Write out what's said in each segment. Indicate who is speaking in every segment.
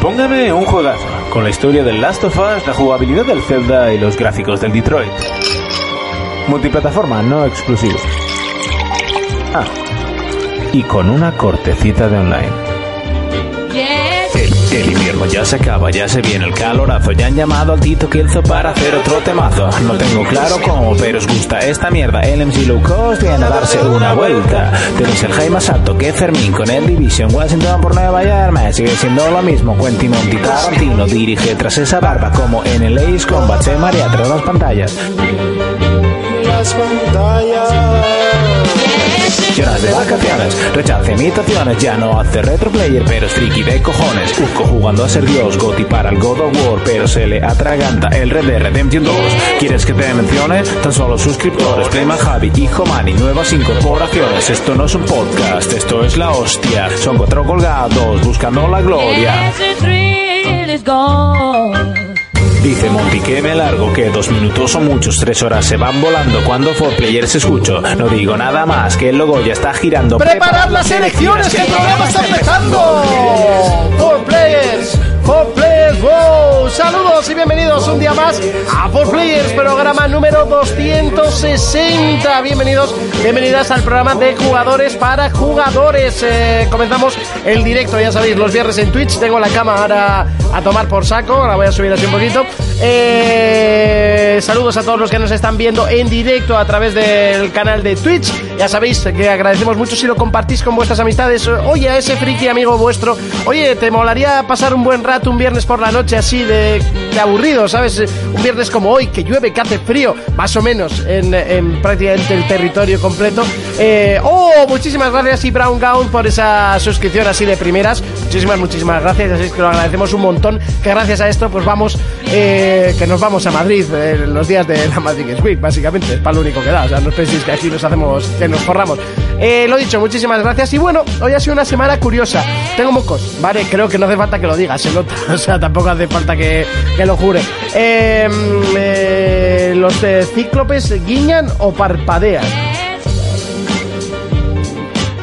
Speaker 1: Póngame un juegazo, con la historia del Last of Us, la jugabilidad del Zelda y los gráficos del Detroit. Multiplataforma, no exclusivo. Ah, y con una cortecita de online. El, el invierno ya se acaba, ya se viene el calorazo. Ya han llamado al Tito Kelzo para hacer otro temazo. No tengo claro cómo, pero os gusta esta mierda. El MC Low Cost viene a darse una vuelta. Tenéis el Jaime más alto que Fermín con el Division. Washington por Nueva York, me sigue siendo lo mismo. Quentin Monti Tarantino dirige tras esa barba. Como en el Ace Combat se marea tras las pantallas.
Speaker 2: Las pantallas.
Speaker 1: Lloras de vacaciones, rechaza imitaciones, ya no hace retroplayer, pero es friki de cojones. Urco jugando a ser Dios, Goti para el God of War, pero se le atraganta el Red Dead Redemption 2. ¿Quieres que te mencione? Tan solo suscriptores, Playman Javi, Hijo Mani, nuevas incorporaciones. Esto no es un podcast, esto es la hostia. Son cuatro colgados buscando la gloria.
Speaker 3: Yes, it really is gone.
Speaker 1: Dice Monty que me largo, que dos minutos son muchos, tres horas se van volando cuando for players escucho. No digo nada más, que el logo ya está girando.
Speaker 2: Preparad las elecciones, que el programa está empezando. Four Players, Four Players, wow. Saludos y bienvenidos un día más a Four Players, programa número 260. Bienvenidos, bienvenidas al programa de jugadores para jugadores. Eh, comenzamos el directo, ya sabéis, los viernes en Twitch. Tengo la cámara a tomar por saco, ahora voy a subir así un poquito. Eh, saludos a todos los que nos están viendo en directo a través del canal de Twitch. Ya sabéis que agradecemos mucho si lo compartís con vuestras amistades. Oye, a ese friki amigo vuestro, oye, te molaría pasar un buen rato un viernes por la noche así de, de aburrido, ¿sabes? Un viernes como hoy, que llueve, que hace frío, más o menos, en, en prácticamente el territorio completo. Eh, oh, muchísimas gracias y Brown Gown por esa suscripción así de primeras. Muchísimas, muchísimas gracias. Así es que lo agradecemos un montón. Que gracias a esto, pues vamos, eh, que nos vamos a Madrid eh, en los días de la Madrid Games Week, básicamente. Es para lo único que da. O sea, no os penséis que aquí nos hacemos, que nos forramos. Eh, lo dicho, muchísimas gracias. Y bueno, hoy ha sido una semana curiosa. Tengo mocos, ¿vale? Creo que no hace falta que lo diga, se nota. O sea, tampoco hace falta que, que lo jure. Eh, eh, ¿Los eh, cíclopes guiñan o parpadean?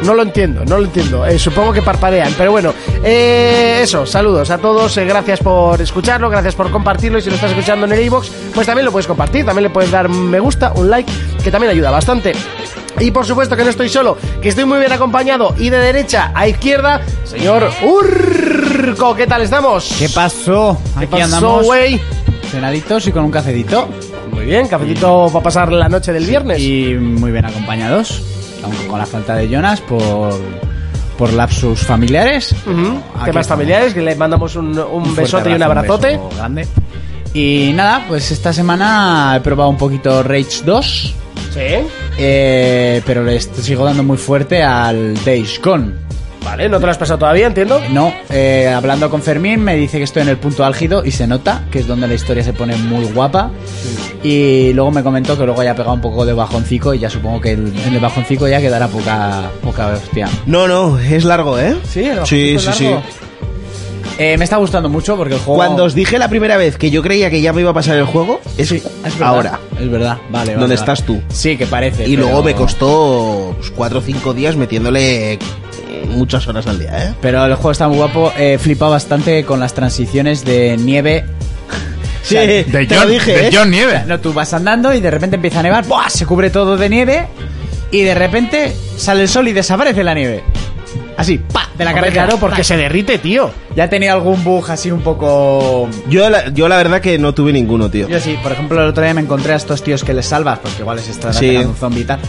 Speaker 2: No lo entiendo, no lo entiendo. Eh, supongo que parpadean, pero bueno. eh, eso, saludos a todos. eh, gracias por escucharlo, gracias por compartirlo. Y si lo estás escuchando en el iBox, pues también lo puedes compartir, también le puedes dar un me gusta, un like, que también ayuda bastante. Y por supuesto que no estoy solo, que estoy muy bien acompañado. Y de derecha a izquierda, señor Urco, ¿qué tal estamos?
Speaker 4: ¿Qué pasó?
Speaker 2: ¿Qué
Speaker 4: Aquí
Speaker 2: pasó,
Speaker 4: andamos
Speaker 2: güey?
Speaker 4: cenaditos y con un cafecito.
Speaker 2: Muy bien, cafecito para pasar la noche del viernes.
Speaker 4: Y muy bien acompañados, aunque con la falta de Jonas por, por lapsus familiares.
Speaker 2: Ujú,
Speaker 4: Aquí
Speaker 2: Temas
Speaker 4: estamos.
Speaker 2: familiares, que le mandamos un, un
Speaker 4: Un fuerte
Speaker 2: besote y un
Speaker 4: abrazo,
Speaker 2: abrazote.
Speaker 4: beso grande. Y nada, pues esta semana he probado un poquito Rage 2,
Speaker 2: sí.
Speaker 4: eh, pero le est- sigo dando muy fuerte al Days Gone.
Speaker 2: Vale, no te lo has pasado todavía, entiendo.
Speaker 4: No, eh, hablando con Fermín me dice que estoy en el punto álgido y se nota, que es donde la historia se pone muy guapa. Y luego me comentó que luego ya ha pegado un poco de bajoncico y ya supongo que el- en el bajoncico ya quedará poca, poca hostia.
Speaker 5: No, no, es largo, ¿eh? sí, sí, sí.
Speaker 4: Eh, me está gustando mucho porque el juego...
Speaker 5: Cuando os dije la primera vez que yo creía que ya me iba a pasar el juego, es,
Speaker 4: Sí, Ah, es verdad,
Speaker 5: ahora.
Speaker 4: Es verdad, vale. vale,
Speaker 5: ¿Dónde
Speaker 4: vale.
Speaker 5: estás tú?
Speaker 4: Sí, que parece.
Speaker 5: Y luego
Speaker 4: pero-
Speaker 5: me costó 4 o 5 días metiéndole eh, muchas horas al día, ¿eh?
Speaker 4: Pero el juego está muy guapo, eh, flipa bastante con las transiciones de nieve
Speaker 5: Sí,
Speaker 6: De
Speaker 5: te
Speaker 6: John,
Speaker 5: lo dije,
Speaker 6: de
Speaker 5: ¿eh?
Speaker 4: O
Speaker 6: John
Speaker 4: sea,
Speaker 6: Nieve.
Speaker 4: No, tú vas andando y de repente empieza a nevar, ¡buah! se cubre todo de nieve y de repente sale el sol y desaparece la nieve. Así, pa, de la
Speaker 2: Hombre,
Speaker 4: carretera.
Speaker 2: claro, porque
Speaker 4: ¡Tac!
Speaker 2: se derrite, tío.
Speaker 4: Ya he tenido algún bug así un poco...
Speaker 5: Yo la, yo la verdad que no tuve ninguno, tío.
Speaker 4: Yo sí, por ejemplo, el otro día me encontré a estos tíos que les salvas, porque igual les están
Speaker 5: Sí.
Speaker 4: atacando un zombi y tal.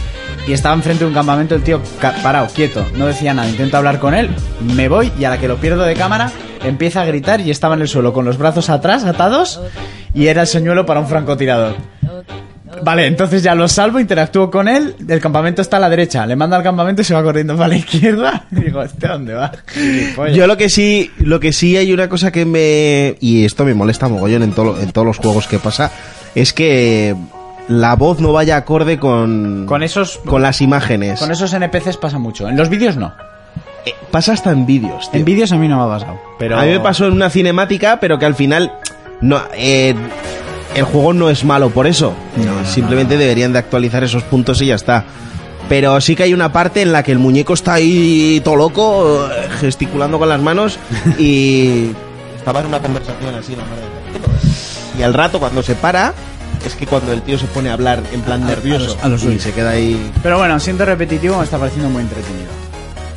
Speaker 4: Y estaba enfrente de un campamento el tío ca- parado, quieto, no decía nada. Intento hablar con él, me voy y a la que lo pierdo de cámara empieza a gritar y estaba en el suelo con los brazos atrás, atados, y era el señuelo para un francotirador. Vale, entonces ya lo salvo, interactúo con él, el campamento está a la derecha, le mando al campamento y se va corriendo para la izquierda. Y digo, ¿este dónde va?
Speaker 5: Yo lo que sí, lo que sí hay una cosa que me y esto me molesta mogollón en todo, en todos los juegos que pasa es que la voz no vaya acorde con
Speaker 4: Con esos-
Speaker 5: con las imágenes.
Speaker 4: Con esos NPCs pasa mucho, en los vídeos no.
Speaker 5: Eh, pasa hasta en vídeos, tío.
Speaker 4: En vídeos a mí no me ha pasado. Pero...
Speaker 5: A mí me pasó en una cinemática, pero que al final no eh, el juego no es malo por eso. Simplemente deberían de actualizar esos puntos y ya está. Pero sí que hay una parte en la que el muñeco está ahí todo loco, eh, gesticulando con las manos y estaba en una conversación así, la madre del partido. Y al rato, cuando se para, es que cuando el tío se pone a hablar en plan nervioso
Speaker 4: los- a los
Speaker 5: y
Speaker 4: oídos.
Speaker 5: se queda ahí.
Speaker 4: Pero bueno, siendo repetitivo, me está pareciendo muy entretenido.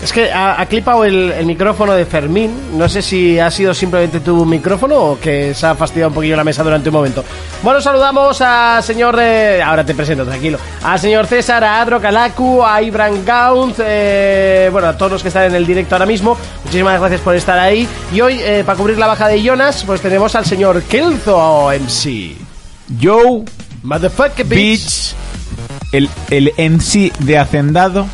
Speaker 2: Es que ha, ha clipado el, el micrófono de Fermín. No sé si ha sido simplemente tu micrófono o que se ha fastidiado un poquillo la mesa durante un momento. Bueno, saludamos al señor. eh, ahora te presento, tranquilo. Al señor César, a Adro Calacu, a Ibran Gaunt, eh, bueno, a todos los que están en el directo ahora mismo. Muchísimas gracias por estar ahí. Y hoy, eh, para cubrir la baja de Jonas, pues tenemos al señor Kelzo MC.
Speaker 6: Yo,
Speaker 2: Motherfucker bitch.
Speaker 6: Beach, el, el MC de Hacendado,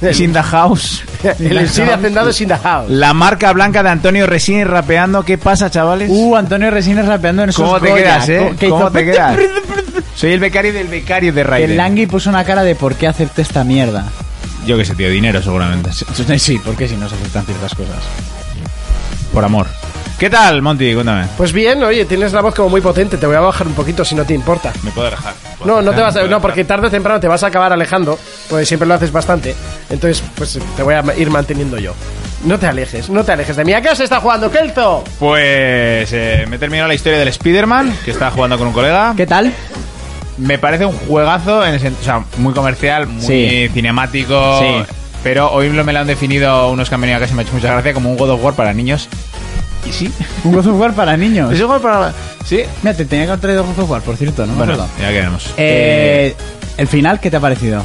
Speaker 6: is in the house.
Speaker 2: El MC de Hacendado es in the house.
Speaker 6: La marca blanca de Antonio Resines rapeando. ¿Qué pasa, chavales?
Speaker 4: Uh, Antonio Resines rapeando en esos
Speaker 6: ¿Cómo te
Speaker 4: Goya.
Speaker 6: quedas, eh?
Speaker 4: Co- que
Speaker 6: ¿Cómo
Speaker 4: hizo-
Speaker 6: te quedas? Soy el becario del becario de
Speaker 4: El
Speaker 6: Raiden.
Speaker 4: Langui puso una cara de ¿por qué acepté esta mierda?
Speaker 6: Yo qué sé, tío, dinero seguramente.
Speaker 4: Sí, porque si no se aceptan ciertas cosas.
Speaker 6: Por amor. ¿Qué tal, Monty? Cuéntame.
Speaker 2: Pues bien, oye, tienes la voz como muy potente. Te voy a bajar un poquito si no te importa.
Speaker 6: Me puedo dejar.
Speaker 2: No, no te vas a. No, porque tarde o temprano te vas a acabar alejando, pues siempre lo haces bastante. Entonces, pues te voy a ir manteniendo yo. No te alejes, no te alejes de mí. ¿A qué se está jugando, Kelzo?
Speaker 6: Pues eh, me he terminado la historia del Spider-Man, que estaba jugando con un colega.
Speaker 4: ¿Qué tal?
Speaker 6: Me parece un juegazo, en el sen- o sea, muy comercial, muy
Speaker 4: Sí.
Speaker 6: cinemático.
Speaker 4: Sí.
Speaker 6: Pero hoy lo- me lo han definido unos que han venido acá, se me ha hecho mucha gracia, como un God of War para niños. ¿Y sí?
Speaker 4: Un God of War para niños.
Speaker 6: ¿Es un God para.? Sí.
Speaker 4: Mira, te tenía que haber traído God of War, por cierto, ¿no?
Speaker 6: Bueno,
Speaker 4: Me acuerdo.
Speaker 6: ya quedamos.
Speaker 4: Eh, ¿El final qué te ha parecido?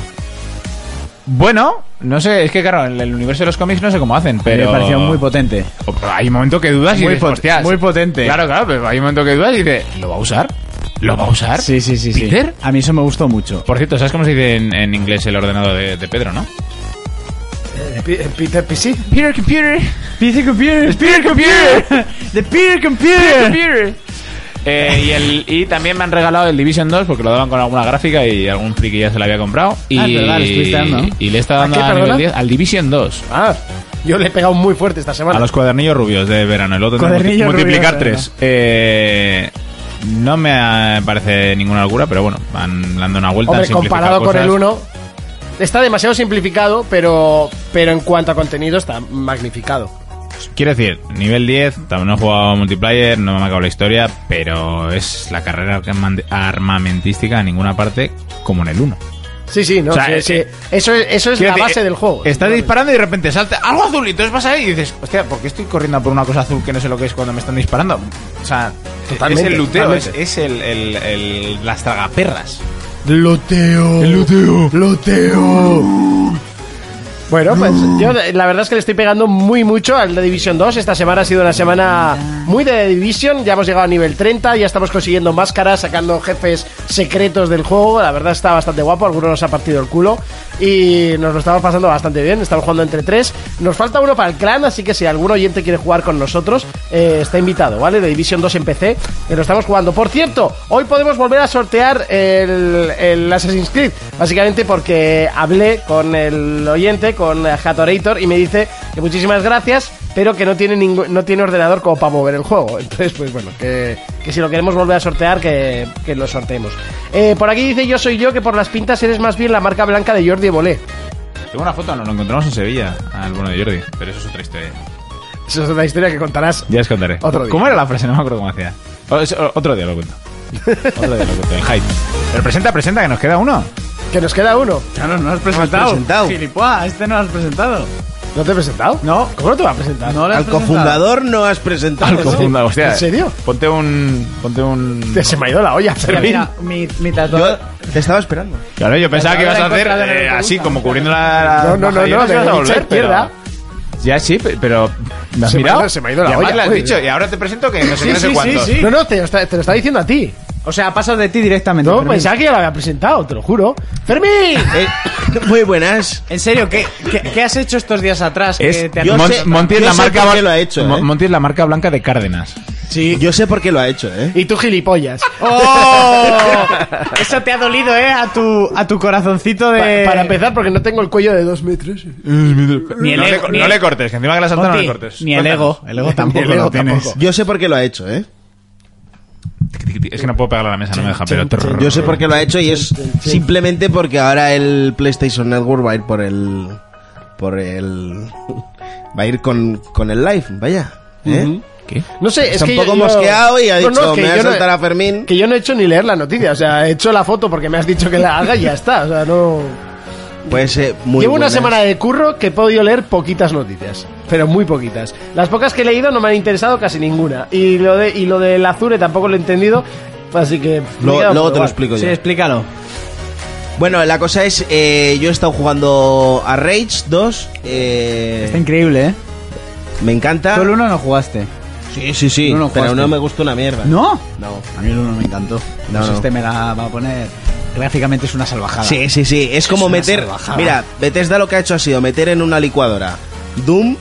Speaker 6: Bueno, no sé, es que claro, en el universo de los cómics no sé cómo hacen, pero.
Speaker 4: Me pareció muy potente.
Speaker 6: O- pero Hay un momento que dudas y
Speaker 4: Muy
Speaker 6: dices,
Speaker 4: pot-
Speaker 6: hostias.
Speaker 4: muy potente.
Speaker 6: Claro, claro, pero hay un momento que dudas y dices, ¿lo va a usar? ¿Lo va a usar?
Speaker 4: Sí, sí, sí, sí.
Speaker 6: ¿Peter?
Speaker 4: A mí eso me gustó mucho.
Speaker 6: Por cierto, ¿sabes cómo se dice en, en inglés el ordenador de, de Pedro, no?
Speaker 2: Peter PC.
Speaker 6: Peter Computer.
Speaker 4: Peter Computer, Peter Computer, The Peter Computer.
Speaker 6: Eh, y, el, y también me han regalado el Division 2 porque lo daban con alguna gráfica y algún friki ya se lo había comprado. Y,
Speaker 4: Ah, es verdad, le estuviste dando.
Speaker 6: y le está
Speaker 2: ¿A
Speaker 6: dando
Speaker 2: qué,
Speaker 6: a nivel
Speaker 2: perdona?
Speaker 6: 10 al Division 2.
Speaker 2: Ah, yo le he pegado muy fuerte esta semana.
Speaker 6: A los cuadernillos rubios de verano. El otro
Speaker 4: Cuadernillos
Speaker 6: multiplicar
Speaker 4: rubios,
Speaker 6: tres. Eh, no me eh, parece ninguna locura, pero bueno, van dando una vuelta.
Speaker 2: Hombre,
Speaker 6: han
Speaker 2: comparado
Speaker 6: simplificado
Speaker 2: con
Speaker 6: cosas.
Speaker 2: el 1, está demasiado simplificado, pero, pero en cuanto a contenido está magnificado.
Speaker 6: Quiero decir, nivel 10, tam- no he jugado multiplayer, no me ha acabado la historia, pero es la carrera armand- armamentística en ninguna parte como en el 1.
Speaker 2: Sí, sí, no,
Speaker 6: O sea,
Speaker 2: sí,
Speaker 6: eh,
Speaker 2: sí.
Speaker 6: eh,
Speaker 2: Eso, es- eso es
Speaker 6: Quiero
Speaker 2: la
Speaker 6: decir,
Speaker 2: base
Speaker 6: eh,
Speaker 2: del juego.
Speaker 6: Estás disparando y de repente salta algo azul y entonces vas ahí y dices, hostia, ¿por qué estoy corriendo por una cosa azul que no sé lo que es cuando me están disparando? O sea,
Speaker 2: Totalmente,
Speaker 6: es el luteo, es,
Speaker 2: totalmente.
Speaker 6: es el, el- el- las tragaperras.
Speaker 2: Bueno, pues yo la verdad es que le estoy pegando muy mucho al The Division 2. Esta semana ha sido una semana muy de The Division. Ya hemos llegado a nivel 30, ya estamos consiguiendo máscaras, sacando jefes secretos del juego. La verdad está bastante guapo, algunos nos ha partido el culo. Y nos lo estamos pasando bastante bien, estamos jugando entre tres. Nos falta uno para el clan, así que si algún oyente quiere jugar con nosotros, eh, está invitado, ¿vale? The Division 2 en PC, que lo estamos jugando. Por cierto, hoy podemos volver a sortear el, el Assassin's Creed. Básicamente porque hablé con el oyente, con Hatorator, y me dice que muchísimas gracias, pero que no tiene ningún- no tiene ordenador como para mover el juego. Entonces, pues bueno, que, que si lo queremos volver a sortear, que, que lo sorteemos. Eh, por aquí dice yo soy yo, que por las pintas eres más bien la marca blanca de Jordi Bolé.
Speaker 6: Tengo una foto, nos lo encontramos en Sevilla, al bueno de Jordi, pero eso es otra historia.
Speaker 2: Esa es otra historia que contarás.
Speaker 6: Ya os contaré.
Speaker 2: Otro día.
Speaker 6: ¿Cómo era la frase? No me acuerdo cómo hacía. O- es- o- otro día lo cuento. Otro día lo cuento, el hype. Pero presenta, presenta, que nos queda uno.
Speaker 2: Que nos queda uno.
Speaker 4: Claro, no lo has presentado.
Speaker 5: presentado.
Speaker 4: Gilipuá, este no lo has presentado.
Speaker 2: ¿No te he presentado?
Speaker 4: No.
Speaker 2: ¿Cómo no te va a presentar?
Speaker 4: No lo has
Speaker 5: Al
Speaker 4: presentado.
Speaker 5: cofundador no has presentado.
Speaker 6: Al cofundador, hostia.
Speaker 2: ¿En serio?
Speaker 6: Ponte un. Ponte un.
Speaker 2: Se me ha ido la olla,
Speaker 4: Mira,
Speaker 2: Fermín.
Speaker 4: mira, mi, mi
Speaker 5: Yo
Speaker 4: tatuador.
Speaker 5: te estaba esperando.
Speaker 6: Claro, yo pensaba que ibas a hacer
Speaker 4: Encontrador en
Speaker 6: eh,
Speaker 4: el
Speaker 6: así,
Speaker 4: autobús,
Speaker 6: como
Speaker 4: ¿no?
Speaker 6: cubriendo la.
Speaker 2: No, no, no,
Speaker 6: baja y
Speaker 2: no,
Speaker 6: vas a
Speaker 2: de derecha a
Speaker 6: volver, pero-
Speaker 2: izquierda.
Speaker 6: Ya sí, pe- pero. ¿Me has
Speaker 2: Se me ha
Speaker 6: mirado?
Speaker 2: ido- se me ha ido la
Speaker 6: Y además
Speaker 2: olla,
Speaker 6: le has
Speaker 2: joder.
Speaker 6: dicho, y ahora te presento que no sé
Speaker 4: Sí,
Speaker 6: qué, no sé
Speaker 4: sí,
Speaker 6: cuánto.
Speaker 4: sí, sí.
Speaker 2: No, no, te, lo está- te lo está diciendo a ti.
Speaker 4: O sea, paso de ti directamente.
Speaker 2: No,
Speaker 4: Fermín.
Speaker 2: pensaba que ya lo había presentado, te lo juro. ¡Fermín!
Speaker 5: Eh, muy buenas.
Speaker 4: En serio, ¿qué, qué, qué has hecho estos días atrás? que
Speaker 6: Es,
Speaker 4: te han-
Speaker 5: yo
Speaker 6: Mon-
Speaker 5: sé-
Speaker 6: Monty es
Speaker 5: yo
Speaker 6: la
Speaker 5: sé
Speaker 6: marca
Speaker 5: por
Speaker 6: blan-
Speaker 5: qué lo ha hecho,
Speaker 6: Mo-
Speaker 5: ¿eh?
Speaker 6: Monty es la marca blanca de Cárdenas.
Speaker 5: Sí. Yo sé por qué lo ha hecho, ¿eh?
Speaker 2: Y tú gilipollas.
Speaker 4: ¡Oh! Eso te ha dolido, ¿eh? A tu, a tu corazoncito
Speaker 2: Pa-
Speaker 4: de...
Speaker 2: para empezar, porque no tengo el cuello de dos metros.
Speaker 4: Ni el
Speaker 6: no,
Speaker 4: ego,
Speaker 6: le,
Speaker 4: ni
Speaker 6: no
Speaker 4: el-
Speaker 6: le cortes, que encima que la salta no
Speaker 4: Monty,
Speaker 6: le cortes.
Speaker 4: Ni el ego. El ego tampoco
Speaker 2: el ego
Speaker 4: lo tienes.
Speaker 2: tampoco.
Speaker 5: Yo sé por qué lo ha hecho, ¿eh?
Speaker 6: Es que no puedo pegarle a la mesa, no me deja, pero.
Speaker 5: Yo sé por qué lo ha hecho y es simplemente porque ahora el PlayStation Network va a ir por el. Por el. Va a ir con, con el live, vaya. ¿eh?
Speaker 6: ¿Qué?
Speaker 2: No sé, es
Speaker 5: Está
Speaker 2: que
Speaker 5: un poco
Speaker 2: yo- yo-
Speaker 5: mosqueado y ha
Speaker 2: No, no,
Speaker 5: dicho,
Speaker 2: que
Speaker 5: me voy a
Speaker 2: yo no-
Speaker 5: saltar a Fermín.
Speaker 2: Que yo no he hecho ni leer la noticia, o sea, he hecho la foto porque me has dicho que la haga y ya está, o sea, no...
Speaker 5: Pues eh, muy
Speaker 2: Llevo una
Speaker 5: buenas.
Speaker 2: semana de curro que he podido leer poquitas noticias, pero muy poquitas. Las pocas que he leído no me han interesado casi ninguna. Y lo de y lo del Azure tampoco lo he entendido, así que... me he
Speaker 5: Luego,
Speaker 2: quedado
Speaker 5: luego
Speaker 2: por
Speaker 5: te lo
Speaker 2: igual.
Speaker 5: explico
Speaker 4: Sí,
Speaker 5: yo.
Speaker 4: explícalo.
Speaker 5: Bueno, la cosa es, eh, yo he estado jugando a Rage 2. eh,
Speaker 4: Está increíble, ¿eh?
Speaker 5: me encanta.
Speaker 4: Tú el uno no jugaste.
Speaker 5: Sí, sí, sí.
Speaker 4: No lo
Speaker 5: pero
Speaker 4: jugaste.
Speaker 5: no me gusta una mierda.
Speaker 4: ¿No?
Speaker 5: No.
Speaker 4: A mí el uno me encantó.
Speaker 5: No,
Speaker 4: Pues
Speaker 5: no.
Speaker 4: Este me la va a poner... Gráficamente es una salvajada.
Speaker 5: Sí, sí, sí. Es como
Speaker 4: una
Speaker 5: meter.
Speaker 4: salvajada.
Speaker 5: Mira, Bethesda lo que ha hecho ha sido meter en una licuadora Doom,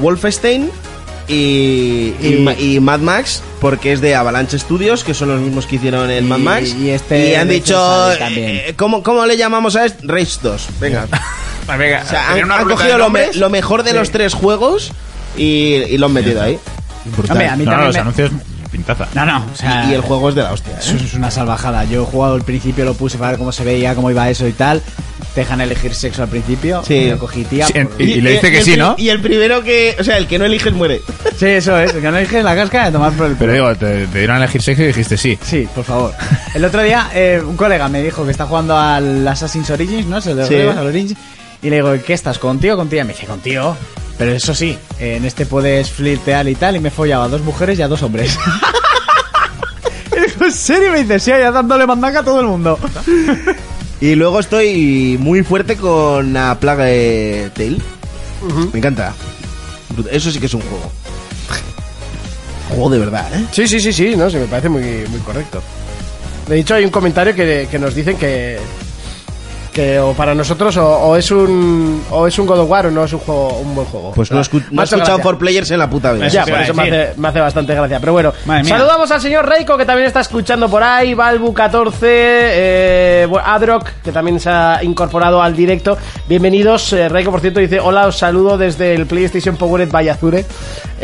Speaker 5: Wolfenstein y, y, Ma- y Mad Max, porque es de Avalanche Studios, que son los mismos que hicieron el
Speaker 4: Y-
Speaker 5: Mad Max.
Speaker 4: y este
Speaker 5: han
Speaker 4: de
Speaker 5: dicho.
Speaker 4: César también.
Speaker 5: eh, ¿cómo, ¿Cómo le llamamos a esto? Rage 2. Venga.
Speaker 6: venga,
Speaker 5: O sea, han, han cogido lo, me- lo mejor de los tres juegos y, y lo han metido ahí.
Speaker 4: Hombre, a mí
Speaker 6: No, no,
Speaker 4: también
Speaker 6: los
Speaker 4: me-
Speaker 6: anuncios pintaza.
Speaker 4: No, no, o sea...
Speaker 5: Y, y el juego es de la hostia. ¿eh?
Speaker 4: Eso es una salvajada. Yo he jugado al principio, lo puse para ver cómo se veía, cómo iba eso y tal. Te dejan elegir sexo al principio.
Speaker 5: Sí.
Speaker 4: Lo cogí, tía.
Speaker 6: Sí,
Speaker 4: por-
Speaker 6: en- y- le dice que
Speaker 5: el
Speaker 6: sí,
Speaker 5: pri-
Speaker 6: ¿no?
Speaker 5: Y el primero que. O sea, el que no eliges muere.
Speaker 4: Sí, eso es. El que no eliges la casca de tomar por el
Speaker 6: Pero digo, te, te dieron a elegir sexo y dijiste sí.
Speaker 4: Sí, por favor. El otro día eh, un colega me dijo que está jugando al Assassin's Origins, ¿no? Se lo
Speaker 5: Sí.
Speaker 4: al Origins. Y le digo, ¿qué estás? ¿Contigo o con tía? Me dice, contigo. Pero eso sí, en este puedes flirtear y tal. Y me follaba a dos mujeres y a dos hombres. Y digo, ¿En serio? Me dice, sí, ya dándole mandaca a todo el mundo.
Speaker 5: Y luego estoy muy fuerte con la plaga de Tail. Me encanta. Brut- Eso sí que es un juego. Juego de verdad, ¿eh?
Speaker 2: Sí, sí, sí, sí, no, se me parece muy, muy correcto. De hecho, hay un comentario que, que nos dicen que, que o para nosotros o, o es un o es un God of War o no es un, juego, un buen juego.
Speaker 5: Pues no,
Speaker 2: O
Speaker 5: he
Speaker 2: sea,
Speaker 5: escu- no he
Speaker 2: macho,
Speaker 5: escuchado
Speaker 2: gracias.
Speaker 5: por players en la puta vida. pues
Speaker 2: Ya,
Speaker 6: te
Speaker 2: por
Speaker 6: iba a
Speaker 2: eso me
Speaker 6: decir.
Speaker 2: hace, me hace bastante gracia. Pero bueno,
Speaker 4: Madre mía.
Speaker 2: saludamos al señor Reiko, que también está escuchando por ahí, Balbu14, eh, bueno, Adrock, que también se ha incorporado al directo. Bienvenidos, eh, Reiko, por cierto, dice, hola, os saludo desde el PlayStation Powered by Azure.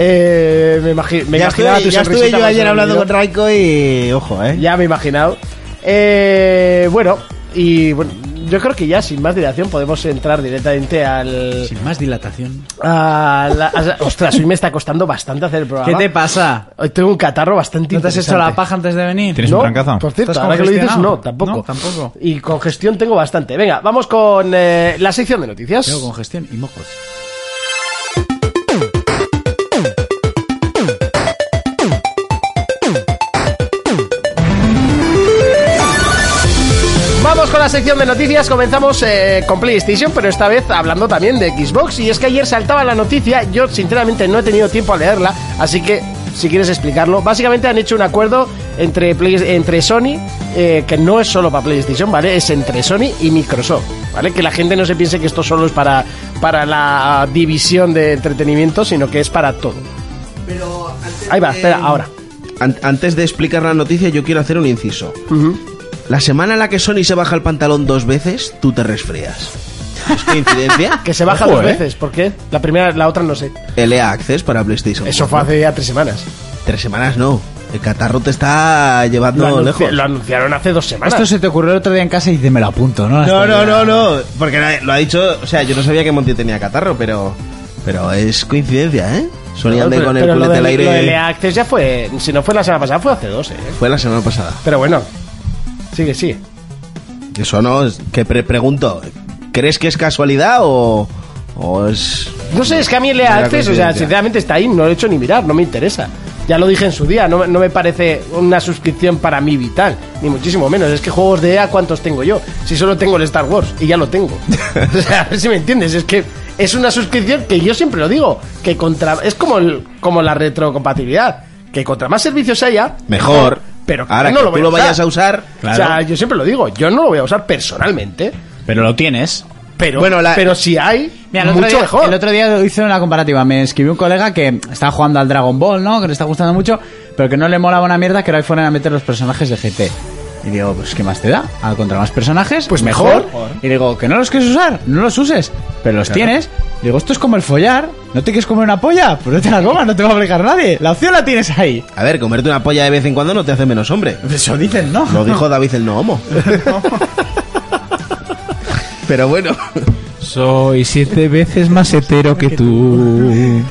Speaker 2: Eh, me imagi- me
Speaker 5: Ya
Speaker 2: imaginaba tu
Speaker 5: estuve, ya estuve
Speaker 2: sonrisita
Speaker 5: yo
Speaker 2: cuando se
Speaker 5: ayer
Speaker 2: me
Speaker 5: hablando
Speaker 2: olvidó.
Speaker 5: con Raiko y. Ojo, ¿eh?
Speaker 2: Ya me he imaginado. Eh, bueno, y bueno, yo creo que ya sin más dilación podemos entrar directamente al...
Speaker 4: Sin más dilatación.
Speaker 2: a la- a- ostras, hoy me está costando bastante hacer el
Speaker 4: ¿Qué
Speaker 2: programa.
Speaker 4: te pasa?
Speaker 2: Hoy tengo un catarro bastante
Speaker 4: ¿No te has hecho
Speaker 2: interesante.
Speaker 4: la paja antes de venir?
Speaker 6: ¿Tienes
Speaker 2: No,
Speaker 6: un trancazo?
Speaker 2: por cierto,
Speaker 4: ¿Estás
Speaker 2: ahora que lo dices,
Speaker 4: congestionado?
Speaker 2: no, tampoco.
Speaker 4: No, tampoco.
Speaker 2: Y congestión tengo bastante. Venga, vamos con eh, la sección de noticias.
Speaker 4: Tengo congestión y mocos.
Speaker 2: Vamos con la sección de noticias. Comenzamos eh, con PlayStation, pero esta vez hablando también de Xbox. Y es que ayer saltaba la noticia. Yo, sinceramente, no he tenido tiempo a leerla. Así que, si quieres explicarlo, básicamente han hecho un acuerdo entre, Play- entre Sony, eh, que no es solo para PlayStation, ¿vale? Es entre Sony y Microsoft, ¿vale? Que la gente no se piense que esto solo es para, para la división de entretenimiento, sino que es para todo. Ahí va, espera, ahora.
Speaker 5: An- antes de explicar la noticia, yo quiero hacer un inciso. La semana en la que Sony se baja el pantalón dos veces, tú te resfrías. ¿Es coincidencia?
Speaker 2: Que se baja
Speaker 6: Ojo,
Speaker 2: dos
Speaker 6: eh.
Speaker 2: veces, ¿por qué? La primera, la otra no sé.
Speaker 5: LA Access para PlayStation.
Speaker 2: Eso fue
Speaker 5: cuatro.
Speaker 2: hace ya tres semanas.
Speaker 5: Tres semanas no. El catarro te está
Speaker 2: Lo,
Speaker 5: llevando
Speaker 2: anunci-
Speaker 5: lejos.
Speaker 2: lo anunciaron hace dos semanas.
Speaker 4: Esto se te ocurrió el otro día en casa y dices, me lo apunto, ¿no?
Speaker 5: No, no, no, no. Porque nadie- lo ha dicho. O sea, yo no sabía que Monty tenía catarro, pero. Pero es coincidencia, ¿eh? Sony ande
Speaker 2: pero,
Speaker 5: con el
Speaker 2: pero lo
Speaker 5: culete
Speaker 2: de,
Speaker 5: al
Speaker 2: lo E de
Speaker 5: aire.
Speaker 2: Lea Access ya fue, si no fue la semana pasada, fue hace dos, eh.
Speaker 5: Fue la semana pasada.
Speaker 2: Pero bueno, sigue, sigue.
Speaker 5: Eso no, es que pre- pregunto. ¿Crees que es casualidad o.? O es.
Speaker 2: No sé, es que a mí
Speaker 5: Mera
Speaker 2: Lea Access, o sea,
Speaker 5: coincidencia.
Speaker 2: sinceramente está ahí, no lo he hecho ni mirar, no me interesa. Ya lo dije en su día, no, no me parece una suscripción para mí vital, ni muchísimo menos. Es que juegos de EA, ¿cuántos tengo yo? Si solo tengo el Star Wars, y ya lo tengo. o sea, a ver si me entiendes, es que es una suscripción que yo siempre lo digo, que contra. Es como, el- como la retrocompatibilidad, que contra más servicios haya.
Speaker 5: Mejor.
Speaker 2: Pero
Speaker 5: ahora
Speaker 2: no
Speaker 5: que
Speaker 2: lo voy
Speaker 5: tú
Speaker 2: a
Speaker 5: lo
Speaker 2: usar.
Speaker 5: vayas a usar.
Speaker 2: O sea, yo siempre lo digo, yo no lo voy a usar personalmente,
Speaker 6: Pero lo tienes.
Speaker 2: pero,
Speaker 5: Bueno, la-
Speaker 2: pero si hay,
Speaker 4: Mira, el otro,
Speaker 2: mucho
Speaker 4: día,
Speaker 2: mejor.
Speaker 4: el otro día hice una comparativa. Me escribió un colega que estaba jugando al Dragon Ball, ¿no? Que le está gustando mucho, pero que no le molaba una mierda que ahora fueran a meter los personajes de GT. Y digo, pues ¿qué más te da? Al contra más personajes,
Speaker 2: Pues mejor.
Speaker 4: Y digo, que no los quieres usar, no los uses, pero los tienes. Digo, esto es como el follar. ¿No te quieres comer una polla? Pues no te la comas, no te va a obligar nadie. La opción la tienes ahí.
Speaker 5: A ver, comerte una polla de vez en cuando no te hace menos hombre.
Speaker 4: Eso dicen, ¿no?
Speaker 5: Lo dijo David el no homo. Pero bueno.
Speaker 6: Soy siete veces más hetero que tú.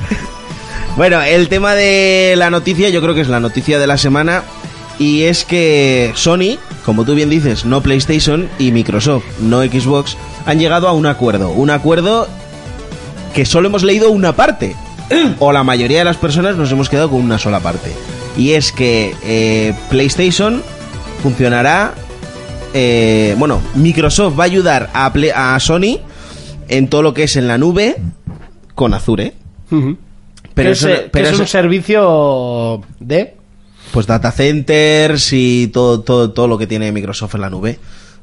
Speaker 5: Bueno, el tema de la noticia, yo creo que es la noticia de la semana. Y es que Sony, como tú bien dices, no PlayStation y Microsoft, no Xbox, han llegado a un acuerdo. Un acuerdo que solo hemos leído una parte. O la mayoría de las personas nos hemos quedado con una sola parte. Y es que eh, PlayStation funcionará. eh, bueno, Microsoft va a ayudar a, Play- a Sony en todo lo que es en la nube con Azure. ¿eh? Pero
Speaker 2: Que
Speaker 5: eso,
Speaker 2: es,
Speaker 5: no-
Speaker 2: eh,
Speaker 5: pero
Speaker 2: que es
Speaker 5: eso-
Speaker 2: un servicio de...
Speaker 5: pues data centers y todo, todo, todo lo que tiene Microsoft en la nube.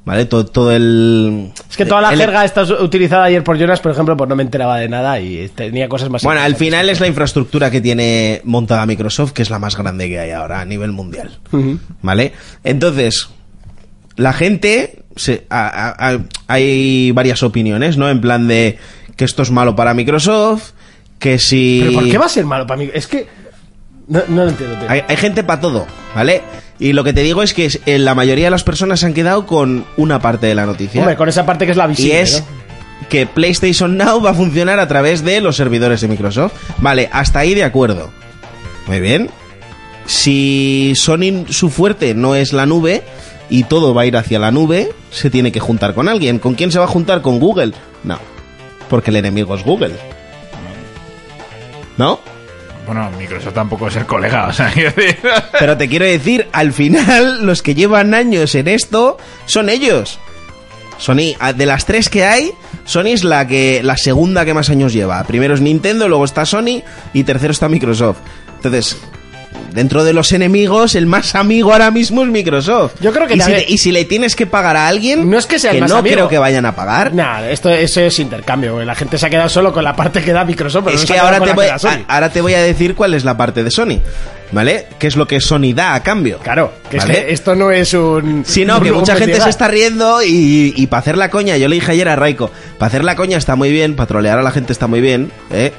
Speaker 5: ¿Vale? Todo, todo el.
Speaker 2: Es que toda la
Speaker 5: el-
Speaker 2: jerga esta us- utilizada ayer por Jonas, por ejemplo, pues no me enteraba de nada y eh, tenía cosas más...
Speaker 5: Bueno, al
Speaker 2: interesantes.
Speaker 5: final es la infraestructura que tiene montada Microsoft, que es la más grande que hay ahora a nivel mundial.
Speaker 2: Ujú.
Speaker 5: ¿Vale? Entonces, la gente. se- a- a- a- hay varias opiniones, ¿no? En plan de que esto es malo para Microsoft, que si.
Speaker 2: ¿Pero por qué va a ser malo para mí? Es que... No, no lo entiendo. tío.
Speaker 5: Hay, hay gente para todo, ¿vale? Y lo que te digo es que es- eh, la mayoría de las personas se han quedado con una parte de la noticia.
Speaker 2: Hombre, con esa parte que es la
Speaker 5: y
Speaker 2: visible,
Speaker 5: es
Speaker 2: ¿no?
Speaker 5: que PlayStation Now va a funcionar a través de los servidores de Microsoft. Vale, hasta ahí de acuerdo. Muy bien. Si Sony su fuerte no es la nube y todo va a ir hacia la nube, se tiene que juntar con alguien. ¿Con quién se va a juntar? ¿Con Google? No. Porque el enemigo es Google. ¿No?
Speaker 6: Bueno, Microsoft tampoco es el colega, o sea, quiero decir.
Speaker 5: Pero te quiero decir, al final, los que llevan años en esto son ellos. Sony, a- de las tres que hay, Sony es la que la segunda que más años lleva. Primero es Nintendo, luego está Sony y tercero está Microsoft. Entonces, dentro de los enemigos, el más amigo ahora mismo es Microsoft.
Speaker 2: Yo creo que
Speaker 5: y si,
Speaker 2: también-
Speaker 5: le, y si le tienes que pagar a alguien,
Speaker 2: No es que sea el más
Speaker 5: no
Speaker 2: amigo.
Speaker 5: creo que vayan a pagar.
Speaker 2: Nah, esto eso es intercambio, güey. La gente se ha quedado solo con la parte que da Microsoft, pero
Speaker 5: es
Speaker 2: no se
Speaker 5: que
Speaker 2: ha quedado
Speaker 5: ahora
Speaker 2: con
Speaker 5: te,
Speaker 2: la
Speaker 5: voy,
Speaker 2: que da Sony.
Speaker 5: a- ahora te voy a decir cuál es la parte de Sony, ¿vale? ¿Qué es lo que Sony da a cambio?
Speaker 2: Claro, que es
Speaker 5: ¿Vale?
Speaker 2: que esto no es un...
Speaker 5: Sí, no,
Speaker 2: un
Speaker 5: que
Speaker 2: rumbo
Speaker 5: mucha gente
Speaker 2: medieval.
Speaker 5: se está riendo y, para hacer la coña, yo le dije ayer a Raiko, para hacer la coña está muy bien, para trolear a la gente está muy bien, ¿eh?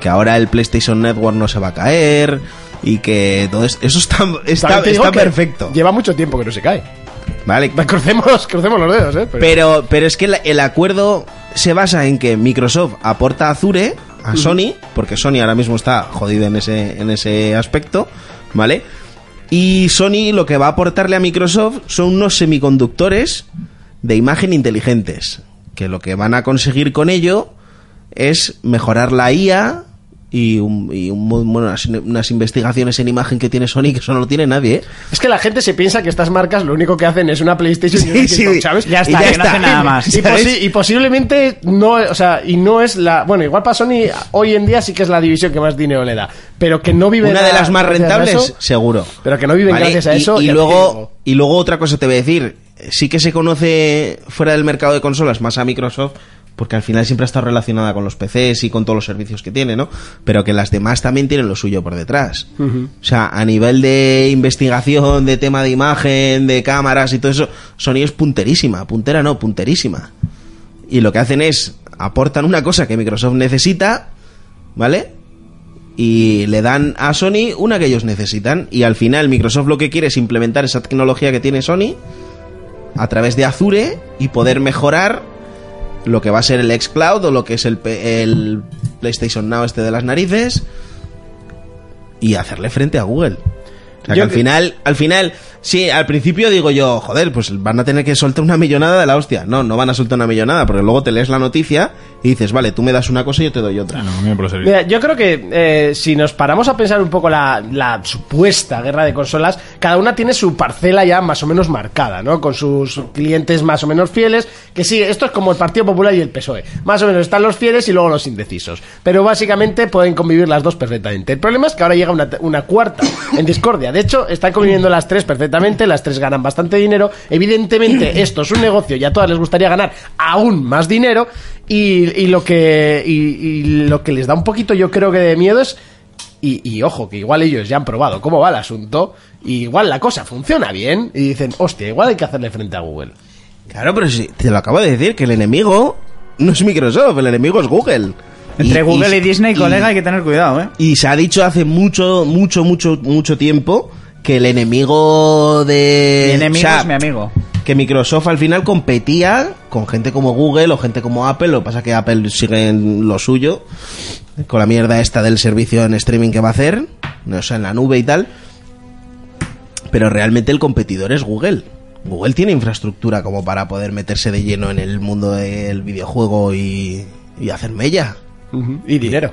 Speaker 5: que ahora el PlayStation Network no se va a caer y que todo es- eso está, está,
Speaker 2: También te digo
Speaker 5: está
Speaker 2: que
Speaker 5: perfecto.
Speaker 2: Lleva mucho tiempo que no se cae.
Speaker 5: Vale,
Speaker 2: Crucemos, crucemos los dedos, ¿eh? Pero-
Speaker 5: pero, pero es que la- el acuerdo se basa en que Microsoft aporta a Azure, a Sony, porque Sony ahora mismo está jodida en ese, en ese aspecto, ¿vale? Y Sony lo que va a aportarle a Microsoft son unos semiconductores de imagen inteligentes, que lo que van a conseguir con ello es mejorar la IA y, un- y un mo- bueno, unas, unas investigaciones en imagen que tiene Sony que eso no lo tiene nadie, ¿eh?
Speaker 2: Es que la gente se piensa que estas marcas lo único que hacen es una PlayStation y una
Speaker 5: Sí,
Speaker 2: Xbox,
Speaker 5: sí.
Speaker 2: ¿sabes?
Speaker 4: Ya está,
Speaker 5: Y ya
Speaker 4: que no hace
Speaker 5: está.
Speaker 4: nada más.
Speaker 2: Y,
Speaker 5: ¿sabes?
Speaker 2: posi- y posiblemente no, o sea, y no es la. Bueno, igual para Sony hoy en día sí que es la división que más dinero le da, pero que no vive
Speaker 5: Una de
Speaker 2: nada
Speaker 5: las más
Speaker 2: gracias a
Speaker 5: rentables,
Speaker 2: eso.
Speaker 5: seguro.
Speaker 2: Pero que no viven gracias a
Speaker 5: Y-
Speaker 2: eso
Speaker 5: Y,
Speaker 2: y al
Speaker 5: luego,
Speaker 2: riesgo.
Speaker 5: y luego otra cosa te voy a decir. Sí que se conoce fuera del mercado de consolas más a Microsoft, porque al final siempre ha estado relacionada con los PCs y con todos los servicios que tiene, ¿no? Pero que las demás también tienen lo suyo por detrás. O sea, a nivel de investigación, de tema de imagen, de cámaras y todo eso, Sony es punterísima. Puntera no, punterísima. Y lo que hacen es aportan una cosa que Microsoft necesita, ¿vale? y le dan a Sony una que ellos necesitan. Y al final Microsoft lo que quiere es implementar esa tecnología que tiene Sony a través de Azure y poder mejorar lo que va a ser el xCloud o lo que es el, P- el PlayStation Now este de las narices y hacerle frente a Google. O sea, que
Speaker 2: Yo
Speaker 5: al
Speaker 2: que-
Speaker 5: final, al final, sí, al principio digo yo, joder, pues van a tener que soltar una millonada de la hostia. No, no van a soltar una millonada, porque luego te lees la noticia y dices, vale, tú me das una cosa y yo te doy otra.
Speaker 6: Ah, no, me por los servicios.
Speaker 2: Mira, yo creo que eh, si nos paramos a pensar un poco la, la supuesta guerra de consolas, cada una tiene su parcela ya más o menos marcada, ¿no? Con sus clientes más o menos fieles, que sí, esto es como el Partido Popular y el PSOE. Más o menos están los fieles y luego los indecisos. Pero básicamente pueden convivir las dos perfectamente. El problema es que ahora llega una, una cuarta en discordia. De hecho, están conviviendo las tres perfectamente, las tres ganan bastante dinero. Evidentemente, esto es un negocio y a todas les gustaría ganar aún más dinero. Y, y lo que y, y lo que les da un poquito, yo creo que de miedo es. Y, y ojo, que igual ellos ya han probado cómo va el asunto. Y igual la cosa funciona bien. Y dicen, hostia, igual hay que hacerle frente a Google.
Speaker 5: Claro, pero si te lo acabo de decir, que el enemigo no es Microsoft, el enemigo es Google.
Speaker 4: Entre Google y, Disney, colega, hay que tener cuidado, ¿eh?
Speaker 5: Y se ha dicho hace mucho, mucho, mucho, mucho tiempo que el enemigo de...
Speaker 4: Mi enemigo
Speaker 5: o sea,
Speaker 4: es mi amigo.
Speaker 5: Que Microsoft al final competía con gente como Google o gente como Apple, lo que pasa que Apple sigue en lo suyo. con la mierda esta del servicio en streaming que va a hacer, no sé, en la nube y tal. Pero realmente el competidor es Google. Google tiene infraestructura como para poder meterse de lleno en el mundo del videojuego y, y hacer mella.
Speaker 2: Y dinero.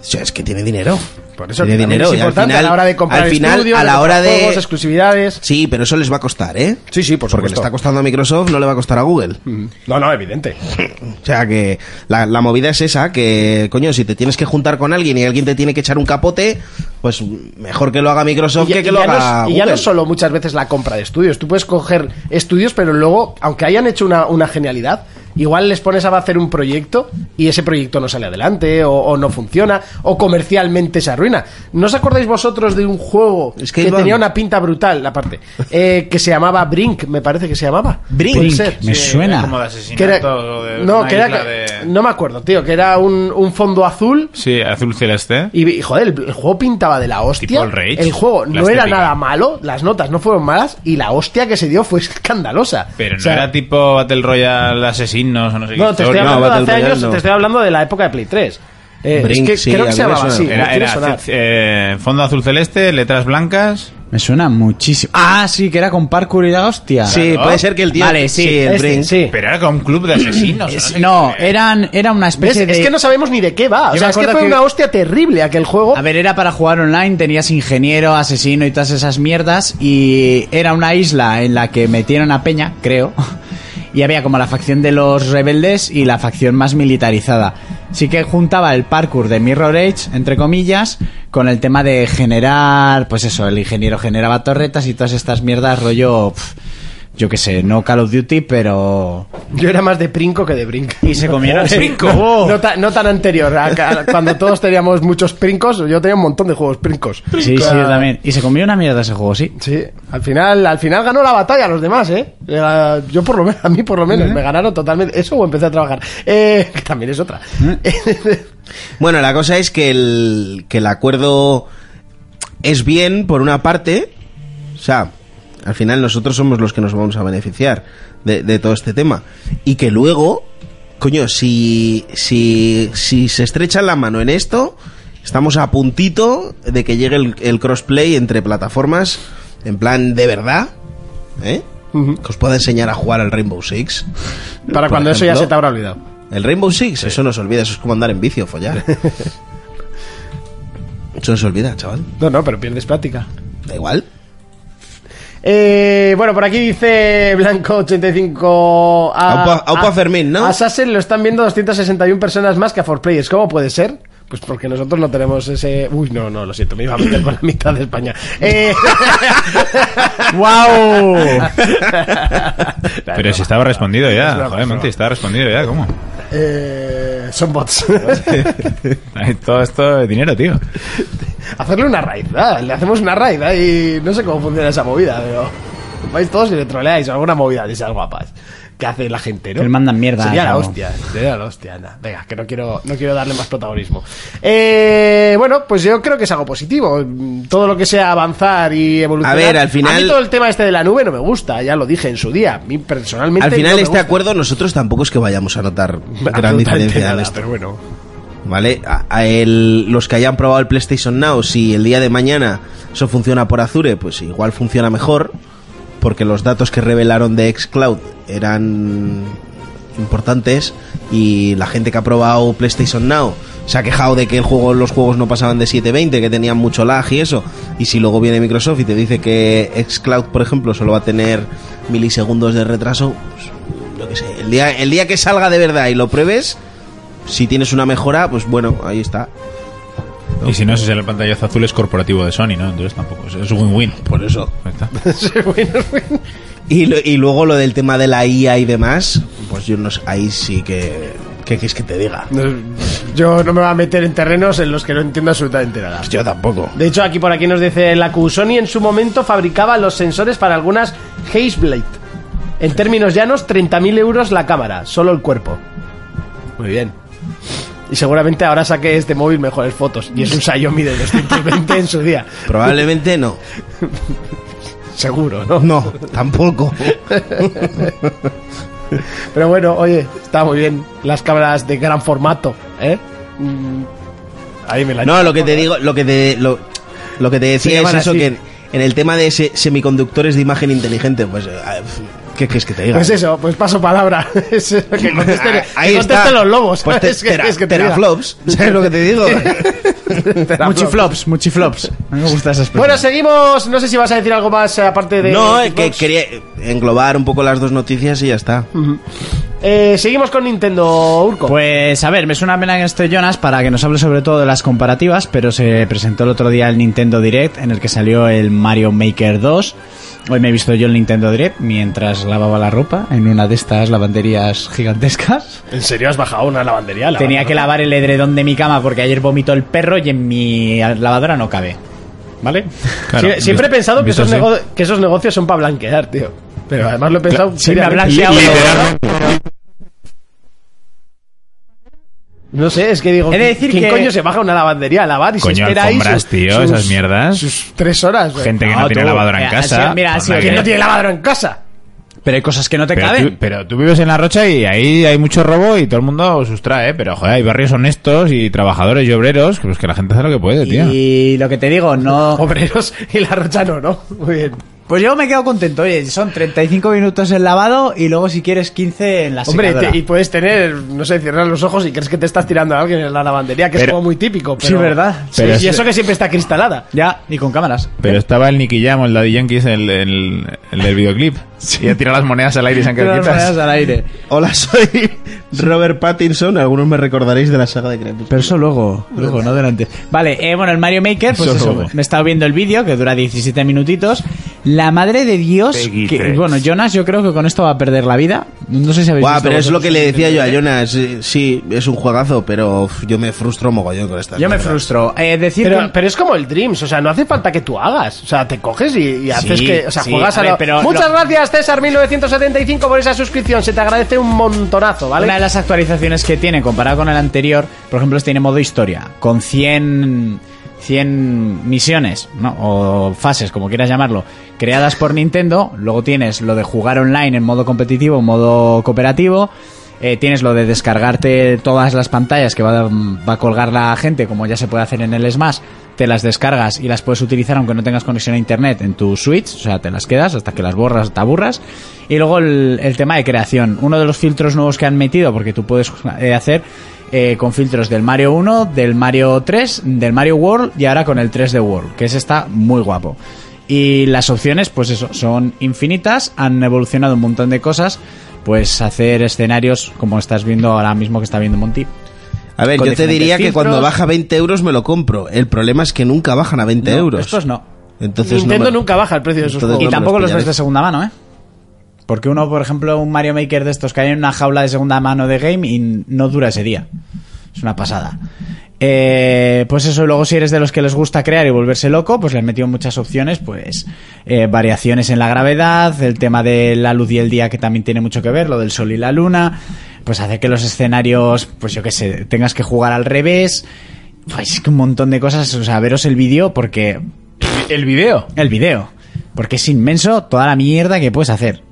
Speaker 5: O sea, es que tiene dinero.
Speaker 2: Por eso
Speaker 5: tiene
Speaker 2: que también
Speaker 5: dinero.
Speaker 2: es
Speaker 5: y al
Speaker 2: importante
Speaker 5: final,
Speaker 2: a la hora de comprar
Speaker 5: al final,
Speaker 2: estudios,
Speaker 5: a la hora de...
Speaker 2: juegos, exclusividades.
Speaker 5: Sí, pero eso les va a costar, ¿eh?
Speaker 2: Sí, sí, por
Speaker 5: Porque le
Speaker 2: supuesto. Mm.
Speaker 5: está costando a Microsoft, no le va a costar a Google.
Speaker 2: No, no, evidente.
Speaker 5: O sea que la, la movida es esa, que coño, si te tienes que juntar con alguien y alguien te tiene que echar un capote, pues mejor que lo haga Microsoft que que
Speaker 2: no
Speaker 5: lo
Speaker 2: es-
Speaker 5: haga
Speaker 2: y ya no
Speaker 5: Google.
Speaker 2: es solo muchas veces la compra de estudios. Tú puedes coger estudios, pero luego, aunque hayan hecho una, una genialidad, igual les pones a hacer un proyecto y ese proyecto no sale adelante, o, o no funciona, o comercialmente se arruina. ¿No os acordáis vosotros de un juego
Speaker 5: Es que
Speaker 2: que
Speaker 5: iban-
Speaker 2: tenía una pinta brutal, la parte? eh, que se llamaba Brink, me parece que se llamaba.
Speaker 4: Brink,
Speaker 2: Puede ser.
Speaker 4: me suena.
Speaker 6: Como de
Speaker 2: Que era-
Speaker 6: asesinato o de
Speaker 2: no,
Speaker 6: una
Speaker 2: que era,
Speaker 6: isla de-
Speaker 2: no me acuerdo, tío, que era un, un fondo azul
Speaker 6: Sí, azul Este. celeste.
Speaker 2: y, y, joder, el, el juego pintaba de la hostia.
Speaker 6: Tipo el Rage,
Speaker 2: juego
Speaker 6: la
Speaker 2: no era
Speaker 6: estética.
Speaker 2: nada malo, las notas no fueron malas y la hostia que se dio fue escandalosa.
Speaker 6: Pero no
Speaker 2: O sea,
Speaker 6: era tipo Battle Royale de asesinos o no sé qué.
Speaker 2: No, te estoy
Speaker 6: historia.
Speaker 2: hablando
Speaker 5: no,
Speaker 2: de hace
Speaker 5: Battle Royale
Speaker 2: años,
Speaker 5: no.
Speaker 2: te estoy hablando de la época de Play 3. Eh,
Speaker 5: Brink,
Speaker 2: es que
Speaker 5: sí,
Speaker 2: creo
Speaker 5: a
Speaker 2: que
Speaker 5: mí
Speaker 2: se
Speaker 5: me
Speaker 2: llamaba
Speaker 5: suena.
Speaker 2: así. me
Speaker 6: Era,
Speaker 2: quiere
Speaker 6: era,
Speaker 2: sonar.
Speaker 6: eh, fondo azul celeste, letras blancas.
Speaker 4: Me suena muchísimo. Ah, sí, que era con parkour y la hostia.
Speaker 5: Sí, puede ser que el tío...
Speaker 4: Vale, sí,
Speaker 5: el
Speaker 2: Este,
Speaker 5: Brink.
Speaker 2: sí. eh.
Speaker 6: Pero era como un club de asesinos. o
Speaker 4: Es-
Speaker 6: sé
Speaker 4: no,
Speaker 6: qué.
Speaker 4: eran, era una
Speaker 2: ¿Ves?
Speaker 4: especie de...
Speaker 2: Es que no sabemos ni de qué va. O
Speaker 4: Yo
Speaker 2: sea,
Speaker 4: me
Speaker 2: es que
Speaker 4: acuerdo
Speaker 2: fue
Speaker 4: que-
Speaker 2: una hostia terrible aquel juego.
Speaker 4: A ver, era para jugar online, tenías ingeniero, asesino y todas esas mierdas. Y era una isla en la que metieron a Peña, creo. Y había como la facción de los rebeldes y la facción más militarizada. Sí que juntaba el parkour de Mirror Age, entre comillas, con el tema de generar, pues eso, el ingeniero generaba torretas y todas estas mierdas, rollo, pf, yo qué sé, no Call of Duty, pero...
Speaker 2: Yo era más de Princo que de Brink.
Speaker 4: Y se comieron...
Speaker 5: Oh.
Speaker 2: No, tan- no tan anterior, a- a- cuando todos teníamos muchos princos, yo tenía un montón de juegos princos.
Speaker 4: Sí, sí, yo también. Y se comió una mierda ese juego, sí.
Speaker 2: Sí, al final, al final ganó la batalla a los demás, ¿eh? Eh, Yo por lo menos, a mí por lo menos, me ganaron totalmente. Eso o empecé a trabajar. Eh, que también es otra. Eh,
Speaker 5: Bueno, la cosa es que el, que el acuerdo es bien, por una parte. O sea, al final nosotros somos los que nos vamos a beneficiar de, de todo este tema. Y que luego, coño, si, si, si se estrecha la mano en esto, estamos a puntito de que llegue el, el crossplay entre plataformas, en plan de verdad, ¿eh? Que os pueda enseñar a jugar al Rainbow Six.
Speaker 2: Para
Speaker 5: Por
Speaker 2: cuando eso ya
Speaker 5: ejemplo.
Speaker 2: se te habrá olvidado.
Speaker 5: El Rainbow Six, eso no se olvida, eso es como andar en vicio, follar. eso no se olvida, chaval.
Speaker 2: No, no, pero pierdes práctica.
Speaker 5: Da igual.
Speaker 2: Eh, bueno, por aquí dice Blanco85 a,
Speaker 5: Aupa- Aupa Fermín, ¿no?
Speaker 2: A Sassen lo están viendo 261 personas más que a 4Players. ¿Cómo puede ser? Pues porque nosotros no tenemos ese... Uy, no, no, lo siento, me iba a meter con la mitad de España. Eh...
Speaker 4: ¡Wow!
Speaker 6: Pero si estaba respondido
Speaker 2: Es
Speaker 6: ya.
Speaker 2: broma,
Speaker 6: Joder,
Speaker 2: es
Speaker 6: Monty,
Speaker 2: broma.
Speaker 6: estaba respondido ya. ¿Cómo?
Speaker 2: Eh, son bots.
Speaker 6: Ay, Todo esto de dinero, tío.
Speaker 2: Hacerle una raid, ¿verdad? le hacemos una raid ¿verdad? y no sé cómo funciona esa movida, pero vais todos y le troleáis alguna movida de esas guapas que hace la gente, ¿no?
Speaker 4: Que le mandan mierda,
Speaker 2: Sería la
Speaker 4: chavo.
Speaker 2: hostia, sería la hostia, anda. Venga, que no quiero, no quiero darle más protagonismo. Eh, bueno, pues yo creo que es algo positivo. Mm, Todo lo que sea avanzar y evolucionar.
Speaker 5: A ver, al final-
Speaker 2: A mí todo el tema este de la nube no me gusta, ya lo dije en su día. A mí personalmente.
Speaker 5: Al final,
Speaker 2: no me
Speaker 5: este
Speaker 2: gusta.
Speaker 5: acuerdo, nosotros tampoco es que vayamos a notar gran
Speaker 2: Absolutamente
Speaker 5: diferencia en
Speaker 2: nada,
Speaker 5: esto.
Speaker 2: Pero bueno.
Speaker 5: ¿Vale? A, a el- los que hayan probado el PlayStation Now, si el día de mañana eso funciona por Azure, pues igual funciona mejor, porque los datos que revelaron de Xcloud eran importantes y la gente que ha probado PlayStation Now se ha quejado de que el juego, los juegos no pasaban de 720, que tenían mucho lag y eso. Y si luego viene Microsoft y te dice que Xcloud, por ejemplo, solo va a tener milisegundos de retraso, pues, yo qué sé, el día, el día que salga de verdad y lo pruebes, si tienes una mejora, pues bueno, ahí está.
Speaker 6: Y si no, ese es el pantallazo azul es corporativo de Sony, ¿no? Entonces tampoco. Es es un win-win. Por eso.
Speaker 5: Y, lo- y luego lo del tema de la IA y demás, pues yo no sé, ahí sí que... ¿Qué quieres que te diga?
Speaker 2: No, Yo no me voy a meter en terrenos en los que no entiendo absolutamente nada.
Speaker 5: Yo tampoco.
Speaker 2: De hecho, aquí por aquí nos dice la Q. Sony en su momento fabricaba los sensores para algunas Hazeblade. En términos llanos, 30.000 euros la cámara, solo el cuerpo. Muy bien. Y seguramente ahora saque este móvil mejores fotos. Y es un Xiaomi de 220 en su día.
Speaker 5: Probablemente no.
Speaker 2: Seguro, ¿no?
Speaker 5: No, tampoco.
Speaker 2: Pero bueno, oye, está muy bien. Las cámaras de gran formato, ¿eh? Mm, Ahí me la
Speaker 5: No, lo que te digo, lo que te, lo, lo que te decía es
Speaker 2: llaman
Speaker 5: eso
Speaker 2: así.
Speaker 5: que en, en el tema de se- semiconductores de imagen inteligente, pues, eh, ¿qué quieres que te diga? Ah,
Speaker 2: Pues eso, pues paso palabra. Es que contesten,
Speaker 5: Ahí
Speaker 2: que
Speaker 5: está.
Speaker 2: contesten los lobos.
Speaker 5: Pues te-
Speaker 2: Es que-
Speaker 5: tera-
Speaker 2: es que te diga.
Speaker 5: teraflops, ¿sabes lo que te digo?
Speaker 4: Muchiflops, muchiflops. A mí me gusta esa expresión.
Speaker 2: Bueno, seguimos. No sé si vas a decir algo más eh, aparte de.
Speaker 5: no, es
Speaker 2: Xbox.
Speaker 5: que quería englobar un poco las dos noticias y ya está.
Speaker 2: Eh, seguimos con Nintendo Urco.
Speaker 4: Pues a ver, me suena pena que no esté Jonas para que nos hable sobre todo de las comparativas, pero se presentó el otro día el Nintendo Direct en el que salió el Mario Maker 2. Hoy me he visto yo el Nintendo Direct mientras lavaba la ropa en una de estas lavanderías gigantescas.
Speaker 2: ¿En serio has bajado una lavandería? La-
Speaker 4: Tenía que lavar el edredón de mi cama porque ayer vomitó el perro y en mi lavadora no cabe.
Speaker 2: ¿Vale?
Speaker 6: Claro,
Speaker 2: Sie- siempre he
Speaker 6: visto-
Speaker 2: pensado que
Speaker 6: visto
Speaker 2: esos,
Speaker 6: así.
Speaker 2: nego- que esos negocios son para blanquear, tío. Pero además lo he pensado.
Speaker 4: Sí, me ha
Speaker 2: seriamente.
Speaker 4: blanqueado.
Speaker 2: No sé, es que digo.
Speaker 4: He de decir
Speaker 2: ¿Quién
Speaker 4: que-
Speaker 2: coño se baja una lavandería a lavar y se
Speaker 6: Coño,
Speaker 2: espera ahí
Speaker 6: alfombras,
Speaker 2: sus-
Speaker 6: tío,
Speaker 2: sus-
Speaker 6: esas mierdas.
Speaker 2: Sus tres horas, güey.
Speaker 6: Gente que no,
Speaker 4: No,
Speaker 6: tiene
Speaker 4: Ah, tú.
Speaker 6: lavadora
Speaker 2: eh,
Speaker 6: en
Speaker 4: Mira,
Speaker 6: casa.
Speaker 4: así- mira, así-
Speaker 6: Anda,
Speaker 2: ¿Quién
Speaker 6: que-
Speaker 2: no tiene lavadora en casa?
Speaker 4: Pero hay cosas que no te
Speaker 6: pero,
Speaker 4: caben.
Speaker 6: tú, pero tú vives en La Rocha y ahí hay mucho robo y todo el mundo sustrae, ¿eh? pero joder, hay barrios honestos y trabajadores y obreros, pues que la gente hace lo que puede, tío.
Speaker 4: Y lo que te digo, no...
Speaker 2: Obreros y la rocha no, ¿no? Muy bien.
Speaker 4: Pues yo me quedo contento, oye, son 35 minutos el lavado y luego si quieres 15 en la
Speaker 2: Hombre,
Speaker 4: secadora.
Speaker 2: te- y puedes tener, no sé, cierras los ojos y crees que te estás tirando a alguien en la lavandería, que es
Speaker 6: Pero-
Speaker 2: como muy típico. Pero,
Speaker 4: Sí, ¿verdad?
Speaker 2: Sí, y
Speaker 6: Pero es-
Speaker 2: eso que siempre está cristalada.
Speaker 4: Ya, y con cámaras.
Speaker 6: Pero estaba el Nicky Jam o el Daddy Yankee, el, el, el del videoclip. Y ha tirado las monedas al aire y se han quedado
Speaker 4: Las monedas
Speaker 6: quietas.
Speaker 4: al aire.
Speaker 5: Hola, soy Robert Pattinson. Algunos me recordaréis de la saga de Crepúsculo.
Speaker 4: Pero eso luego, luego, no delante. Vale, eh, bueno, el Mario Maker, pues
Speaker 6: Eso
Speaker 4: eso,
Speaker 6: luego.
Speaker 4: me he estado viendo el vídeo, que dura 17 minutitos. La madre de Dios,
Speaker 6: Peggy
Speaker 4: que,
Speaker 6: tres.
Speaker 4: bueno, Jonas yo creo que con esto va a perder la vida. No sé si habéis
Speaker 5: Buah,
Speaker 4: visto
Speaker 5: pero es lo
Speaker 4: vosotros
Speaker 5: que
Speaker 4: el
Speaker 5: le decía yo
Speaker 4: Nintendo
Speaker 5: a
Speaker 4: Direct.
Speaker 5: Jonas. eh, Sí, es un juegazo, pero uf, yo me frustro mogollón con estas
Speaker 4: Yo me
Speaker 5: cosas.
Speaker 4: frustro. Eh, decir
Speaker 2: Pero,
Speaker 4: que-
Speaker 2: pero es como el Dreams, o sea, no hace falta que tú hagas. O sea, te coges y, y haces que. O sea,
Speaker 4: sí,
Speaker 2: juegas
Speaker 4: a
Speaker 2: a,
Speaker 4: ver,
Speaker 2: la-
Speaker 4: pero
Speaker 2: Muchas
Speaker 4: lo-
Speaker 2: gracias, César1975, por esa suscripción. Se te agradece un montonazo, ¿vale?
Speaker 4: Una de las actualizaciones que tiene comparado con el anterior, por ejemplo, este tiene modo historia, con 100, 100 misiones, ¿no? o fases, como quieras llamarlo, creadas por Nintendo. Luego tienes lo de jugar online en modo competitivo, modo cooperativo. Eh, tienes lo de descargarte todas las pantallas que va, a- va a colgar la gente, como ya se puede hacer en el Smash. Te las descargas y las puedes utilizar aunque no tengas conexión a internet en tu Switch, o sea, te las quedas hasta que las borras, te aburras. Y luego el, el tema de creación. Uno de los filtros nuevos que han metido, porque tú puedes eh, hacer eh, con filtros del Mario 1, del Mario 3, del Mario World y ahora con el 3D World, que ese está muy guapo. Y las opciones, pues eso, son infinitas, han evolucionado un montón de cosas, pues hacer escenarios como estás viendo ahora mismo que está viendo Monty.
Speaker 5: A ver,
Speaker 4: Con
Speaker 5: yo te
Speaker 4: diferentes
Speaker 5: diría que
Speaker 4: filtros.
Speaker 5: cuando baja 20 euros me lo compro. El problema es que nunca bajan a 20
Speaker 4: No,
Speaker 5: euros.
Speaker 4: Estos no.
Speaker 5: Entonces no
Speaker 2: Nintendo
Speaker 5: me-
Speaker 2: nunca baja el precio de sus
Speaker 5: Entonces
Speaker 2: juegos.
Speaker 4: Y
Speaker 5: no me
Speaker 4: tampoco los
Speaker 5: pillaré.
Speaker 4: ves de segunda mano, ¿eh? Porque uno, por ejemplo, un Mario Maker de estos que hay en una jaula de segunda mano de game y no dura ese día. Es una pasada. Eh, pues eso, y luego si eres de los que les gusta crear y volverse loco, pues le han metido muchas opciones, pues eh, variaciones en la gravedad, el tema de la luz y el día que también tiene mucho que ver, lo del sol y la luna, pues hace que los escenarios, pues yo qué sé, tengas que jugar al revés, pues es que un montón de cosas, o sea, veros el vídeo porque
Speaker 6: ¿El video?
Speaker 4: el video. Porque es inmenso toda la mierda que puedes hacer.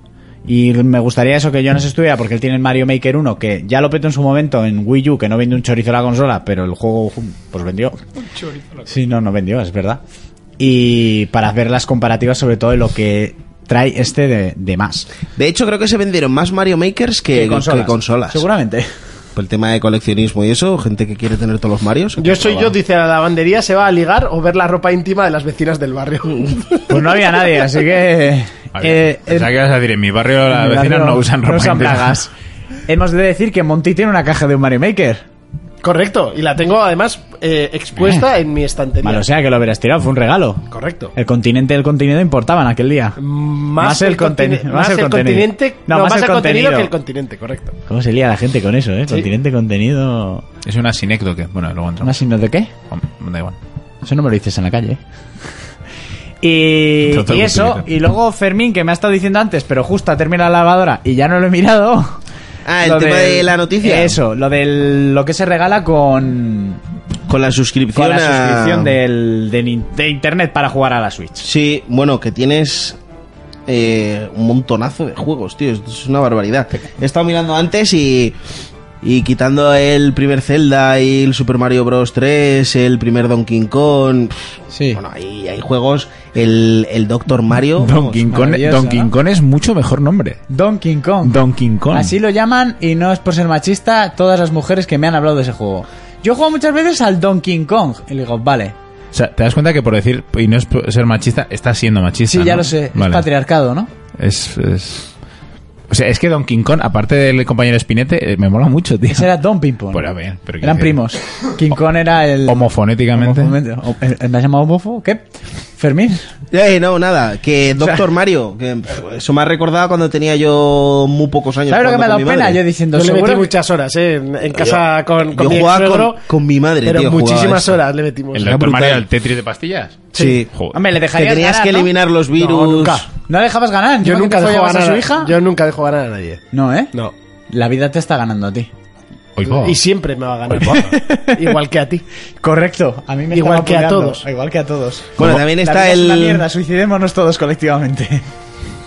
Speaker 4: Y me gustaría eso que yo no se estuviera, porque él tiene el Mario Maker 1, que ya lo petó en su momento en Wii U, que no vendió un chorizo la consola, pero el juego pues vendió. Sí, no, no vendió, es verdad. Y para ver las comparativas sobre todo de lo que trae este de, de más.
Speaker 5: De hecho, creo que se vendieron más Mario Makers que, que consolas.
Speaker 4: Seguramente.
Speaker 5: Por el tema de coleccionismo y eso, gente que quiere tener todos los Marios.
Speaker 2: Yo soy yo, dice la lavandería, se va a ligar o ver la ropa íntima de las vecinas del barrio.
Speaker 4: Pues no había nadie, así que... eh,
Speaker 6: o sea,
Speaker 4: eh,
Speaker 6: ¿qué vas a decir? En mi barrio las
Speaker 4: en mi
Speaker 6: vecinas
Speaker 4: barrio
Speaker 6: no usan ropa.
Speaker 4: No usan
Speaker 6: interior.
Speaker 4: plagas. Hemos de decir que Monty tiene una caja de un Mario Maker.
Speaker 2: Correcto, y la tengo además eh, expuesta en mi estantería.
Speaker 4: Malo sea que lo hubieras tirado, fue un regalo.
Speaker 2: Correcto.
Speaker 4: El continente del contenido importaban aquel día.
Speaker 5: Mm.
Speaker 2: Más,
Speaker 4: Más
Speaker 2: el,
Speaker 4: el conteni-
Speaker 2: contenido. Más el continente. No, más, el contenido que el continente, correcto.
Speaker 4: ¿Cómo se lía la gente con eso, eh?
Speaker 2: Sí.
Speaker 4: Continente, contenido.
Speaker 6: Es una sinécdoque. Bueno, luego
Speaker 4: ¿Más
Speaker 6: entramos.
Speaker 4: signos de qué?
Speaker 6: Da igual.
Speaker 4: Eso no me lo dices en la calle. ¿eh? Y,
Speaker 6: Total
Speaker 4: y eso,
Speaker 6: utilidad.
Speaker 4: y luego Fermín, que me ha estado diciendo antes, pero justo ha terminado la lavadora y ya no lo he mirado.
Speaker 5: Ah, el
Speaker 4: Lo
Speaker 5: tema de la noticia.
Speaker 4: Eso, lo de lo que se regala con,
Speaker 5: Con la suscripción.
Speaker 4: con la
Speaker 5: a-
Speaker 4: suscripción del- de, nin- de internet para jugar a la Switch.
Speaker 5: Sí, bueno, que tienes eh, un montonazo de juegos, tío. Esto es una barbaridad. He estado mirando antes y. Y quitando el primer Zelda y el Super Mario Bros. 3, el primer Donkey Kong. pff,
Speaker 4: Sí.
Speaker 5: Bueno, hay, hay juegos. El, el Doctor Mario. vamos,
Speaker 6: Donkey Kong,
Speaker 4: maravilloso,
Speaker 6: Donkey
Speaker 4: ¿no?
Speaker 6: Kong es mucho mejor nombre.
Speaker 4: Donkey Kong.
Speaker 6: Donkey Kong.
Speaker 4: Así lo llaman y no es por ser machista todas las mujeres que me han hablado de ese juego. Yo he jugado muchas veces al Donkey Kong y le digo, vale.
Speaker 6: O sea, te das cuenta que por decir y no es por ser machista, estás siendo
Speaker 4: Sí,
Speaker 6: machista.
Speaker 4: ya
Speaker 6: Ah, ¿no?
Speaker 4: lo sé, es
Speaker 6: Vale.
Speaker 4: patriarcado, ¿no?
Speaker 6: Es, es- O sea, es que Donkey Kong, aparte del compañero Espinete, eh, me mola mucho, tío.
Speaker 4: Ese era Don Ping Pong.
Speaker 6: Bueno, a ver, pero Oh,
Speaker 4: Eran
Speaker 6: qué-
Speaker 4: primos. King Kong era el...
Speaker 6: Homofonéticamente.
Speaker 4: Homofo- ¿Eh, eh, ¿Me has llamado homófobo? ¿Qué? ¿Fermín?
Speaker 5: Eh, no, nada, que Doctor Mario, que pff, eso me ha recordado cuando tenía yo muy pocos años.
Speaker 4: ¿Sabes lo que me ha
Speaker 5: jugando
Speaker 4: dado
Speaker 5: con mi
Speaker 4: pena?
Speaker 5: madre.
Speaker 4: Yo diciendo,
Speaker 2: Yo le metí
Speaker 4: seguro...
Speaker 2: muchas horas, ¿eh? En, en casa con, con
Speaker 5: yo
Speaker 2: mi
Speaker 5: jugaba
Speaker 2: suegro,
Speaker 5: con- con mi madre,
Speaker 2: Pero
Speaker 5: tío, jugaba
Speaker 2: muchísimas
Speaker 5: eso.
Speaker 2: horas le metimos.
Speaker 6: El
Speaker 5: Era
Speaker 6: Doctor
Speaker 5: brutal.
Speaker 6: Mario, el Tetris de pastillas.
Speaker 5: Sí.
Speaker 6: Joder.
Speaker 4: Hombre, le
Speaker 5: Que
Speaker 4: dejarías
Speaker 5: tenías
Speaker 4: ganar,
Speaker 5: que
Speaker 4: ¿no?
Speaker 5: eliminar los virus.
Speaker 2: No, nunca.
Speaker 4: ¿No le dejabas ganar?
Speaker 2: Yo
Speaker 4: ¿No
Speaker 2: nunca
Speaker 4: que te
Speaker 2: dejo
Speaker 4: follabas
Speaker 2: ganar
Speaker 4: a su hija?
Speaker 2: Yo nunca dejo ganar a nadie.
Speaker 4: No, ¿eh?
Speaker 2: No.
Speaker 4: La vida te está ganando a ti.
Speaker 6: Oy, po.
Speaker 2: Y siempre me va a ganar. Igual que a ti.
Speaker 4: Correcto. A mí me
Speaker 2: Igual
Speaker 4: estaba
Speaker 2: que a
Speaker 4: apoyando.
Speaker 2: todos.
Speaker 4: Igual que a todos.
Speaker 5: Bueno, también
Speaker 4: La
Speaker 5: está
Speaker 4: vida es una
Speaker 5: el,
Speaker 4: mierda, suicidémonos todos colectivamente.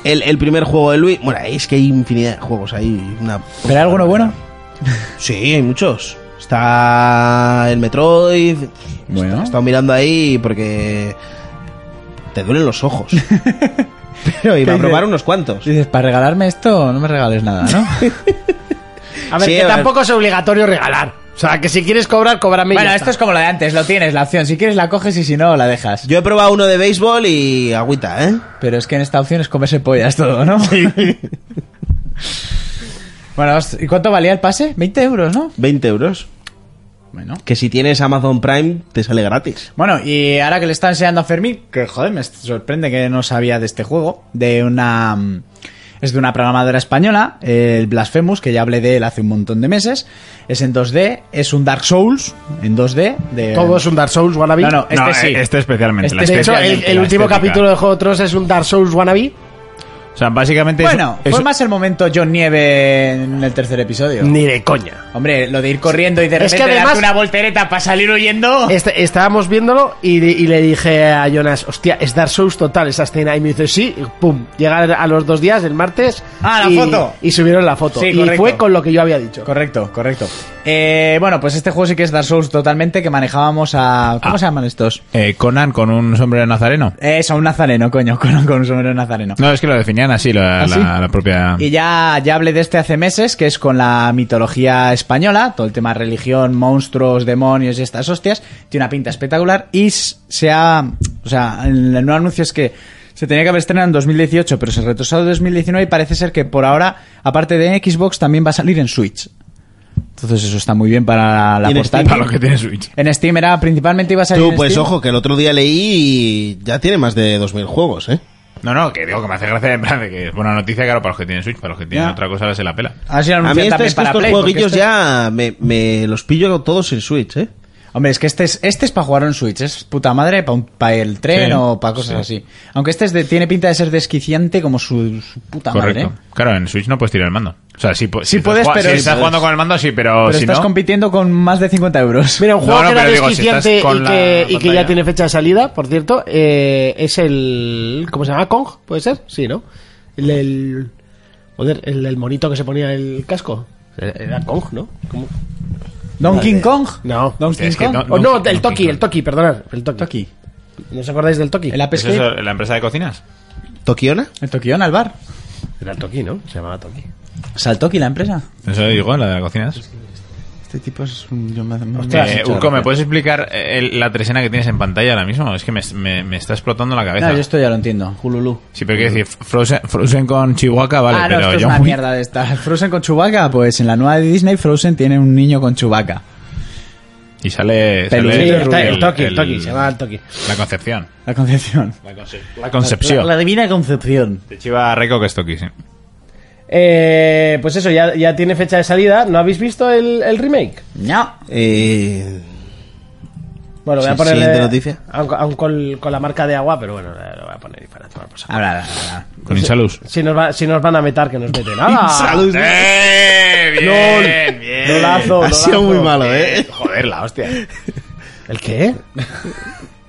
Speaker 5: el, el primer juego de Luis. Bueno, es que hay infinidad de juegos, hay una...
Speaker 4: ¿Pero hay alguno bueno?
Speaker 5: Sí, hay muchos. Está el Metroid.
Speaker 4: Bueno.
Speaker 5: He estado mirando ahí porque te duelen los ojos. Pero iba a
Speaker 4: dice?
Speaker 5: probar unos cuantos.
Speaker 4: Dices, para regalarme esto, no me regales nada, ¿no?
Speaker 2: A ver,
Speaker 5: Sí,
Speaker 2: que
Speaker 5: a ver.
Speaker 2: tampoco es obligatorio regalar. O sea, que si quieres cobrar, cóbrame. y
Speaker 4: bueno,
Speaker 2: ya
Speaker 4: esto
Speaker 2: está.
Speaker 4: es como lo de antes, lo tienes, la opción. Si quieres la coges y si no, la dejas.
Speaker 5: Yo he probado uno de béisbol y agüita, ¿eh?
Speaker 4: Pero es que en esta opción es comerse pollas todo, ¿no? bueno, os- ¿y cuánto valía el pase? 20 euros, ¿no?
Speaker 5: 20 euros.
Speaker 4: Bueno.
Speaker 5: Que si tienes Amazon Prime, te sale gratis.
Speaker 4: Bueno, y ahora que le está enseñando a Fermín, que joder, me sorprende que no sabía de este juego, de una... mm, Es de una programadora española, el Blasphemous, que ya hablé de él hace un montón de meses. Es en 2D, es un Dark Souls en 2D. De,
Speaker 2: Todo es un Dark Souls wannabe.
Speaker 4: No, no, este
Speaker 6: No,
Speaker 4: sí.
Speaker 6: este especialmente,
Speaker 4: Este
Speaker 6: la
Speaker 2: De hecho, el,
Speaker 6: especialmente,
Speaker 4: especialmente.
Speaker 2: el
Speaker 6: la
Speaker 2: último
Speaker 6: estética.
Speaker 2: capítulo de Juego de Tronos es un Dark Souls wannabe.
Speaker 6: O sea, básicamente. es-
Speaker 4: Bueno, pues-
Speaker 6: es-
Speaker 4: fue más el momento John Nieve en el tercer episodio.
Speaker 2: Ni de coña.
Speaker 4: Hombre, lo de ir corriendo y de
Speaker 2: Es
Speaker 4: repente
Speaker 2: que además-
Speaker 4: darte una voltereta para salir huyendo.
Speaker 2: Este- estábamos viéndolo y, di- y le dije a Jonas, hostia, es Dark Souls total esa escena. Y me dice, sí, y pum. Llega a los dos días, el martes.
Speaker 4: Ah, la
Speaker 2: y,
Speaker 4: foto.
Speaker 2: Y subieron la foto.
Speaker 4: Sí,
Speaker 2: y
Speaker 4: correcto.
Speaker 2: fue con lo que yo había dicho.
Speaker 4: Correcto, correcto. Eh, bueno, pues este juego sí que es Dark Souls totalmente, que manejábamos a... ¿Cómo
Speaker 6: Ah.
Speaker 4: se llaman estos?
Speaker 6: eh, Conan con un sombrero nazareno.
Speaker 4: Eso, un nazareno, coño, con, con un sombrero nazareno.
Speaker 6: No, es que lo definían así, la,
Speaker 4: ¿Ah, sí?
Speaker 6: la- la propia.
Speaker 4: Y ya, ya hablé de este hace meses, que es con la mitología española, todo el tema religión, monstruos, demonios y estas hostias. Tiene una pinta espectacular y s- se ha... O sea, el el nuevo anuncio es que se tenía que haber estrenado en 2018, pero se retrasó a 2019 y parece ser que por ahora, aparte de en Xbox, también va a salir en Switch. Entonces eso está muy bien para la,
Speaker 5: Y en
Speaker 4: portátil.
Speaker 6: Para lo que tiene Switch.
Speaker 4: En Steam era principalmente iba a salir
Speaker 5: Tú,
Speaker 4: en
Speaker 5: pues
Speaker 4: Steam.
Speaker 5: ojo, que el otro día leí y ya tiene más de 2.000 juegos, ¿eh?
Speaker 6: No, no, que digo que me hace gracia en plan de que es buena noticia, claro, para los que tienen Switch, para los que tienen
Speaker 4: Ya.
Speaker 6: otra cosa se la pela.
Speaker 4: A ver si lo
Speaker 5: A mí
Speaker 4: anuncian
Speaker 5: estos,
Speaker 4: también para
Speaker 5: estos
Speaker 4: Play, porque
Speaker 5: jueguillos
Speaker 4: este-
Speaker 5: ya me, me los pillo todos en Switch, ¿eh?
Speaker 4: Hombre, es que este es, este es para jugar en Switch, es puta madre para el tren
Speaker 6: Sí,
Speaker 4: o para cosas
Speaker 6: sí.
Speaker 4: así. Aunque este es de- tiene pinta de ser desquiciante como su, su puta
Speaker 6: Correcto.
Speaker 4: madre. ¿eh?
Speaker 6: Claro, en Switch no puedes tirar el mando. O sea, sí, po-
Speaker 4: Sí
Speaker 6: si
Speaker 4: puedes,
Speaker 6: estás, jua-
Speaker 4: pero
Speaker 6: si
Speaker 4: es-
Speaker 6: estás jugando con el mando, sí, pero
Speaker 4: Pero
Speaker 6: si
Speaker 4: estás
Speaker 6: no.
Speaker 4: compitiendo con más de 50 euros.
Speaker 2: Mira, un juego
Speaker 6: No, no,
Speaker 2: que era
Speaker 6: pero digo, si estás
Speaker 2: desquiciante
Speaker 6: con
Speaker 2: y,
Speaker 6: la
Speaker 2: que, y que
Speaker 6: pantalla.
Speaker 2: ya tiene fecha de salida, por cierto, eh, es el... ¿Cómo se llama? ¿Kong? ¿Puede ser? Sí, ¿no? El... el joder, el, el monito que se ponía el casco. Era Kong, ¿no? ¿Cómo?
Speaker 4: Donkey Kong.
Speaker 2: No.
Speaker 4: Donkey
Speaker 6: Es que
Speaker 4: Kong.
Speaker 6: no-
Speaker 2: Oh, no,
Speaker 6: Donkey-
Speaker 2: el Toki,
Speaker 6: Donkey
Speaker 2: el Toki, perdonad. El Toki.
Speaker 4: Toki.
Speaker 2: ¿No os acordáis del Toki?
Speaker 4: El App
Speaker 6: ¿Es
Speaker 4: Escape.
Speaker 6: Pues eso, la empresa de cocinas?
Speaker 5: ¿Tokiona?
Speaker 4: El Tokión al bar.
Speaker 2: Era el Toki, ¿no? Se llamaba Toki.
Speaker 4: Saltoki la empresa.
Speaker 6: Eso digo, la de las cocinas.
Speaker 4: Este tipo es un... Yo me, me- me has
Speaker 6: Eh,
Speaker 4: hecho
Speaker 6: Urco, ¿me
Speaker 4: gracia.
Speaker 6: puedes explicar eh, el- la tresena que tienes en pantalla ahora mismo? Es que me, me- me está explotando la cabeza.
Speaker 4: No, yo esto ya lo entiendo. Hululú.
Speaker 6: Sí, pero quiero decir, Frozen, Frozen con Chihuahua, vale,
Speaker 4: ah, no,
Speaker 6: pero
Speaker 4: esto es
Speaker 6: yo.
Speaker 4: una mierda de esta. Frozen con Chewbacca, pues en la nueva de Disney Frozen tiene un niño con Chewbacca.
Speaker 6: Y sale.
Speaker 4: Peluche
Speaker 6: sale
Speaker 4: Sí,
Speaker 2: el,
Speaker 4: rubio.
Speaker 2: el Toki, el
Speaker 6: el-
Speaker 2: Toki, se llamaba el Toki.
Speaker 6: La concepción.
Speaker 4: La concepción.
Speaker 6: La concepción.
Speaker 4: divina concepción.
Speaker 6: Te chiva Reco que esto aquí, sí.
Speaker 2: Eh, pues eso, ya, ya tiene fecha de salida. ¿No habéis visto el, el remake?
Speaker 4: No.
Speaker 5: Eh,
Speaker 2: Bueno, voy a
Speaker 5: Sí,
Speaker 2: ponerle...
Speaker 5: siguiente noticia.
Speaker 2: Aun, aun con, con la marca de agua, pero bueno, lo voy a poner y para tomar por saco.
Speaker 4: Habla, habla, habla.
Speaker 6: Con Insalus.
Speaker 2: Si nos, va- si nos van a meter, que nos meten. ¡Ah!
Speaker 6: ¡Eh! ¡Bien! ¡Bien!
Speaker 2: Lolazo,
Speaker 5: ha sido
Speaker 2: lolazo.
Speaker 5: muy malo, ¿eh?
Speaker 6: Joder, la hostia.
Speaker 2: ¿El qué?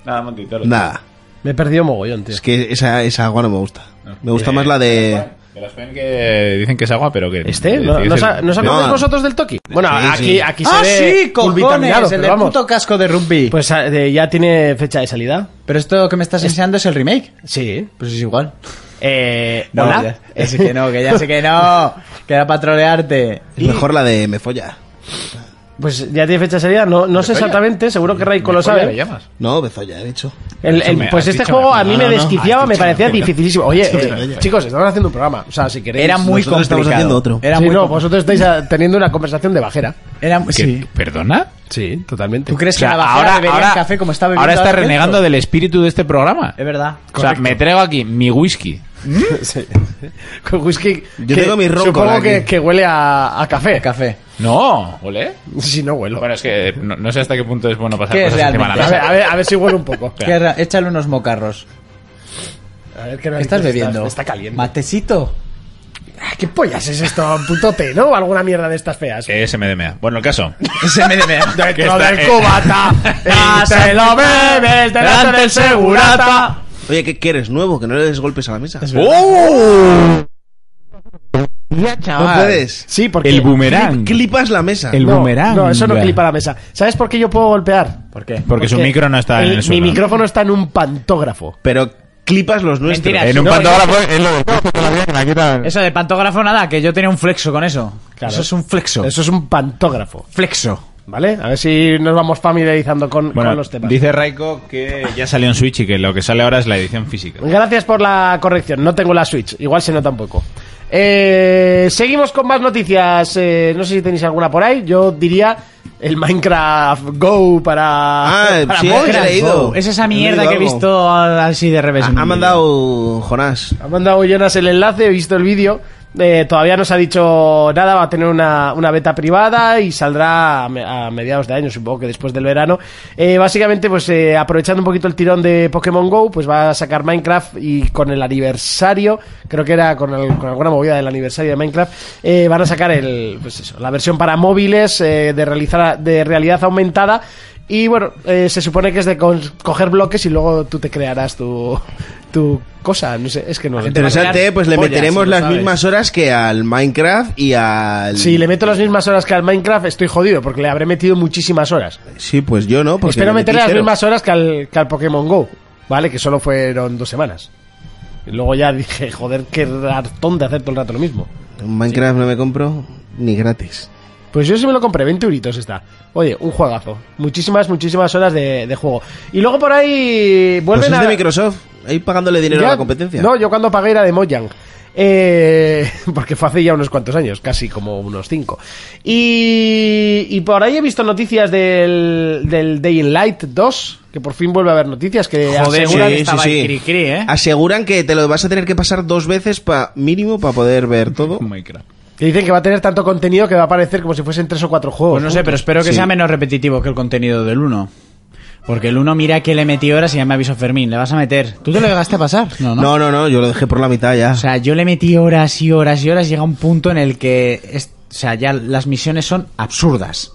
Speaker 6: Nada, Montitoro.
Speaker 5: Nada.
Speaker 2: Me he perdido mogollón, tío.
Speaker 5: Es que esa, esa agua no me gusta. Me gusta más la de...
Speaker 6: El Aspen que dicen que es agua, pero que.
Speaker 2: ¿Este? ¿No, no,
Speaker 6: es
Speaker 2: sa-
Speaker 6: el-
Speaker 2: ¿no os acordáis
Speaker 5: No.
Speaker 2: vosotros del Toki? Bueno,
Speaker 5: Sí,
Speaker 2: aquí,
Speaker 5: sí.
Speaker 2: aquí se
Speaker 4: ¡Ah,
Speaker 2: ve
Speaker 4: sí! ¡Cojones!
Speaker 2: pulvitaminado,
Speaker 4: El
Speaker 2: pero
Speaker 4: del
Speaker 2: vamos.
Speaker 4: puto casco de rugby.
Speaker 2: Pues ah, de- ya tiene fecha de salida.
Speaker 4: pero esto que me estás enseñando es el remake.
Speaker 2: Sí.
Speaker 4: Pues es igual.
Speaker 2: Eh,
Speaker 4: No,
Speaker 2: ¿hola?
Speaker 4: ya- es que no, que ya sé que no. Que era para trolearte.
Speaker 5: Es mejor la de Me Folla.
Speaker 2: Pues ya tiene fecha de salida, no, no sé exactamente, seguro que Raiko lo
Speaker 6: ¿Cómo
Speaker 2: sabe.
Speaker 6: le llamas?
Speaker 5: No, Bezoya, he dicho.
Speaker 2: El- el-
Speaker 6: Escúchame,
Speaker 2: pues
Speaker 6: has
Speaker 2: este
Speaker 6: dicho
Speaker 2: juego
Speaker 6: una-
Speaker 2: a mí
Speaker 6: no,
Speaker 2: me
Speaker 6: no, no,
Speaker 2: desquiciaba,
Speaker 6: has
Speaker 2: me
Speaker 6: dicho
Speaker 2: parecía
Speaker 6: una pena.
Speaker 2: dificilísimo. Oye,
Speaker 6: Has dicho
Speaker 2: eh,
Speaker 6: una pena.
Speaker 2: chicos, estamos haciendo un programa. O sea, si queréis.
Speaker 4: Era muy
Speaker 5: Nosotros estamos
Speaker 4: complicado.
Speaker 5: haciendo otro.
Speaker 4: Era
Speaker 2: Sí,
Speaker 4: muy
Speaker 2: no,
Speaker 4: complicado.
Speaker 2: vosotros estáis ah, teniendo una conversación de bajera.
Speaker 4: Era-
Speaker 6: ¿Que-
Speaker 4: sí.
Speaker 6: ¿Perdona?
Speaker 2: Sí, totalmente.
Speaker 4: ¿Tú crees
Speaker 6: O sea,
Speaker 4: que la bajera bebería el café como está bebiendo Eh,
Speaker 6: ahora está
Speaker 4: ahora mismo?
Speaker 6: renegando del espíritu de este programa.
Speaker 4: Es verdad.
Speaker 6: O sea, me traigo aquí mi whisky.
Speaker 2: Con whisky.
Speaker 5: Yo
Speaker 2: que
Speaker 5: tengo mi ron
Speaker 2: Supongo
Speaker 5: cola
Speaker 2: que,
Speaker 5: aquí.
Speaker 2: que huele a, a café.
Speaker 4: Café.
Speaker 6: No, ¿ole?
Speaker 2: Si no huelo.
Speaker 6: Bueno, es que no, no sé hasta qué punto es bueno pasar
Speaker 4: ¿Qué es
Speaker 6: cosas encima de
Speaker 4: realmente?
Speaker 6: la
Speaker 2: a, ver,
Speaker 6: mesa.
Speaker 2: a, ver, a ver si huele un poco.
Speaker 4: Que era- Échale unos mocarros.
Speaker 2: A ver qué
Speaker 4: ¿Qué
Speaker 2: narices
Speaker 4: estás bebiendo?
Speaker 2: Está, está caliente.
Speaker 4: Matecito.
Speaker 2: Ah, ¿Qué pollas es esto? Puto té, ¿no? Alguna mierda de estas feas.
Speaker 6: Que es MDMA. Bueno, el caso. Que
Speaker 2: Dentro
Speaker 6: está-
Speaker 2: del cubata. y te lo bebes delante del segurata.
Speaker 5: Oye, ¿qué, qué eres nuevo? Que no le des golpes a la mesa.
Speaker 4: Ah,
Speaker 5: no puedes.
Speaker 2: Sí, porque.
Speaker 6: El boomerang.
Speaker 5: Clipas la mesa.
Speaker 6: El
Speaker 2: No,
Speaker 6: boomerang.
Speaker 2: No, eso no clipa la mesa. ¿Sabes por qué yo puedo golpear? ¿Por qué?
Speaker 6: Porque su micro no está en el suelo.
Speaker 2: Mi micrófono está en un pantógrafo.
Speaker 5: Pero clipas los nuestros.
Speaker 4: Mentira.
Speaker 6: En un
Speaker 4: No,
Speaker 6: pantógrafo
Speaker 4: Eso de pantógrafo nada, que yo tenía un flexo con eso.
Speaker 2: Claro.
Speaker 4: Eso es un flexo.
Speaker 2: Eso es un pantógrafo.
Speaker 4: flexo.
Speaker 2: ¿Vale? A ver si nos vamos familiarizando con,
Speaker 6: Bueno,
Speaker 2: con los temas.
Speaker 6: dice Raiko que ya salió en Switch y que lo que sale ahora es la edición física.
Speaker 2: Gracias por la corrección. No tengo la Switch. Igual se nota un poco. Eh, seguimos con más noticias. Eh, no sé si tenéis alguna por ahí. Yo diría el Minecraft Go para.
Speaker 5: Ah,
Speaker 2: para
Speaker 5: sí,
Speaker 2: móvil.
Speaker 5: he leído.
Speaker 4: Es esa
Speaker 5: He
Speaker 4: mierda
Speaker 5: leído
Speaker 4: que he
Speaker 5: algo.
Speaker 4: visto así de revés.
Speaker 5: Ha,
Speaker 4: en un
Speaker 5: ha
Speaker 4: vídeo.
Speaker 5: mandado Jonás.
Speaker 2: Ha mandado Jonas el enlace, he visto el vídeo. Eh, todavía no se ha dicho nada, va a tener una, una beta privada y saldrá a, me- a mediados de año, supongo que después del verano. Eh, básicamente, pues eh, aprovechando un poquito el tirón de Pokémon Go, pues va a sacar Minecraft y con el aniversario, creo que era con, el- con alguna movida del aniversario de Minecraft, eh, van a sacar el, pues eso, la versión para móviles eh, de, realizar, de realidad aumentada. Y bueno, eh, se supone que es de con- coger bloques y luego tú te crearás tu, tu cosa. No sé, es que no lo entiendo.
Speaker 5: Interesante, ¿eh? pues le
Speaker 4: Pollas,
Speaker 5: meteremos
Speaker 4: si lo
Speaker 5: las
Speaker 4: sabes.
Speaker 5: mismas horas que al Minecraft y al...
Speaker 2: Si le meto las mismas horas que al Minecraft, estoy jodido, porque le habré metido muchísimas horas.
Speaker 5: Sí, pues yo no, porque...
Speaker 2: Espero
Speaker 5: le metí
Speaker 2: meterle las
Speaker 5: cero.
Speaker 2: mismas horas que al, que al Pokémon Go, ¿vale? Que solo fueron dos semanas. Y luego ya dije, joder, qué hartón de hacer todo el rato lo mismo.
Speaker 5: Minecraft no me compro ni gratis.
Speaker 2: Pues yo sí me lo compré, 20 euritos está. Oye, un juegazo. Muchísimas, muchísimas horas de, de juego. Y luego por ahí
Speaker 5: Pues
Speaker 2: vuelven
Speaker 5: es de
Speaker 2: a...
Speaker 5: Microsoft, ahí pagándole dinero
Speaker 2: Ya-
Speaker 5: a la competencia.
Speaker 2: No, yo cuando pagué era de Mojang. Eh, porque fue hace ya unos cuantos años, casi como unos cinco. Y, y por ahí he visto noticias del, del Day in Light 2, que por fin vuelve a haber noticias que
Speaker 4: Joder,
Speaker 2: aseguran-
Speaker 4: sí, estaba el cri-cri, ¿eh?
Speaker 5: Aseguran que te lo vas a tener que pasar dos veces pa- mínimo para poder ver
Speaker 4: Oh
Speaker 5: todo.
Speaker 6: Minecraft.
Speaker 2: que dicen que va a tener tanto contenido que va a aparecer como si fuesen tres o cuatro juegos.
Speaker 4: Pues no sé, pero espero que
Speaker 5: Sí.
Speaker 4: sea menos repetitivo que el contenido del 1. Porque el 1 mira que le metí horas y ya me avisó Fermín, le vas a meter. ¿Tú te lo llegaste a pasar? No, no.
Speaker 5: No, no, no, yo lo dejé por la mitad ya.
Speaker 4: O sea, yo le metí horas y horas y horas. Llega un punto en el que. es- o sea, ya las misiones son absurdas.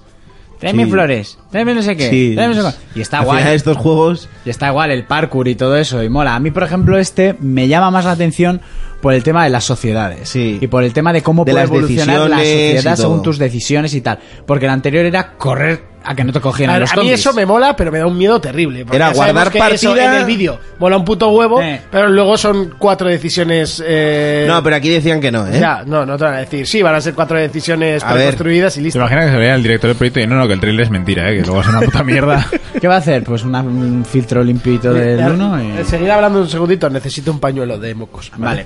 Speaker 4: Tráeme
Speaker 5: Sí.
Speaker 4: flores, tráeme no sé qué.
Speaker 5: Sí.
Speaker 4: tráeme no sé qué. Y está
Speaker 5: Al
Speaker 4: guay.
Speaker 5: final estos juegos...
Speaker 4: Y está igual el parkour y todo eso, y mola. A mí, por ejemplo, este me llama más la atención por el tema de las sociedades.
Speaker 5: Sí.
Speaker 4: Y por el tema de cómo
Speaker 5: De
Speaker 4: puede
Speaker 5: las
Speaker 4: evolucionar la
Speaker 5: decisiones y
Speaker 4: sociedad
Speaker 5: todo.
Speaker 4: según tus decisiones y tal. Porque el anterior era correr a que no te
Speaker 2: A,
Speaker 4: cogieran
Speaker 2: ver,
Speaker 4: los
Speaker 2: a mí
Speaker 4: zombies.
Speaker 2: eso me mola, pero me da un miedo terrible. porque
Speaker 5: Era
Speaker 2: ya sabemos
Speaker 5: guardar
Speaker 2: que eso
Speaker 5: partida-
Speaker 2: en el vídeo mola un puto huevo,
Speaker 4: Eh.
Speaker 2: pero luego son cuatro decisiones. eh,
Speaker 5: No, pero aquí decían que no, ¿eh?
Speaker 2: Ya, no, no te van a decir. Sí, van a ser cuatro decisiones
Speaker 5: A ver.
Speaker 2: preconstruidas y
Speaker 6: ¿Te
Speaker 2: listo.
Speaker 6: imaginas que se vea el director del proyecto y no, no, que el trailer es mentira, eh, que luego es una puta mierda?
Speaker 4: ¿Qué va a hacer? Pues una- un filtro limpito del
Speaker 2: Eh,
Speaker 4: uno y-
Speaker 2: eh, Seguir hablando un segundito, necesito un pañuelo de mocos.
Speaker 4: Vale.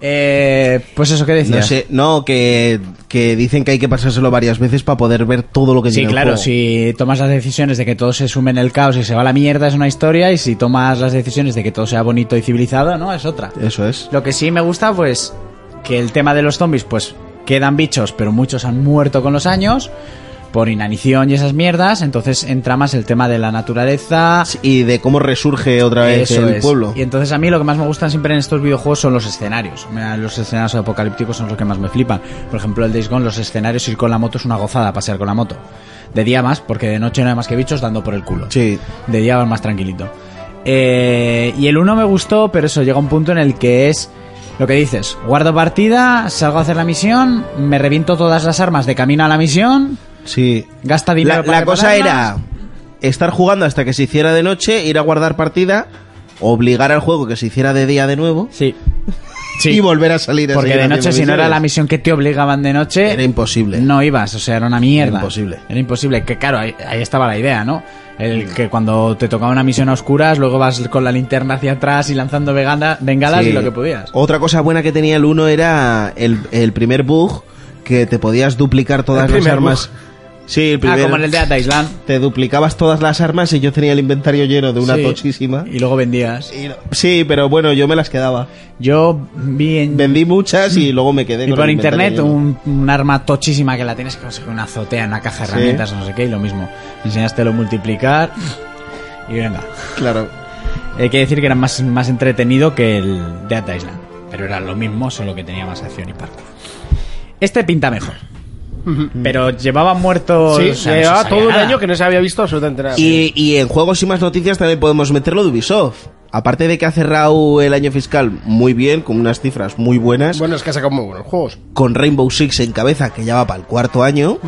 Speaker 4: Eh, pues eso, ¿qué decías?
Speaker 5: No sé, no, que, que dicen que hay que pasárselo varias veces para poder ver todo lo que
Speaker 4: Sí,
Speaker 5: tiene el
Speaker 4: claro,
Speaker 5: juego.
Speaker 4: si tomas las decisiones de que todo se sume en el caos y se va a la mierda es una historia, y si tomas las decisiones de que todo sea bonito y civilizado, no, es otra.
Speaker 5: Eso es.
Speaker 4: Lo que sí me gusta, pues, que el tema de los zombies, pues, quedan bichos, pero muchos han muerto con los años por inanición y esas mierdas. Entonces entra más el tema de la naturaleza.
Speaker 5: Y de cómo resurge otra vez
Speaker 4: Eso
Speaker 5: el
Speaker 4: es.
Speaker 5: pueblo.
Speaker 4: Y entonces a mí lo que más me gustan siempre en estos videojuegos son los escenarios. Mira, Los escenarios apocalípticos son los que más me flipan. Por ejemplo, el Days Gone, los escenarios ir con la moto es una gozada, pasear con la moto. De día más, porque de noche no hay más que bichos dando por el culo.
Speaker 5: Sí.
Speaker 4: De día vas más tranquilito. Eh, y el 1 me gustó, pero eso llega a un punto en el que es Lo que dices, guardo partida, salgo a hacer la misión, me reviento todas las armas de camino a la misión,
Speaker 5: Sí.
Speaker 4: gasta dinero
Speaker 5: La,
Speaker 4: para
Speaker 5: la cosa era
Speaker 4: repararlas.
Speaker 5: estar jugando hasta que se hiciera de noche, ir a guardar partida, obligar al juego que se hiciera de día de nuevo
Speaker 4: Sí.
Speaker 5: y volver a salir a
Speaker 4: Porque
Speaker 5: seguir
Speaker 4: de
Speaker 5: haciendo
Speaker 4: noche, si no era
Speaker 5: misiones.
Speaker 4: la misión que te obligaban de noche,
Speaker 5: Era imposible.
Speaker 4: No ibas, o sea, era una mierda.
Speaker 5: Era imposible.
Speaker 4: Era imposible, que claro, ahí, ahí estaba la idea, ¿no? El que cuando te tocaba una misión a oscuras, luego vas con la linterna hacia atrás y lanzando vegana- bengalas
Speaker 5: Sí.
Speaker 4: y lo que podías.
Speaker 5: Otra cosa buena que tenía el 1 era el, el primer bug que te podías duplicar todas las
Speaker 2: primer
Speaker 5: armas. Sí, el
Speaker 4: Ah,
Speaker 5: primer.
Speaker 4: como en el de Island.
Speaker 5: Te duplicabas todas las armas y yo tenía el inventario lleno de una
Speaker 4: Sí.
Speaker 5: tochísima.
Speaker 4: Y luego vendías.
Speaker 5: Y no- Sí, pero bueno, yo me las quedaba.
Speaker 4: Yo vi en.
Speaker 5: Vendí muchas y luego me quedé
Speaker 4: Mm. y
Speaker 5: con
Speaker 4: por
Speaker 5: el inventario
Speaker 4: internet
Speaker 5: lleno.
Speaker 4: un, un arma tochísima que la tienes que conseguir una azotea, una caja de
Speaker 5: Sí.
Speaker 4: herramientas, no sé qué, y lo mismo. Enseñaste lo multiplicar y venga.
Speaker 5: Claro.
Speaker 4: Hay que decir que era más, más entretenido que el Dead Island. Pero era lo mismo, solo que tenía más acción y parkour. Este pinta mejor. Pero llevaba muerto.
Speaker 2: Sí,
Speaker 4: o sea, no
Speaker 2: llevaba
Speaker 4: Pues, se sabía
Speaker 2: todo un
Speaker 4: nada.
Speaker 2: año que no se había visto absolutamente
Speaker 4: Ah,
Speaker 2: nada.
Speaker 5: Y, y en juegos y más noticias también podemos meterlo de Ubisoft. Aparte de que ha cerrado el año fiscal muy bien, con unas cifras muy buenas,
Speaker 2: Bueno, es que ha sacado muy buenos juegos.
Speaker 5: con Rainbow Six en cabeza, que ya va para el cuarto año,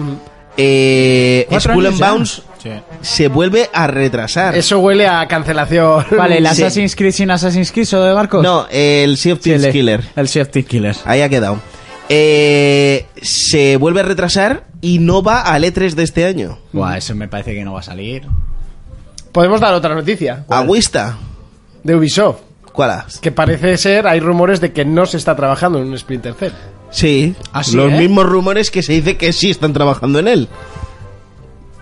Speaker 5: eh,
Speaker 4: ¿Cuatro
Speaker 5: Skull
Speaker 4: años
Speaker 5: and
Speaker 4: ya?
Speaker 5: Bounce
Speaker 4: Sí.
Speaker 5: se vuelve a retrasar.
Speaker 2: Eso huele a cancelación.
Speaker 4: Vale, el
Speaker 5: Sí.
Speaker 4: Assassin's Creed sin Assassin's Creed solo de barcos.
Speaker 5: No, el Sea of
Speaker 4: Sí,
Speaker 5: Thieves
Speaker 4: el-
Speaker 5: Killer.
Speaker 4: El Sea of Thieves Killer.
Speaker 5: Ahí ha quedado. Eh, se vuelve a retrasar y no va al E3 de este año.
Speaker 4: Buah, eso me parece que no va a salir.
Speaker 2: Podemos dar otra noticia
Speaker 5: Agüista.
Speaker 2: de Ubisoft.
Speaker 5: ¿Cuál? has?
Speaker 2: Que parece ser, hay rumores de que no se está trabajando en un Splinter Cell.
Speaker 5: Sí.
Speaker 4: ¿Ah, sí,
Speaker 5: los
Speaker 4: eh?
Speaker 5: mismos rumores que se dice que sí están trabajando en él.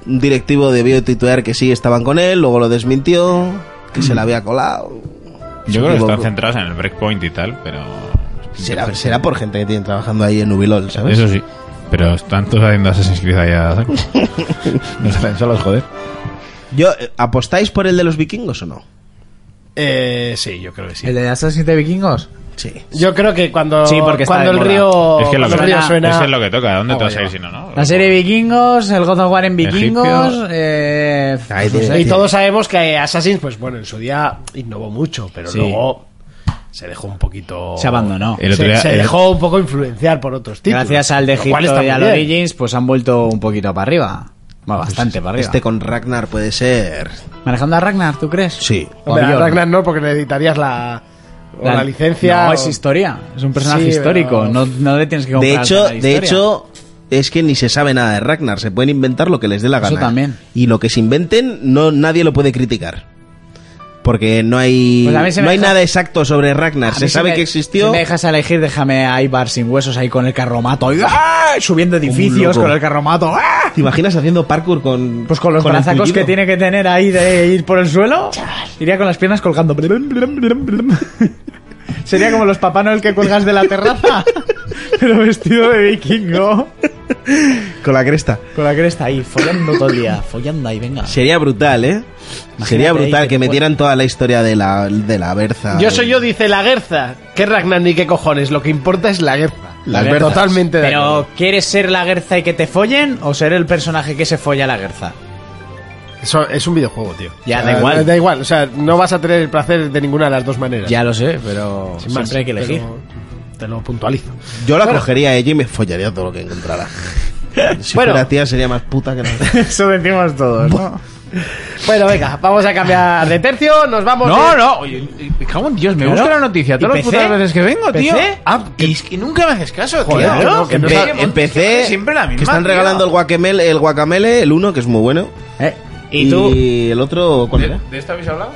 Speaker 5: Un directivo debió titular que sí estaban con él, luego lo desmintió, que se la había colado.
Speaker 6: Yo creo que
Speaker 5: Supongo-
Speaker 6: están centrados en el breakpoint y tal, pero.
Speaker 5: Será, será por gente que tiene trabajando ahí en Ubilol, ¿sabes?
Speaker 6: Eso sí. Pero están todos haciendo Assassin's Creed allá. a saco. no salen solos, joder.
Speaker 5: Yo, eh, ¿Apostáis por el de los vikingos o no?
Speaker 2: Eh, sí, yo creo que sí.
Speaker 4: ¿El de Assassin's Creed Vikingos?
Speaker 5: Sí.
Speaker 2: Yo creo que cuando,
Speaker 4: Sí, porque está
Speaker 2: cuando
Speaker 4: de
Speaker 2: el
Speaker 4: moda.
Speaker 2: río,
Speaker 6: es que lo
Speaker 2: cuando
Speaker 6: que,
Speaker 2: el río suena...
Speaker 6: es que es lo que toca. ¿Dónde te
Speaker 2: Vamos
Speaker 6: vas a ir
Speaker 2: ya.
Speaker 6: si no, no?
Speaker 4: La serie Vikingos, el God of War en
Speaker 6: Egipcio.
Speaker 4: Vikingos. Eh,
Speaker 5: Ahí
Speaker 4: no
Speaker 5: tiene-
Speaker 4: sé.
Speaker 2: Y todos sabemos que Assassin's, pues bueno, en su día innovó mucho, pero
Speaker 4: Sí.
Speaker 2: luego se dejó un poquito...
Speaker 4: Se abandonó.
Speaker 5: Eh,
Speaker 6: El otro
Speaker 2: se,
Speaker 6: día-
Speaker 2: se
Speaker 6: el-
Speaker 2: dejó un poco influenciar por otros títulos.
Speaker 4: Gracias al de
Speaker 2: lo cual
Speaker 4: Egipto
Speaker 2: está
Speaker 4: y
Speaker 2: muy
Speaker 4: al
Speaker 2: bien.
Speaker 4: Origins, pues han vuelto un poquito para arriba. Va bastante para arriba.
Speaker 5: Este con Ragnar puede ser.
Speaker 4: Manejando a Ragnar, ¿tú crees?
Speaker 5: Sí.
Speaker 2: Hombre, a
Speaker 4: Avión.
Speaker 2: Ragnar no, porque necesitarías la, o la, licencia.
Speaker 4: No,
Speaker 2: o-
Speaker 4: es historia. Es un personaje
Speaker 2: Sí,
Speaker 4: histórico.
Speaker 2: pero-
Speaker 4: No, no le tienes que comprar.
Speaker 5: De hecho,
Speaker 4: la
Speaker 5: de
Speaker 4: historia.
Speaker 5: hecho, es que ni se sabe nada de Ragnar. Se pueden inventar lo que les dé la
Speaker 4: Eso
Speaker 5: gana. ¿eh?
Speaker 4: también.
Speaker 5: Y lo que se inventen, no, nadie lo puede criticar. Porque no hay,
Speaker 4: Pues a mí se me
Speaker 5: no hay
Speaker 4: deja-
Speaker 5: nada exacto sobre
Speaker 4: A
Speaker 5: Ragnar.
Speaker 4: mí
Speaker 5: Se
Speaker 4: si
Speaker 5: sabe
Speaker 4: me-
Speaker 5: que existió.
Speaker 4: Si me dejas elegir, déjame a Ibar sin huesos ahí con el carromato. y- ¡ah! Subiendo edificios
Speaker 5: loco.
Speaker 4: con el carromato. ¡ah!
Speaker 5: ¿Te imaginas haciendo parkour con.
Speaker 4: Pues con los
Speaker 5: el
Speaker 4: brazacos que
Speaker 5: tullido?
Speaker 4: tiene que tener ahí de ir por el suelo, iría con las piernas colgando. Blum, blum, blum, blum. Sería como los Papá Noel que cuelgas de la terraza, pero vestido de vikingo.
Speaker 5: Con la cresta.
Speaker 4: Con la cresta ahí, follando todo el día, follando ahí, venga.
Speaker 5: Sería brutal, ¿eh? Sería
Speaker 4: ahí
Speaker 5: brutal
Speaker 4: que
Speaker 5: que,
Speaker 4: te
Speaker 5: metieran toda la historia de la, de la Berza.
Speaker 2: Yo soy yo, dice la Guerza. Que Ragnar ni qué cojones, lo que importa es la Guerza.
Speaker 5: Las
Speaker 2: Estoy
Speaker 5: Berzas.
Speaker 2: Totalmente de acuerdo.
Speaker 4: Pero, ¿quieres ser la Gerza y que te follen o ser el personaje que se folla a la Gerza?
Speaker 2: Eso es un videojuego, tío.
Speaker 4: Ya,
Speaker 2: O
Speaker 4: da
Speaker 2: sea,
Speaker 4: igual.
Speaker 2: Da igual, o sea, no vas a tener el placer de ninguna de las dos maneras.
Speaker 4: Ya lo sé, pero
Speaker 2: Sin más,
Speaker 4: siempre hay que elegir.
Speaker 2: pero te lo puntualizo.
Speaker 5: Yo la cogería a ella y me follaría todo lo que encontrara. Si
Speaker 2: Bueno.
Speaker 5: fuera tía sería más puta que la.
Speaker 4: Eso decimos todos, ¿no?
Speaker 2: Bueno, venga, vamos a cambiar de tercio, nos vamos.
Speaker 6: No,
Speaker 2: de-
Speaker 6: no, oye, me cago en Dios, me
Speaker 4: Claro.
Speaker 6: busca la noticia todas
Speaker 4: ¿Y
Speaker 6: las putas
Speaker 4: PC?
Speaker 6: veces que vengo, tío.
Speaker 4: ¿PC?
Speaker 6: Ah, y es que nunca me haces caso,
Speaker 5: Joder,
Speaker 6: tío.
Speaker 5: que no, que
Speaker 6: Es
Speaker 5: empe-
Speaker 6: que
Speaker 5: empecé-
Speaker 6: siempre la misma.
Speaker 5: que están
Speaker 6: tío.
Speaker 5: regalando el guacamele, el guacamele, el uno que es muy bueno.
Speaker 4: Eh, ¿Y tú?
Speaker 5: el otro cuál era?
Speaker 6: ¿De, de esto habéis hablado?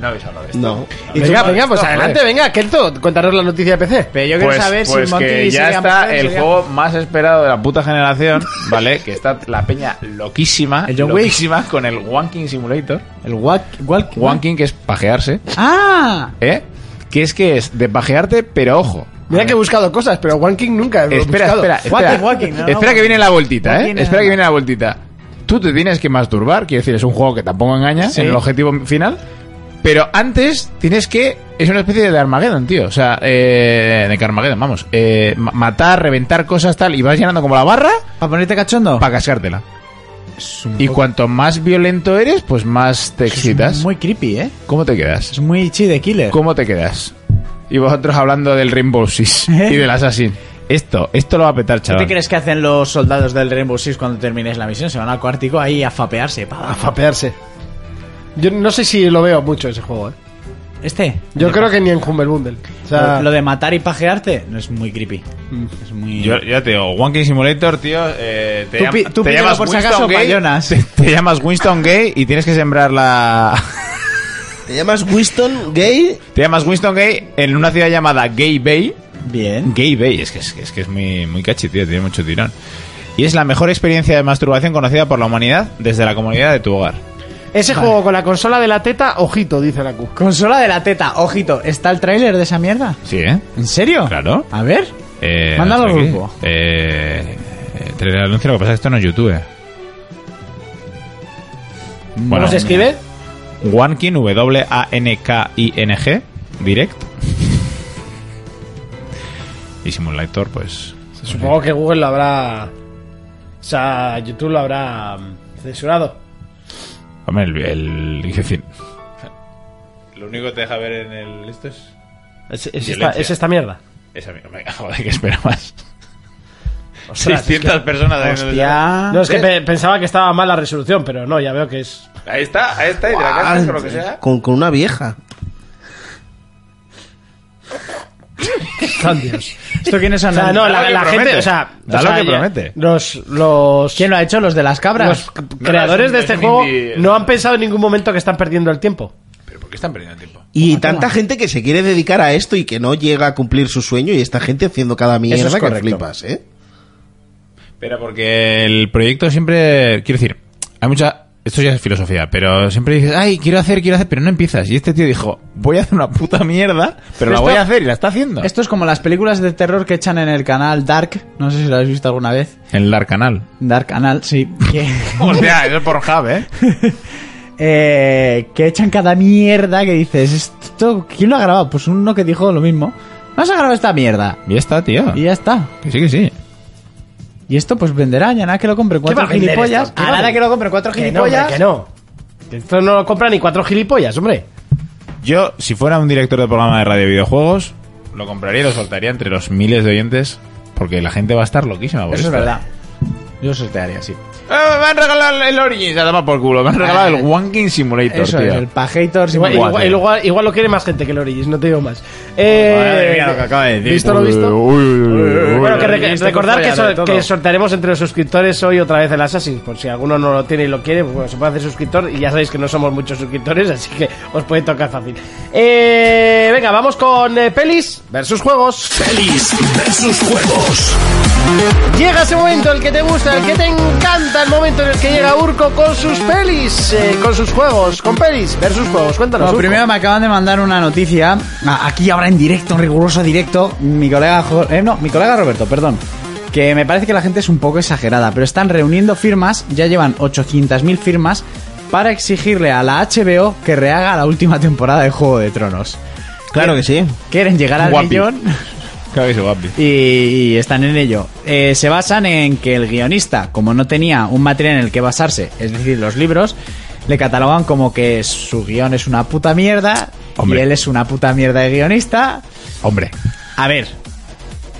Speaker 6: No habéis hablado de esto.
Speaker 5: No.
Speaker 2: Venga,
Speaker 6: tú,
Speaker 2: venga, pues
Speaker 6: esto,
Speaker 2: adelante,
Speaker 6: joder.
Speaker 2: venga, Kelto, contaros la noticia de PC.
Speaker 4: Pero yo quiero saber si
Speaker 6: pues
Speaker 4: Monty
Speaker 6: que ya
Speaker 4: sería
Speaker 6: está
Speaker 4: mujer,
Speaker 6: el
Speaker 4: sería-
Speaker 6: juego más esperado de la puta generación, ¿vale? Que está la peña loquísima,
Speaker 4: El John Wick.
Speaker 6: loquísima con el Wanking Simulator.
Speaker 4: El walk, walk,
Speaker 6: Wanking que es pajearse,
Speaker 4: Ah,
Speaker 6: ¿eh? Que es que es de pajearte, pero ojo.
Speaker 2: Mira que he buscado cosas, pero One King nunca lo he
Speaker 6: Espera,
Speaker 2: buscado.
Speaker 6: espera, espera.
Speaker 4: Walking, walking, no, no,
Speaker 6: espera que viene la vueltita,
Speaker 4: Walking,
Speaker 6: ¿eh? Espera
Speaker 4: no.
Speaker 6: que viene la vueltita. Tú te tienes que masturbar, quiero decir, es un juego que tampoco engaña
Speaker 4: Sí.
Speaker 6: en el objetivo final. Pero antes tienes que. Es una especie de Armageddon, tío. O sea, eh, de que Armageddon, vamos. Eh, ma- matar, reventar cosas, tal. Y vas llenando como la barra
Speaker 4: ¿Para ponerte cachondo?
Speaker 6: para cascártela. Y cuanto más violento eres, pues más te
Speaker 4: Es
Speaker 6: excitas.
Speaker 4: Muy creepy, ¿eh?
Speaker 6: ¿Cómo te quedas?
Speaker 4: Es muy chi de killer.
Speaker 6: ¿Cómo te quedas? y vosotros hablando del Rainbow Six y del Assassin. Esto, esto lo va a petar,
Speaker 4: ¿Qué
Speaker 6: chaval.
Speaker 4: te crees que hacen los soldados del Rainbow Six cuando terminéis la misión? Se van al cuartico ahí a fapearse. pa,
Speaker 2: A
Speaker 4: pa, pa.
Speaker 2: fapearse. Yo no sé si lo veo mucho ese juego, ¿eh?
Speaker 4: ¿Este?
Speaker 2: Yo creo que ni en Humberbundle. O sea,
Speaker 4: Lo- lo de matar y pajearte no es muy creepy. Es muy...
Speaker 6: Yo, ya te digo, One King Simulator, tío, eh, te,
Speaker 4: Tú
Speaker 6: llam-
Speaker 4: pi- tú
Speaker 6: te
Speaker 4: pídelo
Speaker 6: llamas
Speaker 4: por si
Speaker 6: Winston
Speaker 4: acaso,
Speaker 6: Gay,
Speaker 4: payonas.
Speaker 6: te, te llamas Winston Gay y tienes que sembrar la...
Speaker 5: Te llamas Winston Gay.
Speaker 6: Te llamas Winston Gay en una ciudad llamada Gay Bay.
Speaker 4: Bien.
Speaker 6: Gay Bay, es que es, que es, que es muy, muy catchy, tío, tiene mucho tirón. Y es la mejor experiencia de masturbación conocida por la humanidad desde la comunidad de tu hogar.
Speaker 2: ese juego con la consola de la teta, ojito, dice la Q.
Speaker 4: Consola de la teta, ojito, ¿está el tráiler de esa mierda?
Speaker 6: Sí, ¿eh?
Speaker 4: ¿En serio?
Speaker 6: Claro.
Speaker 4: A ver.
Speaker 6: Eh,
Speaker 4: Mándalo
Speaker 6: no sé
Speaker 4: al
Speaker 6: qué.
Speaker 4: grupo.
Speaker 6: Eh, eh, trailer anuncio, lo que pasa es que esto no es YouTube.
Speaker 2: ¿Cómo se escribe?
Speaker 6: Wankin, W-A-N-K-I-N-G, direct. y Simulator, pues.
Speaker 2: Supongo que Google lo habrá. O sea, YouTube lo habrá mm, censurado.
Speaker 6: Hombre, el. el- en fin. Lo único que te deja ver en el. Esto es.
Speaker 2: Es,
Speaker 6: esta-
Speaker 2: esta,
Speaker 6: es
Speaker 2: mierda.
Speaker 6: Esa mierda. Venga, joder, que espera más.
Speaker 2: Ostras, es
Speaker 6: 600 personas. haciendo el-
Speaker 4: Hostia.
Speaker 2: No, es que pe- pensaba que estaba mal la resolución, pero no, ya veo que es.
Speaker 6: Ahí está, ahí está, y te la cantas o lo que sea.
Speaker 5: Con, con una vieja.
Speaker 2: San Dios.
Speaker 4: ¿Esto quiénes
Speaker 2: O
Speaker 4: son?
Speaker 2: sea, no,
Speaker 6: Da lo
Speaker 2: la,
Speaker 6: que
Speaker 2: la
Speaker 6: promete.
Speaker 2: gente, o sea.
Speaker 6: Da
Speaker 2: o sea,
Speaker 6: lo que
Speaker 2: ya-
Speaker 6: promete.
Speaker 2: Los, los,
Speaker 4: ¿Quién lo ha hecho? ¿Los de las
Speaker 2: los
Speaker 4: cabras?
Speaker 2: creadores
Speaker 6: es
Speaker 2: de
Speaker 6: un-
Speaker 2: este
Speaker 6: es un
Speaker 2: juego
Speaker 6: indie-
Speaker 2: no han pensado en ningún momento que están perdiendo el tiempo.
Speaker 6: Pero ¿por qué están perdiendo tiempo?
Speaker 5: Y tanta gente que se quiere dedicar a esto y que no llega a cumplir su sueño y esta gente haciendo cada mierda que
Speaker 4: correcto.
Speaker 5: flipas, ¿eh?
Speaker 6: Pero porque el proyecto siempre. Quiero decir, hay mucha. Esto ya es filosofía, pero siempre dices, ay, quiero hacer, quiero hacer, pero no empiezas. Y este tío dijo, voy a hacer una puta mierda, pero la
Speaker 4: Esto-
Speaker 6: voy a hacer y la está haciendo.
Speaker 4: Esto es como las películas de terror que echan en el canal Dark. No sé si lo habéis visto alguna vez.
Speaker 6: En Dark Canal.
Speaker 4: Dark Canal, sí. Que-
Speaker 6: Hostia, eso es por Hub, ¿eh?
Speaker 4: eh, que echan cada mierda que dices, ¿esto quién lo ha grabado? Pues uno que dijo lo mismo. Vamos a grabar esta mierda.
Speaker 6: Y ya está, tío.
Speaker 4: Y ya está.
Speaker 6: Que sí, que sí.
Speaker 4: Y esto pues venderá, ya nada que lo compre cuatro
Speaker 2: va a vender
Speaker 4: gilipollas.
Speaker 2: esto? ¿Qué
Speaker 4: A
Speaker 2: va a
Speaker 4: nada
Speaker 2: vender?
Speaker 4: que lo compre cuatro
Speaker 2: Que no, hombre,
Speaker 4: gilipollas.
Speaker 2: que no. Que Esto no lo compran ni cuatro gilipollas, hombre.
Speaker 6: Yo, si fuera un director de programa de radio y videojuegos, lo compraría y lo soltaría entre los miles de oyentes, porque la gente va a estar loquísima. por
Speaker 4: Eso es
Speaker 6: esto.
Speaker 4: verdad. Yo sortearía, sí.
Speaker 6: Eh, me han regalado el Origins, a tomar por culo. Me han regalado el Wanking Simulator,
Speaker 4: Eso
Speaker 6: tío.
Speaker 4: es, el Pajator
Speaker 2: Igual,
Speaker 6: Guau,
Speaker 4: Simulator.
Speaker 2: igual-
Speaker 6: tío.
Speaker 2: igual- igual lo quiere más gente que el Origins, no te digo más. Eh,
Speaker 6: Madre mía, lo que acaba de decir.
Speaker 2: ¿Visto lo visto?
Speaker 6: Uy, uy, uy, uy, uy.
Speaker 2: Bueno, que re-
Speaker 4: Origins,
Speaker 2: recordar
Speaker 4: tengo
Speaker 2: que,
Speaker 4: falla de
Speaker 2: so-
Speaker 4: todo.
Speaker 2: que sortearemos entre los suscriptores hoy otra vez el Assassin. Por si alguno no lo tiene y lo quiere, pues bueno, se puede hacer suscriptor. Y ya sabéis que no somos muchos suscriptores, así que os puede tocar fácil. Eh, venga, vamos con eh, pelis versus juegos.
Speaker 1: Pelis versus juegos.
Speaker 2: Llega ese momento, el que te gusta, el que te encanta, el momento en el que llega Urco con sus pelis, eh, con sus juegos, con pelis versus juegos. Cuéntanos.
Speaker 4: Bueno,
Speaker 2: Urco.
Speaker 4: primero me acaban de mandar una noticia, a- aquí ahora en directo, en riguroso directo, mi colega, Jo- eh, no, mi colega Roberto, perdón, que me parece que la gente es un poco exagerada, pero están reuniendo firmas, ya llevan 800.000 firmas, para exigirle a la HBO que rehaga la última temporada de Juego de Tronos.
Speaker 5: Claro que sí.
Speaker 4: Quieren llegar al
Speaker 6: Guapi.
Speaker 4: millón
Speaker 6: Claro que sí, guapi.
Speaker 4: y, y están en ello. Eh, se basan en que el guionista, como no tenía un material en el que basarse, es decir, los libros, le catalogan como que su guión es una puta mierda
Speaker 6: Hombre.
Speaker 4: y él es una puta mierda de guionista.
Speaker 6: Hombre,
Speaker 4: A ver,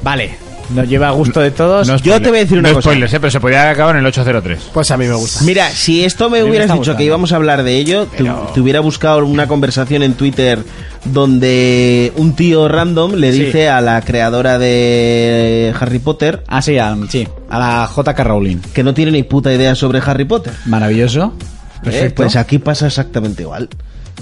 Speaker 4: vale, nos lleva a gusto de todos.
Speaker 6: no
Speaker 5: Yo te voy a decir una
Speaker 6: no
Speaker 5: cosa.
Speaker 6: spoilers, eh, pero se podía acabar en el 803.
Speaker 2: Pues a mí me gusta.
Speaker 5: Mira, si esto me
Speaker 4: mí me
Speaker 5: hubieras
Speaker 4: está
Speaker 5: dicho
Speaker 4: gustando.
Speaker 5: que íbamos a hablar de ello, te- te, hubiera buscado una conversación en Twitter donde un tío random le
Speaker 4: Sí.
Speaker 5: dice a la creadora de Harry Potter
Speaker 4: Ah, sí, a, sí, a la J.K. Rowling.
Speaker 5: que no tiene ni puta idea sobre Harry Potter.
Speaker 4: Maravilloso.
Speaker 5: ¿eh?
Speaker 4: Perfecto.
Speaker 5: Pues aquí pasa exactamente igual.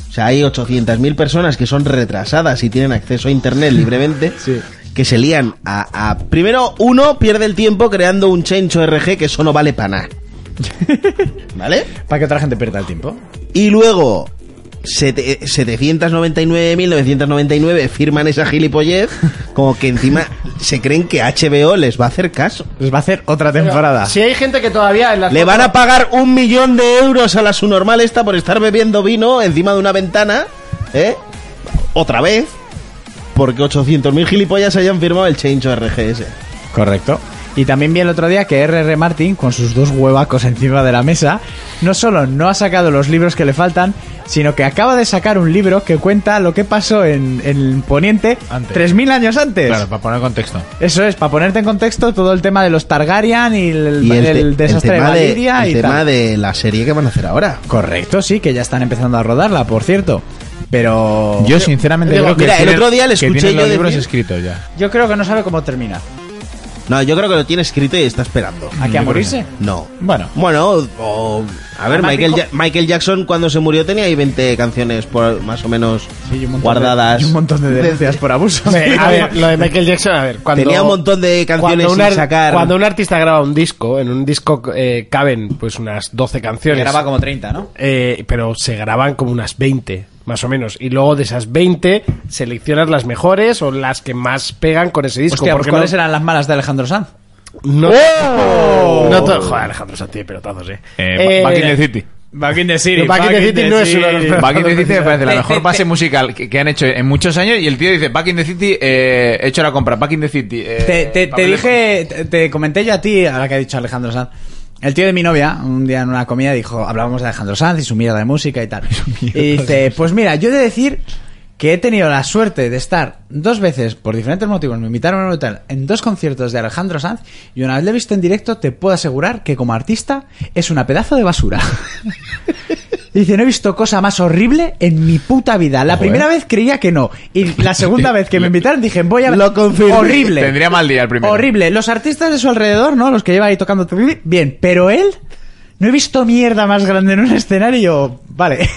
Speaker 5: O sea, hay 800.000 personas que son retrasadas y tienen acceso a internet libremente.
Speaker 4: Sí.
Speaker 5: Que se lían a, a- Primero, uno pierde el tiempo creando un chencho RG que eso no vale para nada. ¿Vale?
Speaker 4: Para que otra gente pierda el tiempo.
Speaker 5: Y luego, sete- 799.999 firman esa gilipollez, como que encima se creen que HBO les va a hacer caso.
Speaker 4: Les pues va a hacer otra temporada.
Speaker 2: Si hay gente que todavía en las
Speaker 5: Le van a pagar un millón de euros a la subnormal esta por estar bebiendo vino encima de una ventana, ¿eh? Otra vez, porque 800.000 gilipollas hayan firmado el change RGS.
Speaker 4: Correcto. Y también vi el otro día que R.R. Martin, con sus dos huevacos encima de la mesa, no solo no ha sacado los libros que le faltan, sino que acaba de sacar un libro que cuenta lo que pasó en, en Poniente
Speaker 6: Antes.
Speaker 4: 3.000 años antes.
Speaker 6: Claro, para poner contexto.
Speaker 4: Eso es, para ponerte en contexto todo el tema de los Targaryen y el,
Speaker 5: Y el,
Speaker 4: el
Speaker 5: te- el
Speaker 4: desastre
Speaker 5: tema,
Speaker 4: de
Speaker 5: de,
Speaker 4: Valiria
Speaker 5: el
Speaker 4: y
Speaker 5: tema
Speaker 4: tal.
Speaker 5: de la serie que van a hacer ahora.
Speaker 4: Correcto, sí, que ya están empezando a rodarla, por cierto. Pero
Speaker 6: Yo sinceramente
Speaker 5: Digo,
Speaker 6: creo que
Speaker 5: mira, el
Speaker 6: tienen-
Speaker 5: otro día le
Speaker 6: que
Speaker 5: escuché
Speaker 6: tienen
Speaker 5: yo
Speaker 6: los libros
Speaker 5: decir-
Speaker 6: escritos ya.
Speaker 4: yo creo que no sabe cómo termina.
Speaker 5: No, yo creo que lo tiene escrito y está esperando.
Speaker 4: ¿A qué a morirse?
Speaker 5: No.
Speaker 6: Bueno.
Speaker 5: Bueno, o- o- a ver,
Speaker 4: Además,
Speaker 5: Michael,
Speaker 4: dijo-
Speaker 5: Ja- Michael Jackson cuando se murió tenía ahí 20 canciones por, más o menos
Speaker 4: Sí, y un montón de-
Speaker 5: guardadas.
Speaker 4: y un montón de denuncias por abuso.
Speaker 2: Hombre, a ver, lo de Michael Jackson, a ver, cuando...
Speaker 5: Tenía un montón de canciones
Speaker 2: cuando un ar-
Speaker 5: sin sacar.
Speaker 2: Cuando un artista graba un disco, en un disco eh, caben pues unas 12 canciones.
Speaker 4: Graba como 30, ¿no?
Speaker 2: Eh, pero se graban como unas 20, más o menos. Y luego de esas 20, seleccionas las mejores o las que más pegan con ese disco.
Speaker 4: Hostia, pues
Speaker 2: porque
Speaker 4: ¿cuáles
Speaker 2: no,
Speaker 4: eran las malas de Alejandro Sanz?
Speaker 2: no, no to- Joder, Alejandro Sanz tiene pelotazos, eh.
Speaker 6: Eh,
Speaker 2: Eh,
Speaker 6: Back in the City.
Speaker 4: Back in the City.
Speaker 2: Pero Back in the City no es uno de los mejores.
Speaker 6: Back in the City me parece la
Speaker 4: Te-
Speaker 6: mejor
Speaker 4: te-
Speaker 6: base
Speaker 4: te-
Speaker 6: musical que, que han hecho en muchos años y el tío dice Back in the City, eh, he hecho la compra, Back in the City. eh,
Speaker 4: Te, te- te
Speaker 6: papel de-
Speaker 4: dije, te, te comenté yo a ti, ahora que ha dicho Alejandro Sanz. El tío de mi novia, un día en una comida, dijo, hablábamos de Alejandro Sanz y su mierda de música y tal. Y dice, pues mira, yo he de decir que he tenido la suerte de estar dos veces, por diferentes motivos, me invitaron a un hotel, en dos conciertos de Alejandro Sanz y una vez lo he visto en directo, te puedo asegurar que como artista es una pedazo de basura. Y Dice, no he visto cosa más horrible en mi puta vida. La primera vez creía que no. Y la segunda vez que me invitaron dije, voy a...
Speaker 5: Lo confirmo.
Speaker 4: Horrible.
Speaker 6: Tendría mal día el primero.
Speaker 4: Horrible. Los artistas de su alrededor, ¿no? Los que lleva ahí tocando... Bien, pero él... No he visto mierda más grande en un escenario. Vale.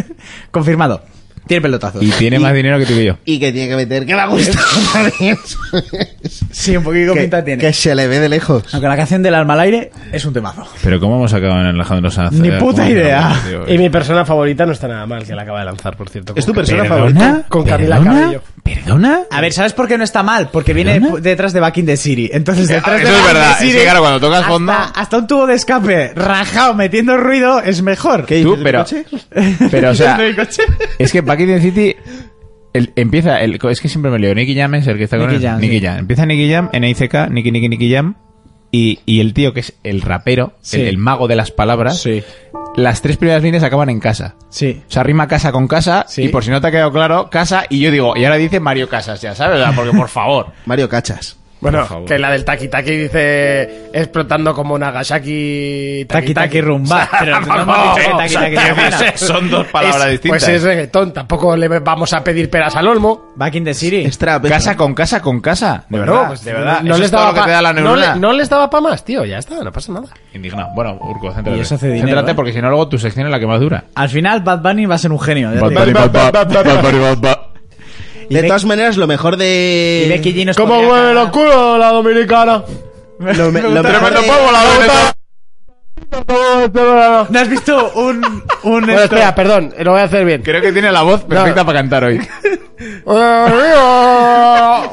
Speaker 4: Confirmado. Tiene pelotazos.
Speaker 6: Y tiene más dinero que tú y yo.
Speaker 5: Y que tiene que meter, que le ha gustado.
Speaker 4: Sí, un poquito
Speaker 5: que,
Speaker 4: pinta tiene. Ah.
Speaker 5: que se le ve de lejos.
Speaker 4: Aunque la canción del alma al aire es un temazo.
Speaker 6: Pero ¿cómo hemos acabado en Alejandro Sanz?
Speaker 4: Ni
Speaker 6: Eh,
Speaker 4: puta
Speaker 6: ¿cómo que
Speaker 4: idea.
Speaker 6: no, tío?
Speaker 2: Y mi persona favorita no está nada mal, que la acaba de lanzar, por cierto.
Speaker 5: ¿Es
Speaker 2: con-
Speaker 5: tu persona
Speaker 2: ¿Perdona?
Speaker 5: favorita?
Speaker 2: Con Camila
Speaker 6: ¿Perdona?
Speaker 2: Cabello.
Speaker 6: ¿Perdona?
Speaker 4: A ver, ¿sabes por qué no está mal? Porque viene
Speaker 6: ¿Perdona?
Speaker 4: detrás de Back in the City. Entonces,
Speaker 6: Eh,
Speaker 4: detrás de
Speaker 6: eso es
Speaker 4: Back in the
Speaker 6: verdad.
Speaker 4: City,
Speaker 6: Es que, claro, cuando tocas
Speaker 4: hasta-
Speaker 6: fondo-
Speaker 4: Hasta, un tubo de escape rajado metiendo ruido es mejor.
Speaker 5: ¿Qué
Speaker 6: Tú,
Speaker 5: dices,
Speaker 6: pero-
Speaker 5: coche?
Speaker 6: Pero, o sea,
Speaker 4: Dentro del coche.
Speaker 6: es que Back in the City el- empieza, el, es que siempre me leo, Nicky Jam es el que está con
Speaker 4: Nicky
Speaker 6: él.
Speaker 4: Jam,
Speaker 6: Nicky
Speaker 4: sí.
Speaker 6: Jam. Empieza Nicky Jam en ICK, Nicky, Nicky, Nicky Jam. Y, y el tío que es el rapero,
Speaker 4: Sí.
Speaker 6: el, el mago de las palabras,
Speaker 4: Sí.
Speaker 6: las tres primeras líneas acaban en casa.
Speaker 4: Sí.
Speaker 6: O sea, rima casa con casa,
Speaker 4: Sí.
Speaker 6: y por si no te ha quedado claro, casa, y yo digo, y ahora dice Mario Casas, ya sabes, O sea, porque por favor.
Speaker 5: Mario Cachas.
Speaker 6: Por
Speaker 2: Bueno,
Speaker 6: favor.
Speaker 2: que la del Taki Taki dice explotando como Nagasaki.
Speaker 4: Taki Taki rumba. Pero no hemos
Speaker 2: tampoco,
Speaker 4: dicho que
Speaker 2: o
Speaker 4: Taki
Speaker 2: sea,
Speaker 4: Taki
Speaker 2: ¿qué
Speaker 4: rumba.
Speaker 2: dices?
Speaker 6: pues, eh, Son dos palabras
Speaker 2: Es-
Speaker 6: distintas.
Speaker 2: Pues es reggaetón, tampoco le vamos a pedir peras al olmo.
Speaker 4: Back in the City.
Speaker 5: Es trap, es
Speaker 6: casa
Speaker 5: trap.
Speaker 6: con casa con casa. De
Speaker 2: Bueno,
Speaker 6: verdad,
Speaker 2: pues
Speaker 6: de
Speaker 2: No
Speaker 6: verdad. Ah, Eso
Speaker 2: les
Speaker 6: es todo
Speaker 2: daba
Speaker 6: lo que
Speaker 2: pa-
Speaker 6: te da la
Speaker 2: no,
Speaker 6: neurona.
Speaker 2: le- no les daba pa' más, tío, ya está, no pasa nada.
Speaker 6: Indignado. Bueno, Urco, céntrate.
Speaker 4: Y eso hace dinero,
Speaker 6: Céntrate
Speaker 4: ¿eh?
Speaker 6: porque si no, luego tu sección es la que más dura.
Speaker 4: Al final, Bad Bunny va a ser un genio. ya te digo. Y
Speaker 5: De
Speaker 4: Be-
Speaker 5: todas maneras, lo mejor
Speaker 4: y
Speaker 5: de...
Speaker 4: Becky G nos
Speaker 2: ¿Cómo
Speaker 4: podría
Speaker 2: mueve
Speaker 4: ganar.
Speaker 2: los culos la dominicana?
Speaker 5: Lo, me- lo mejor de-
Speaker 4: ¿No has visto un... un
Speaker 2: Bueno,
Speaker 4: esto?
Speaker 2: espera, perdón, lo voy a hacer bien.
Speaker 6: Creo que tiene la voz perfecta
Speaker 2: No.
Speaker 6: para cantar hoy.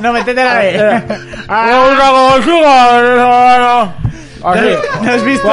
Speaker 4: No, metete la vez. ¿No has visto?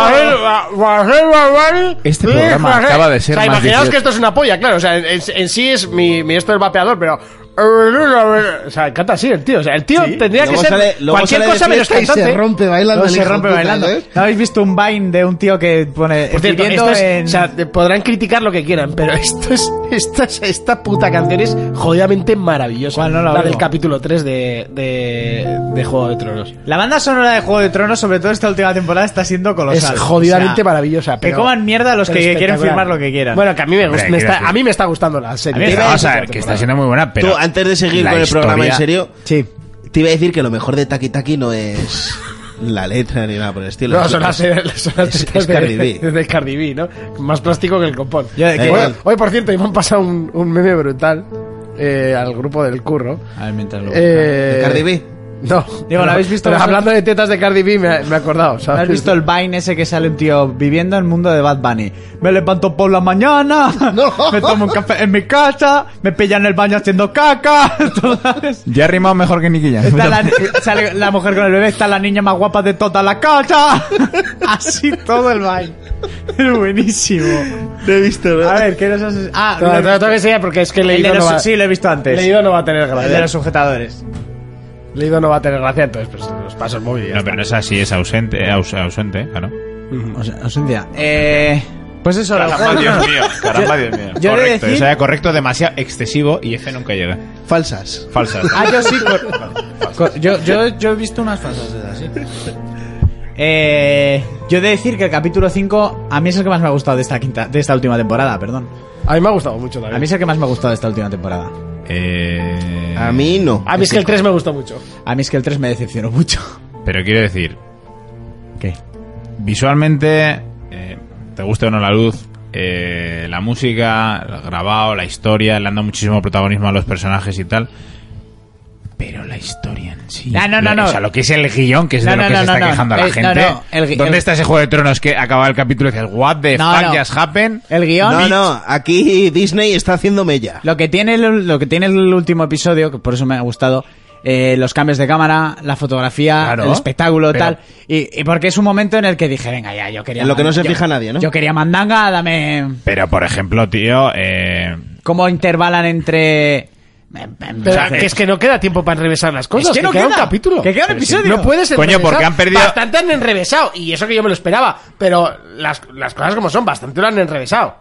Speaker 6: Este programa acaba de ser
Speaker 2: O sea,
Speaker 6: más
Speaker 2: imaginaos
Speaker 6: difícil.
Speaker 2: que esto es una polla, claro. O sea, en, en sí es mi, mi esto del vapeador, pero. O sea, canta así el tío. O sea, el tío tendría que
Speaker 5: Luego
Speaker 2: ser
Speaker 5: sale- luego
Speaker 2: cualquier
Speaker 5: sale de
Speaker 2: cosa menos
Speaker 5: fiesta y
Speaker 2: cantante.
Speaker 5: se rompe bailando.
Speaker 4: No
Speaker 5: el
Speaker 4: se
Speaker 5: hijo
Speaker 4: rompe
Speaker 5: puta,
Speaker 4: bailando.
Speaker 5: ¿sabes?
Speaker 4: ¿No habéis visto un Vine de un tío que pone...
Speaker 2: Por cierto, esto
Speaker 4: escribiendo
Speaker 2: es-
Speaker 4: en-
Speaker 2: o sea, te- podrán criticar lo que quieran, pero esto es, esta, es- esta puta canción es jodidamente maravillosa.
Speaker 4: ¿Cuál? No la
Speaker 2: la
Speaker 4: oigo.
Speaker 2: del capítulo 3 de, de, de Juego de Tronos.
Speaker 4: La banda sonora de Juego de Tronos, sobre todo esta última temporada, está siendo colosal.
Speaker 2: Es jodidamente
Speaker 4: O sea,
Speaker 2: maravillosa.
Speaker 4: Que
Speaker 2: pero-
Speaker 4: coman mierda los
Speaker 2: pero
Speaker 4: que quieren
Speaker 2: espectacular.
Speaker 4: firmar lo que quieran.
Speaker 2: Bueno, que a mí me, gusta,
Speaker 6: Hombre,
Speaker 2: me
Speaker 6: quiero
Speaker 2: está,
Speaker 6: decir-
Speaker 2: a mí me está gustando la
Speaker 6: A
Speaker 2: serie.
Speaker 6: ver,
Speaker 5: Te iba a
Speaker 6: vamos
Speaker 5: decir
Speaker 6: a ver,
Speaker 2: otra
Speaker 6: que está
Speaker 2: temporada.
Speaker 6: siendo muy buena, pero...
Speaker 5: Tú, antes de seguir
Speaker 6: la
Speaker 5: con el programa en
Speaker 6: historia-
Speaker 5: serio,
Speaker 4: Sí.
Speaker 5: te iba a decir que lo mejor de Taki Taki no es la letra ni nada por el estilo.
Speaker 2: No,
Speaker 5: Es-
Speaker 2: son las, son las
Speaker 5: es-
Speaker 2: tetas
Speaker 5: es Cardi
Speaker 2: de,
Speaker 5: B.
Speaker 2: de Cardi B, ¿no? Más plástico que el compón.
Speaker 4: Yo de
Speaker 5: que-
Speaker 2: Bueno, hoy, por cierto, me han pasado un, un meme brutal eh, al grupo del curro.
Speaker 4: A ver, mientras lo
Speaker 2: Eh,
Speaker 5: ¿De Cardi B?
Speaker 2: No.
Speaker 4: Digo, ¿lo habéis visto
Speaker 2: Pero
Speaker 4: vosotros?
Speaker 2: hablando de tetas de Cardi B, me, ha- me he acordado,
Speaker 4: ¿No
Speaker 2: ¿sabes?
Speaker 5: Ah,
Speaker 4: ¿Has visto el Vine ese que sale un tío viviendo en el mundo de Bad Bunny? Me levanto por la mañana,
Speaker 5: No.
Speaker 4: me tomo un café en mi casa, me pillan en el baño haciendo caca. todas-
Speaker 6: Ya ha rimado mejor que Nicky Jam.
Speaker 4: Está la, sale la mujer con el bebé, está la niña más guapa de toda la casa. Así todo el Vine. Es buenísimo.
Speaker 5: No he visto,
Speaker 4: A ver, ¿qué nos has... Ah,
Speaker 2: No,
Speaker 4: lo
Speaker 2: te
Speaker 4: he
Speaker 2: lo tengo que enseñar porque es que
Speaker 4: El de
Speaker 2: leído no
Speaker 4: los-
Speaker 2: va,
Speaker 4: sí, lo he visto antes.
Speaker 2: leído no va a tener
Speaker 4: El de
Speaker 2: gracia.
Speaker 4: los sujetadores.
Speaker 2: Leído no va a tener gracia, entonces pues, los pasos móviles.
Speaker 6: No, pero no es así, es ausente, eh, aus- ausente, claro.
Speaker 4: O sea, ausencia. Eh, pues eso, la
Speaker 6: Caramba, Dios mío, caramba, Dios mío.
Speaker 4: yo he de
Speaker 6: correcto,
Speaker 4: decir-
Speaker 6: o sea, correcto, demasiado excesivo y F nunca llega.
Speaker 5: Falsas.
Speaker 6: Falsas.
Speaker 4: Ah, yo sí. cor- cor- yo, yo, yo he visto unas falsas de esas, sí. Eh, yo he de decir que el capítulo 5 a mí es el que más me ha gustado de esta quinta, de esta última temporada, perdón.
Speaker 2: A mí me ha gustado mucho también.
Speaker 4: A mí es el que más me ha gustado de esta última temporada.
Speaker 6: Eh,
Speaker 5: A mí no.
Speaker 2: A mí es que el 3 me gustó mucho.
Speaker 4: A mí es que el 3 me decepcionó mucho.
Speaker 6: Pero quiero decir,
Speaker 4: ¿Qué?
Speaker 6: visualmente, eh, te gusta o no la luz, eh, la música, el grabado, la historia, le han dado muchísimo protagonismo a los personajes y tal. Pero la historia en sí.
Speaker 4: Ah, no, no,
Speaker 6: la-
Speaker 4: no.
Speaker 6: O sea, lo que es el guión, que es
Speaker 4: No,
Speaker 6: de lo
Speaker 4: no,
Speaker 6: que
Speaker 4: no,
Speaker 6: se
Speaker 4: no,
Speaker 6: está
Speaker 4: no.
Speaker 6: quejando
Speaker 4: Eh,
Speaker 6: la
Speaker 4: no,
Speaker 6: gente.
Speaker 4: no, el gui-
Speaker 6: ¿Dónde
Speaker 4: el-
Speaker 6: está ese juego de tronos que acaba el capítulo y dices, What the
Speaker 4: No,
Speaker 6: fuck
Speaker 4: no.
Speaker 6: just happened?
Speaker 4: El guión.
Speaker 5: No, no, aquí Disney está haciendo mella.
Speaker 4: Lo que tiene el, lo que tiene el último episodio, que por eso me ha gustado, eh, los cambios de cámara, la fotografía,
Speaker 6: Claro.
Speaker 4: el espectáculo,
Speaker 6: Pero-
Speaker 4: tal. Y, y porque es un momento en el que dije, venga, ya, yo quería.
Speaker 5: En lo que no se
Speaker 4: yo-
Speaker 5: fija nadie, ¿no?
Speaker 4: Yo quería mandanga, dame.
Speaker 6: Pero, por ejemplo, tío, eh,
Speaker 4: ¿Cómo intervalan entre. em,
Speaker 2: Pero que es que no queda tiempo para enrevesar las cosas.
Speaker 4: Es que no
Speaker 2: queda, un
Speaker 4: queda.
Speaker 2: capítulo.
Speaker 4: Que queda un
Speaker 2: Pero sí,
Speaker 4: episodio.
Speaker 2: No puedes
Speaker 6: Coño,
Speaker 2: enrevesar.
Speaker 6: porque han perdido-
Speaker 2: Bastante han enrevesado. Y eso que yo me lo esperaba. Pero las, las cosas como son, bastante lo han enrevesado.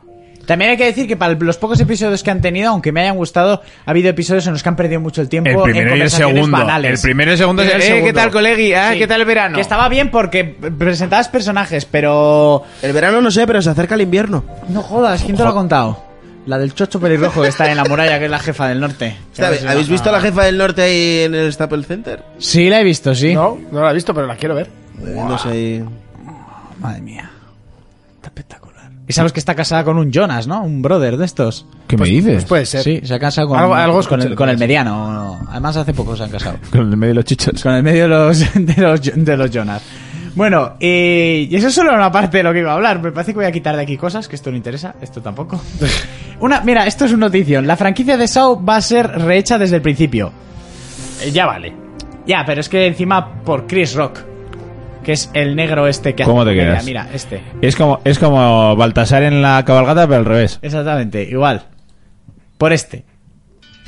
Speaker 4: También hay que decir que para los pocos episodios que han tenido, aunque me hayan gustado, ha habido episodios en los que han perdido mucho el tiempo.
Speaker 6: el
Speaker 4: en
Speaker 6: primero y el
Speaker 4: conversaciones
Speaker 6: segundo.
Speaker 4: banales.
Speaker 6: El primero y el segundo.
Speaker 2: Y el
Speaker 6: eh, ¿qué
Speaker 2: segundo.
Speaker 6: tal, colegi? Ah,
Speaker 2: Sí.
Speaker 6: ¿qué tal el verano?
Speaker 4: Que estaba bien porque presentabas personajes, pero.
Speaker 5: El verano no sé, pero se acerca el invierno.
Speaker 4: No jodas, ¿quién te lo ha contado? La del chocho pelirrojo que está en la muralla, que es la jefa del norte.
Speaker 5: ¿Sabes? ¿Habéis visto a la jefa del norte ahí en el Staples Center?
Speaker 4: Sí, la he visto, sí.
Speaker 2: No, no la he visto, pero la quiero ver.
Speaker 5: Eh, No sé.
Speaker 4: Madre mía. Está espectacular. Y sabes que está casada con un Jonas, ¿no? Un brother de estos. Pues
Speaker 6: ¿Qué me dices?
Speaker 2: Puede ser.
Speaker 4: Sí, se ha casado con,
Speaker 2: Algo- algo escuché,
Speaker 4: con, el, con el
Speaker 2: parece.
Speaker 4: mediano. Además, hace poco se han casado.
Speaker 6: Con el medio de los chichos.
Speaker 4: Con el medio de los, de los, de los Jonas. Bueno, eh, y, y eso es solo una parte de lo que iba a hablar. Me parece que voy a quitar de aquí cosas, que esto no interesa, esto tampoco. Una, mira, esto es una notición. La franquicia de Saw va a ser rehecha desde el principio.
Speaker 2: Eh, ya vale.
Speaker 4: Ya, pero es que encima por Chris Rock, que es el negro este que
Speaker 6: ¿Cómo
Speaker 4: hace
Speaker 6: te
Speaker 4: comedia.
Speaker 6: quedas?
Speaker 4: Mira, este.
Speaker 6: Es como, es como Baltasar en la cabalgata, pero al revés.
Speaker 4: Exactamente, igual. Por este.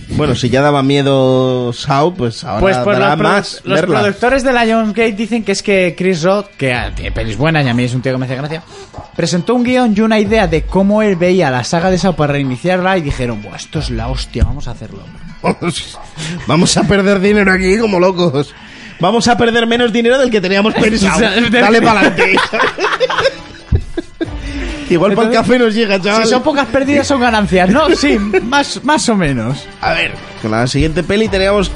Speaker 5: Bueno, si ya daba miedo Sao, pues ahora
Speaker 4: Pues, pues los,
Speaker 5: dará
Speaker 4: produ-
Speaker 5: más
Speaker 4: los
Speaker 5: verla.
Speaker 4: productores de Lionsgate dicen que es que Chris Rock, que ah, tiene pelis buenas y a mí es un tío que me hace gracia, presentó un guión y una idea de cómo él veía la saga de Saw para reiniciarla y dijeron, Buah, esto es la hostia, vamos a hacerlo.
Speaker 5: Vamos a perder dinero aquí como locos. Vamos a perder menos dinero del que teníamos pensado. Dale para adelante. Igual para el café nos llega, chaval.
Speaker 4: Si son pocas pérdidas son ganancias, ¿no? Sí, más, más o menos.
Speaker 5: A ver, con la siguiente peli teníamos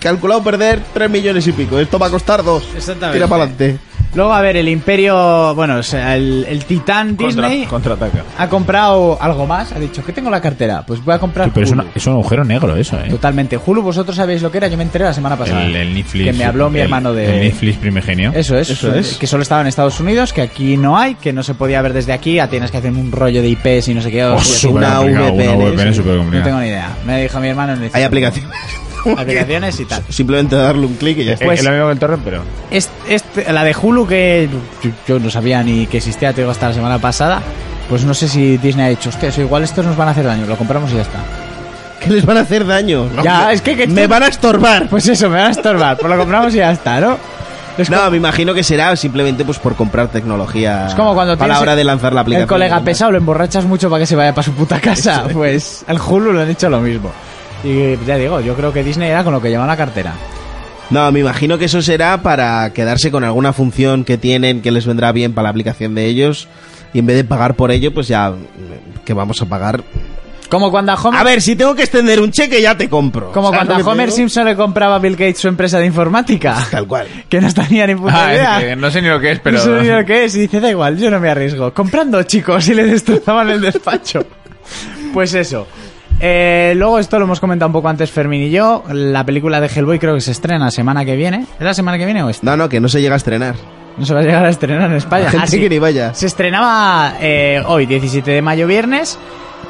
Speaker 5: calculado perder 3 millones y pico. Esto va a costar 2.
Speaker 4: Exactamente.
Speaker 5: Tira para adelante.
Speaker 4: Luego, a ver, el imperio, bueno, o sea, el, el titán Disney...
Speaker 6: contraataca.
Speaker 4: ha comprado algo más, ha dicho, ¿qué tengo en la cartera? Pues voy a comprar
Speaker 6: Pero es,
Speaker 4: Hulu.
Speaker 6: una- es un agujero negro eso, ¿eh?
Speaker 4: Totalmente. Hulu, vosotros sabéis lo que era, yo me enteré la semana pasada.
Speaker 6: El, el Netflix.
Speaker 4: Que me habló mi
Speaker 6: el-
Speaker 4: hermano de...
Speaker 6: El Netflix primigenio.
Speaker 4: Eso es,
Speaker 5: Eso es.
Speaker 4: Que solo estaba en Estados Unidos, que aquí no hay, que no se podía ver desde aquí, ya tienes que hacer un rollo de IPs y no sé qué.
Speaker 6: Oh,
Speaker 4: o-
Speaker 6: súper
Speaker 5: una
Speaker 6: complicado,
Speaker 5: VPN,
Speaker 6: Una VPN
Speaker 5: sí.
Speaker 4: no
Speaker 6: súper
Speaker 4: tengo
Speaker 6: complicada.
Speaker 4: ni idea. Me dijo mi hermano. en el-
Speaker 5: Hay aplicaciones.
Speaker 4: Aplicaciones y tal.
Speaker 5: Simplemente darle un clic y ya está.
Speaker 4: Pues-
Speaker 6: es lo mismo Eh, que el torrent, pero.
Speaker 4: Este- este- la de Hulu, que yo, yo no sabía ni que existía, te digo, hasta la semana pasada. Pues no sé si Disney ha dicho, hostia, eso igual estos nos van a hacer daño, lo compramos y ya está.
Speaker 5: que les van a hacer daño. No,
Speaker 4: Ya,
Speaker 5: me-
Speaker 4: es que- que
Speaker 5: me
Speaker 4: tú-
Speaker 5: van a estorbar.
Speaker 4: Pues eso, me van a estorbar, pues lo compramos y ya está, ¿no? Es
Speaker 5: no, me imagino que será simplemente pues por comprar tecnología.
Speaker 4: Es como cuando
Speaker 5: para la
Speaker 4: tienes
Speaker 5: hora de lanzar la aplicación.
Speaker 4: El colega pesado lo emborrachas mucho para que se vaya para su puta casa. Pues al Hulu lo han hecho lo mismo. Y ya digo, yo creo que Disney era con lo que llevan la cartera.
Speaker 5: No, me imagino que eso será para quedarse con alguna función que tienen que les vendrá bien para la aplicación de ellos y en vez de pagar por ello, pues ya mm, que vamos a pagar.
Speaker 4: Como cuando a Homer,
Speaker 5: A ver, si tengo que extender un cheque ya te compro.
Speaker 4: como
Speaker 5: ¿Sabes
Speaker 4: cuando a
Speaker 5: lo que te
Speaker 4: Homer
Speaker 5: digo?
Speaker 4: Simpson le compraba a Bill Gates su empresa de informática.
Speaker 5: Tal cual.
Speaker 4: Que no está ni ni puta
Speaker 6: Ah,
Speaker 4: Pues idea.
Speaker 6: es que no sé ni lo que es, pero.
Speaker 4: No sé ni lo que es. Y dice, da igual, yo no me arriesgo. Comprando, chicos, y le destrozaban el despacho. Pues eso. Eh, luego, esto lo hemos comentado un poco antes Fermín y yo. La película de Hellboy creo que se estrena la semana que viene. ¿Es la semana que viene o esta?
Speaker 5: No, no, que no se llega a estrenar.
Speaker 4: No se va a llegar a estrenar en España.
Speaker 5: La gente
Speaker 4: Ah, sí.
Speaker 5: que ni vaya.
Speaker 4: Se estrenaba eh, hoy, 17 de mayo, viernes.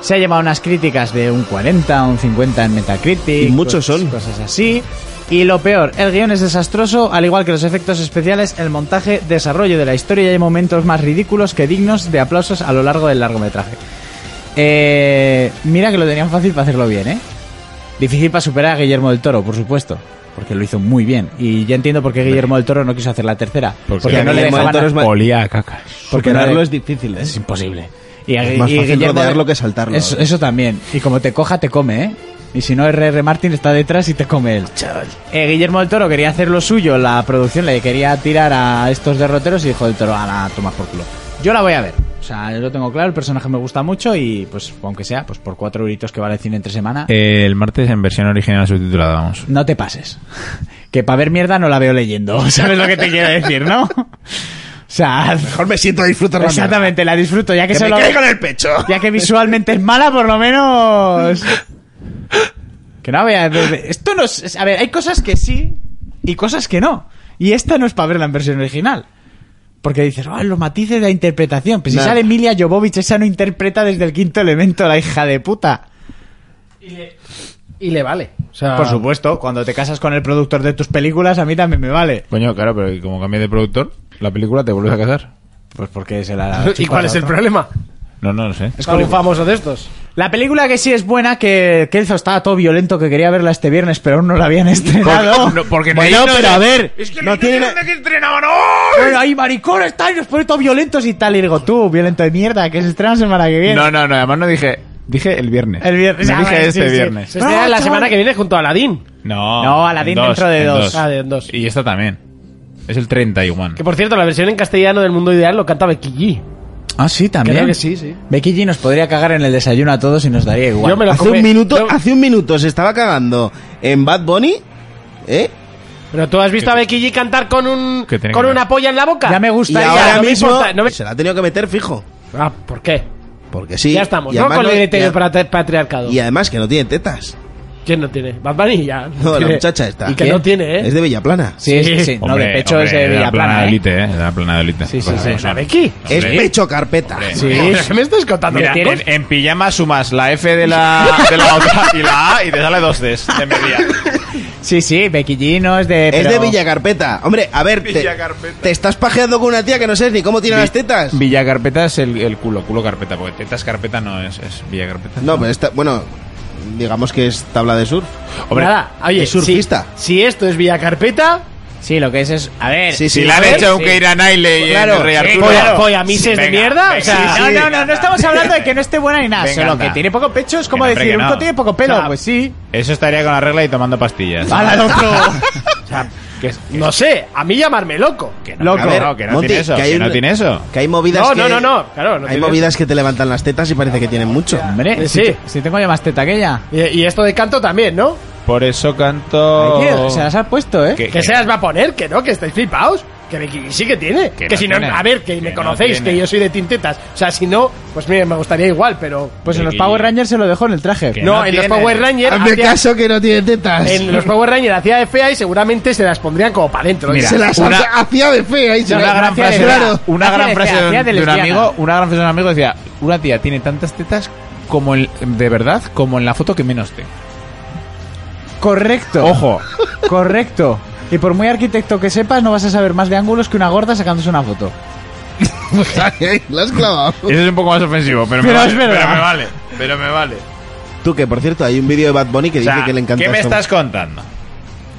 Speaker 4: Se ha llevado unas críticas de un 40, un 50 en Metacritic.
Speaker 5: Y muchos
Speaker 4: cosas-
Speaker 5: son.
Speaker 4: Cosas así. Y lo peor, el guión es desastroso, al igual que los efectos especiales, el montaje, desarrollo de la historia y hay momentos más ridículos que dignos de aplausos a lo largo del largometraje. Eh, mira que lo tenían fácil para hacerlo bien, ¿eh? Difícil para superar a Guillermo del Toro, por supuesto. porque lo hizo muy bien. Y ya entiendo por qué Guillermo del Toro no quiso hacer la tercera. Porque,
Speaker 5: Porque
Speaker 4: no le
Speaker 5: Guillermo del
Speaker 4: dejaban...
Speaker 5: Toro es ma-
Speaker 6: Olía a caca.
Speaker 4: porque no
Speaker 5: Superarlo
Speaker 4: le-
Speaker 5: es difícil, ¿eh?
Speaker 4: Es imposible. Y,
Speaker 2: eh,
Speaker 5: Es más
Speaker 4: y
Speaker 5: fácil
Speaker 4: Guillermo-
Speaker 5: rodearlo que saltarlo.
Speaker 4: Eso, eso también. Y como te coja, te come, ¿eh? Y si no, R.R. Martin está detrás y te come él. Eh, Guillermo del Toro quería hacer lo suyo, la producción le quería tirar a estos derroteros y dijo del Toro, a la toma por culo. Yo la voy a ver. O sea, yo lo tengo claro, el personaje me gusta mucho y, pues, aunque sea, pues por cuatro euritos que vale el cine entre semana,
Speaker 6: Eh, el martes en versión original subtitulada, vamos.
Speaker 4: no te pases. Que para ver mierda no la veo leyendo. ¿Sabes lo que te quiero decir, no? O sea,
Speaker 5: Mejor me siento a disfrutar
Speaker 4: exactamente, la disfruto, ya que, solo...
Speaker 5: el pecho.
Speaker 4: Ya que visualmente es mala, por lo menos. Que no vea. Esto no es. A ver, hay cosas que sí y cosas que no. Y esta no es para verla en versión original. Porque dices, "Ah, los matices de la interpretación. Pues si
Speaker 5: Nah.
Speaker 4: sale Emilia Jovovich, esa no interpreta desde el quinto elemento, la hija de puta.
Speaker 2: Y le vale. O sea,
Speaker 4: Por supuesto, cuando te casas con el productor de tus películas, a mí también me vale.
Speaker 6: Coño, claro, pero como cambié de productor, la película te vuelves a casar.
Speaker 4: Pues porque se la.
Speaker 2: ¿Y cuál es el problema?
Speaker 6: No, no, no sé.
Speaker 2: Es con un famoso de estos.
Speaker 4: La película que sí es buena, que Kelzo estaba todo violento que quería verla este viernes, pero aún no la habían estrenado.
Speaker 6: Porque- no, porque
Speaker 4: bueno,
Speaker 6: leí, no,
Speaker 4: pero
Speaker 6: no,
Speaker 4: a ver, no tiene...
Speaker 6: que entrenaban hoy!
Speaker 4: Bueno, ahí maricones, tal, y nos ponen todos violentos y tal. Y digo, tú, violento de mierda, que se estrena la semana que viene.
Speaker 6: No, no, no, además no dije. Dije el viernes.
Speaker 4: El viernes.
Speaker 6: No
Speaker 4: Ah,
Speaker 6: dije
Speaker 4: bueno,
Speaker 6: este
Speaker 4: sí, sí.
Speaker 6: viernes.
Speaker 2: Se estrena
Speaker 4: Ah,
Speaker 2: la
Speaker 4: chaval.
Speaker 2: semana que viene junto a Aladdin.
Speaker 6: No.
Speaker 4: No, Aladdin
Speaker 6: en
Speaker 4: dentro de
Speaker 6: en
Speaker 4: dos.
Speaker 2: Ah, de en dos.
Speaker 6: Y esta también. Es el 31.
Speaker 2: Que por cierto, la versión en castellano del mundo ideal lo canta Becky G.
Speaker 4: Ah, sí, también.
Speaker 2: Creo que sí, sí.
Speaker 4: Becky G nos podría cagar en el desayuno a todos y nos daría igual.
Speaker 2: Yo me lo
Speaker 5: Hace
Speaker 2: comí.
Speaker 5: un minuto,
Speaker 2: Yo-
Speaker 5: hace un minuto se estaba cagando en Bad Bunny, ¿eh?
Speaker 2: Pero tú has visto a Becky G cantar con un
Speaker 6: Que tiene
Speaker 2: con
Speaker 6: que-
Speaker 2: una polla en la boca.
Speaker 4: Ya me
Speaker 5: Y
Speaker 4: gustaría.
Speaker 5: ahora
Speaker 2: no me
Speaker 5: mismo
Speaker 2: importa, no me-
Speaker 5: se la ha tenido que meter fijo.
Speaker 2: Ah, ¿por qué?
Speaker 5: Porque sí.
Speaker 2: ya estamos,
Speaker 5: y
Speaker 2: ¿no?
Speaker 5: además
Speaker 2: Con el
Speaker 5: y
Speaker 2: criterio
Speaker 5: a-
Speaker 2: para- patriarcado.
Speaker 5: Y además que no tiene tetas.
Speaker 2: ¿Quién no tiene? Bad Bunny ya.
Speaker 5: No, la
Speaker 2: tiene.
Speaker 5: muchacha está.
Speaker 2: Y que
Speaker 4: ¿Qué?
Speaker 2: no tiene, ¿eh?
Speaker 5: Es de Villaplana.
Speaker 4: Sí, sí, sí. No,
Speaker 6: Hombre,
Speaker 4: de pecho
Speaker 6: hombre,
Speaker 4: es de
Speaker 6: era plana
Speaker 4: Villaplana,
Speaker 6: de
Speaker 4: ¿eh?
Speaker 6: élite, ¿eh? Era plana de élite.
Speaker 4: Sí, sí,
Speaker 6: Pues,
Speaker 4: sí.
Speaker 6: vamos a
Speaker 2: ¿La
Speaker 6: ver.
Speaker 2: Becky?
Speaker 6: Hombre.
Speaker 5: Es pecho carpeta.
Speaker 6: Sí.
Speaker 2: ¿Qué me estás contando?
Speaker 6: Mira,
Speaker 2: ¿Qué
Speaker 6: en, en pijama sumas la F de la, de la otra y la A y te sale dos Ds de media.
Speaker 4: Sí, sí, Becky G no es de.
Speaker 5: Es
Speaker 4: pero-
Speaker 5: de Villacarpeta. Hombre, a ver, te,
Speaker 6: Villacarpeta.
Speaker 5: te estás pajeando con una tía que no sabes ni cómo tiene las tetas.
Speaker 6: Villa Carpeta es el, el culo, culo carpeta, porque tetas carpeta no es, es Villa Carpeta.
Speaker 5: No, pero está, bueno, digamos que es tabla de surf.
Speaker 6: Hombre,
Speaker 2: Nada, oye,
Speaker 5: es surfista.
Speaker 2: Si, si esto es Villa Carpeta,
Speaker 4: Sí, lo que es es. A ver.
Speaker 5: Sí, ¿eh?
Speaker 6: si
Speaker 5: sí,
Speaker 6: le han
Speaker 5: sí.
Speaker 6: hecho un
Speaker 2: sí.
Speaker 6: Keira Knightley y
Speaker 5: Claro,
Speaker 6: el Rey
Speaker 5: sí,
Speaker 6: Arturo.
Speaker 2: polla, polla mises de
Speaker 6: venga,
Speaker 2: mierda. o
Speaker 6: venga,
Speaker 2: sea,
Speaker 4: No, no, no, no estamos hablando de que no esté buena ni nada.
Speaker 6: Venga,
Speaker 4: solo
Speaker 6: anda.
Speaker 4: que tiene poco pecho, es como
Speaker 6: Que no, hombre,
Speaker 4: decir,
Speaker 6: que
Speaker 4: un
Speaker 6: no.
Speaker 4: tiene poco pelo.
Speaker 2: O sea,
Speaker 4: pues sí.
Speaker 6: Eso estaría con la regla y tomando pastillas.
Speaker 4: Ala, el otro.
Speaker 6: Que,
Speaker 2: no sé, a mí llamarme loco.
Speaker 6: que no,
Speaker 5: Loco.
Speaker 6: que no, que no
Speaker 5: Monty,
Speaker 6: tiene eso.
Speaker 5: que
Speaker 6: Que,
Speaker 5: hay un-
Speaker 6: no tiene eso.
Speaker 5: Que hay movidas
Speaker 2: No,
Speaker 5: que...
Speaker 2: no, no, no, claro, no
Speaker 5: hay
Speaker 2: tiene-
Speaker 5: movidas que te levantan las tetas y parece que tienen mucho.
Speaker 4: Hombre,
Speaker 2: Eh,
Speaker 4: sí.
Speaker 2: sí.
Speaker 4: Si, tengo ya más teta que ella.
Speaker 2: Y, y esto de canto también, ¿no?
Speaker 6: Por eso canto.
Speaker 4: Ay, tío, Se las ha puesto, ¿eh?
Speaker 6: Que-
Speaker 2: Que se las va a poner, que no, que estáis flipados. Que Becky G sí que tiene.
Speaker 6: Que
Speaker 2: Que,
Speaker 6: no
Speaker 2: si no,
Speaker 6: tiene.
Speaker 2: a ver, que,
Speaker 6: Que
Speaker 2: me
Speaker 6: no
Speaker 2: conocéis,
Speaker 6: tiene.
Speaker 2: que yo soy de tintetas. O sea, si no, pues mire, me gustaría igual, pero.
Speaker 4: Pues en los
Speaker 6: Y-
Speaker 4: Power Rangers se lo dejó en el traje.
Speaker 6: Que
Speaker 2: no,
Speaker 6: no
Speaker 2: en los
Speaker 6: tiene.
Speaker 2: Power Rangers.
Speaker 5: Hazme
Speaker 2: hacía-
Speaker 5: caso que no tiene tetas.
Speaker 2: En los Power Rangers hacía de fea y seguramente se las pondrían como para adentro.
Speaker 6: Mira,
Speaker 5: se las
Speaker 6: una-
Speaker 5: hace- hacía de fe ahí. se
Speaker 6: una
Speaker 5: las-
Speaker 6: gran
Speaker 5: Gracias,
Speaker 6: frase,
Speaker 5: claro.
Speaker 6: una
Speaker 4: Gracias,
Speaker 6: gran
Speaker 4: decía,
Speaker 6: frase de, un-
Speaker 4: hacía de
Speaker 6: de un
Speaker 4: lesbiana.
Speaker 6: amigo, una gran frase de un amigo decía, una tía tiene tantas tetas como en- de verdad como en la foto que menos te.
Speaker 4: Correcto.
Speaker 6: Ojo,
Speaker 4: Correcto. Y por muy arquitecto que sepas, no vas a saber más de ángulos que una gorda sacándose una foto.
Speaker 5: Lo has clavado.
Speaker 6: eso es un poco más ofensivo, pero, me,
Speaker 4: Pero
Speaker 6: vale,
Speaker 4: es verdad.
Speaker 6: pero me vale, pero me vale.
Speaker 5: Tú, que por cierto, hay un vídeo de Bad Bunny que
Speaker 6: O
Speaker 5: dice
Speaker 6: sea,
Speaker 5: que le encanta
Speaker 6: ¿Qué me
Speaker 5: eso.
Speaker 6: estás contando?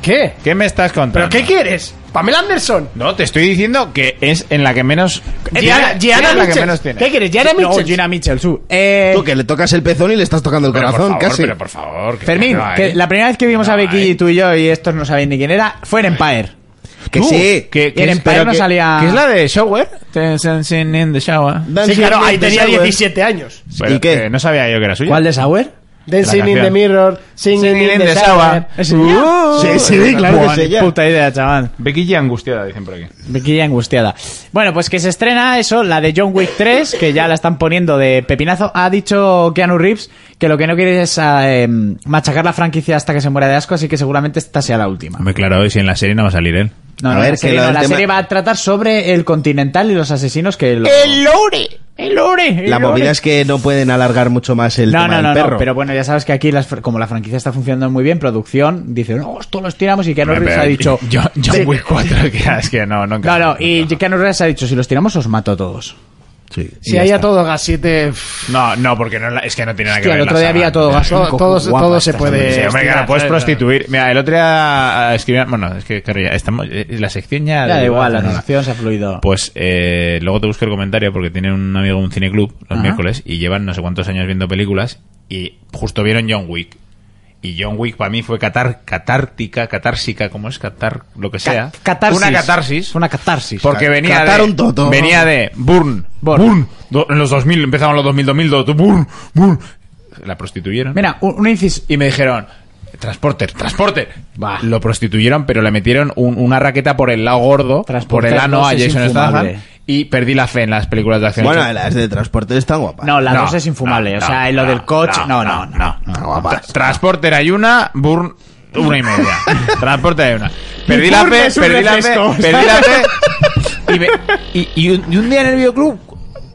Speaker 2: ¿Qué?
Speaker 6: ¿Qué me estás
Speaker 2: ¿Pero
Speaker 6: contando?
Speaker 2: qué quieres? ¿Pamela Anderson?
Speaker 6: No, te estoy diciendo que es en la que menos
Speaker 2: Gianna,
Speaker 6: Tiene- tiene
Speaker 2: Gianna
Speaker 6: en la que
Speaker 2: Mitchell.
Speaker 6: menos tiene.
Speaker 2: ¿Qué quieres? Gianna
Speaker 4: No,
Speaker 2: Mitchell.
Speaker 4: Gina Mitchell, su. Eh,
Speaker 5: Tú, que le tocas el pezón y le estás tocando el
Speaker 6: Pero por
Speaker 5: corazón,
Speaker 6: favor,
Speaker 5: casi.
Speaker 6: Pero por favor, que
Speaker 4: Fermín,
Speaker 6: no hay.
Speaker 4: que la primera vez que vimos a
Speaker 6: No
Speaker 4: Becky
Speaker 6: hay.
Speaker 4: y tú y yo, y estos no sabían ni quién era, fue en Empire.
Speaker 5: Que
Speaker 6: Tú,
Speaker 5: sí.
Speaker 6: que, que
Speaker 4: En
Speaker 6: es-
Speaker 4: Empire
Speaker 6: pero
Speaker 4: no
Speaker 6: que-
Speaker 4: salía-
Speaker 6: que es la de Shower? Dancing in the Shower.
Speaker 2: Sí,
Speaker 5: Dancing
Speaker 2: claro,
Speaker 5: in
Speaker 2: ahí
Speaker 5: the
Speaker 2: tenía
Speaker 5: shower.
Speaker 2: 17 años.
Speaker 6: Pero,
Speaker 5: qué?
Speaker 6: eh, no sabía yo que era suya.
Speaker 4: ¿Cuál de Sauer?
Speaker 2: Dancing in the
Speaker 6: canción.
Speaker 2: mirror, singing, in the shower.
Speaker 4: ¿Es ella?
Speaker 5: Uh. Sí, sí, claro que
Speaker 4: Buah,
Speaker 5: es
Speaker 4: ni
Speaker 5: ella.
Speaker 4: Puta idea, chaval.
Speaker 6: Becky G angustiada, dicen por aquí.
Speaker 4: Becky ya angustiada. Bueno, pues que se estrena eso, la de John Wick 3, que ya la están poniendo de pepinazo. Ha dicho Keanu Reeves que lo que no quiere es eh, machacar la franquicia hasta que se muera de asco, así que seguramente esta sea la última.
Speaker 6: Hombre, claro, si en la serie no va a salir él.
Speaker 4: No,
Speaker 5: A
Speaker 4: no,
Speaker 5: ver,
Speaker 4: la,
Speaker 5: que
Speaker 4: serie,
Speaker 5: lo
Speaker 4: no,
Speaker 5: del
Speaker 4: la
Speaker 5: tema-
Speaker 4: serie va a tratar sobre el continental y los asesinos que... Lo... ¡El lore! ¡El lore!
Speaker 5: La movida es que no pueden alargar mucho más el
Speaker 4: no,
Speaker 5: tema
Speaker 4: no, no,
Speaker 5: del
Speaker 4: no,
Speaker 5: perro.
Speaker 4: pero bueno, ya sabes que aquí, las, fr- como la franquicia está funcionando muy bien, producción dice, no, esto los tiramos y Keanu Reeves ha dicho...
Speaker 6: Yo, John Wick 4, que es que no, nunca.
Speaker 4: No, no, y Keanu Reeves ha dicho, si los tiramos os mato a todos.
Speaker 5: Sí.
Speaker 2: Si
Speaker 4: ya
Speaker 2: hay a
Speaker 4: está.
Speaker 2: todo gas 7, pff,
Speaker 6: No, no, porque no, es la- es que no tiene nada que
Speaker 2: Hostia,
Speaker 6: ver.
Speaker 2: el
Speaker 6: la
Speaker 2: otro día
Speaker 6: saga.
Speaker 2: había todo gas
Speaker 4: Goku,
Speaker 2: todo, todo,
Speaker 4: guapa
Speaker 2: todo se
Speaker 4: esta
Speaker 2: puede.
Speaker 6: Sí, hombre, claro,
Speaker 2: estirar,
Speaker 6: puedes
Speaker 2: ¿sabes?
Speaker 6: prostituir. Mira, el otro día eh, escribían. Bueno, es que claro, ya estamos. eh, La sección ya.
Speaker 4: Ya da igual, la
Speaker 6: no, no.
Speaker 4: transición se ha fluido.
Speaker 6: Pues eh, luego te busco el comentario porque tiene un amigo un cineclub los
Speaker 4: Ajá.
Speaker 6: miércoles y llevan no sé cuántos años viendo películas y justo vieron John Wick. Y John Wick para mí fue catar, catártica, catársica, ¿cómo es? Catar, lo que sea.
Speaker 4: Ca- catarsis.
Speaker 6: Una catarsis.
Speaker 4: Una catarsis.
Speaker 6: Porque
Speaker 5: Ca-
Speaker 6: venía
Speaker 5: catar
Speaker 6: de,
Speaker 5: un toto.
Speaker 6: venía de Burn, Burn,
Speaker 4: Burn.
Speaker 6: Do- en los 2000, empezaban los 2000, 2002, Burn, Burn. La prostituyeron.
Speaker 4: Mira, un, un inciso.
Speaker 6: Y me dijeron, transporter, transporter.
Speaker 4: Bah.
Speaker 6: Lo prostituyeron, pero le metieron un- una raqueta por el lado gordo, por
Speaker 4: Transporter
Speaker 6: el ano
Speaker 4: dos
Speaker 6: a
Speaker 4: es
Speaker 6: Jason
Speaker 4: infumable.
Speaker 6: Statham. Y perdí la fe en las películas de acción.
Speaker 5: Bueno, las de transporte están guapas.
Speaker 4: No, la
Speaker 6: No,
Speaker 4: dos es infumable.
Speaker 6: no,
Speaker 4: o sea,
Speaker 6: no,
Speaker 4: en lo
Speaker 6: no,
Speaker 4: del coche.
Speaker 6: no,
Speaker 4: No, no, no.
Speaker 6: Tra- Transporter hay una, Burn una y media. Transporter hay una. Perdí la
Speaker 4: Burn
Speaker 6: fe,
Speaker 4: es un
Speaker 6: perdí la fe,
Speaker 4: refresco,
Speaker 6: perdí la fe. Y, me- y- y un, y un día en el videoclub,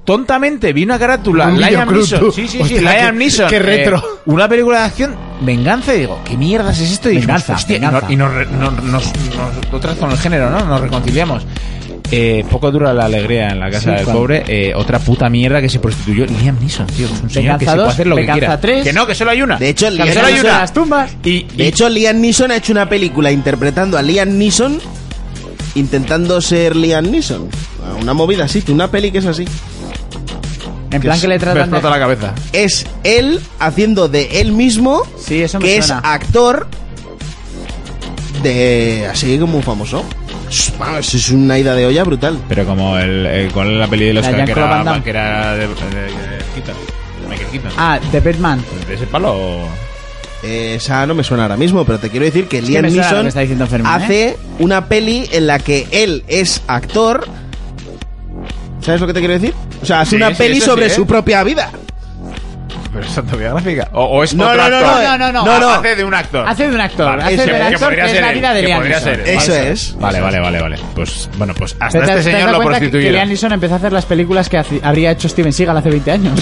Speaker 6: tontamente, vi una carátula.
Speaker 2: Un
Speaker 6: Liam
Speaker 2: videoclub,
Speaker 6: Neeson.
Speaker 2: tú.
Speaker 6: Sí, sí, sí,
Speaker 2: Hostia,
Speaker 6: Liam
Speaker 2: qué-
Speaker 6: Neeson. eh,
Speaker 2: qué retro.
Speaker 6: una película de acción, venganza, y digo, ¿qué mierdas es esto? Y dijimos,
Speaker 4: Venganza,
Speaker 6: hostia, y no-
Speaker 4: venganza.
Speaker 6: Y nos, re- no- nos- nos- otras con el género, ¿no? Nos reconciliamos. Eh, poco dura la alegría en la casa
Speaker 4: Sí,
Speaker 6: del
Speaker 4: Juan.
Speaker 6: pobre. Eh, otra puta mierda que se prostituyó. Liam Neeson, tío. Es un señor que se
Speaker 4: Venganza
Speaker 6: puede
Speaker 4: dos,
Speaker 6: hacer lo que
Speaker 4: Venganza
Speaker 6: quiera.
Speaker 4: tres.
Speaker 6: Que no, que solo hay una.
Speaker 5: De hecho,
Speaker 6: Que
Speaker 5: Liam
Speaker 6: solo hay
Speaker 5: Neeson
Speaker 6: una.
Speaker 4: de las tumbas.
Speaker 6: Y, y-
Speaker 5: De hecho, Liam Neeson ha hecho una película interpretando a Liam Neeson intentando ser Liam Neeson. Una movida así, que una peli que es así.
Speaker 4: En plan que le
Speaker 6: me
Speaker 4: tratan de...
Speaker 6: explota la cabeza.
Speaker 5: Es él haciendo de él mismo,
Speaker 4: Sí, eso me
Speaker 5: que
Speaker 4: suena.
Speaker 5: es actor de así como un famoso. Es- Vamos, es una ida de olla brutal.
Speaker 6: Pero como el, el- ¿cuál es la peli de los
Speaker 4: La
Speaker 6: que
Speaker 4: Jean-Claude Van
Speaker 6: era,
Speaker 4: Damme.
Speaker 6: que era de, de- de- de Keaton? Michael Keaton.
Speaker 4: Ah, The Batman.
Speaker 6: ¿De ese palo o...?
Speaker 5: Eh, Esa no me suena ahora mismo, pero te quiero decir que
Speaker 4: que
Speaker 5: Liam
Speaker 4: me suena lo
Speaker 5: Neeson
Speaker 4: que está diciendo Fermín, ¿eh?
Speaker 5: hace una peli en la que él es actor. ¿Sabes lo que te quiero decir? O sea, hace
Speaker 6: Sí,
Speaker 5: una
Speaker 6: sí,
Speaker 5: peli
Speaker 6: eso sí,
Speaker 5: sobre
Speaker 6: ¿eh?
Speaker 5: su propia vida.
Speaker 6: ¿Pero es autobiográfica? ¿O, o es
Speaker 5: No,
Speaker 6: otro
Speaker 5: no, no,
Speaker 6: actor?
Speaker 4: no, no, no, no, no.
Speaker 6: Hace de un actor.
Speaker 4: Hace de un actor.
Speaker 6: Vale,
Speaker 4: hace
Speaker 6: ese,
Speaker 4: del
Speaker 6: que
Speaker 4: actor que,
Speaker 6: podría
Speaker 4: es la
Speaker 6: ser él,
Speaker 4: vida de
Speaker 6: que
Speaker 4: Liam
Speaker 6: podría
Speaker 4: Neeson.
Speaker 6: ser él.
Speaker 5: Eso
Speaker 6: Vale.
Speaker 5: es.
Speaker 6: Vale, vale, vale, vale. Pues, bueno, pues hasta
Speaker 4: Pero te-
Speaker 6: este
Speaker 4: te has
Speaker 6: señor
Speaker 4: dado
Speaker 6: lo
Speaker 4: cuenta que- Que Liam
Speaker 6: prostituyeron.
Speaker 4: Neeson empezó a hacer las películas que haci- habría hecho Steven Seagal hace 20 años.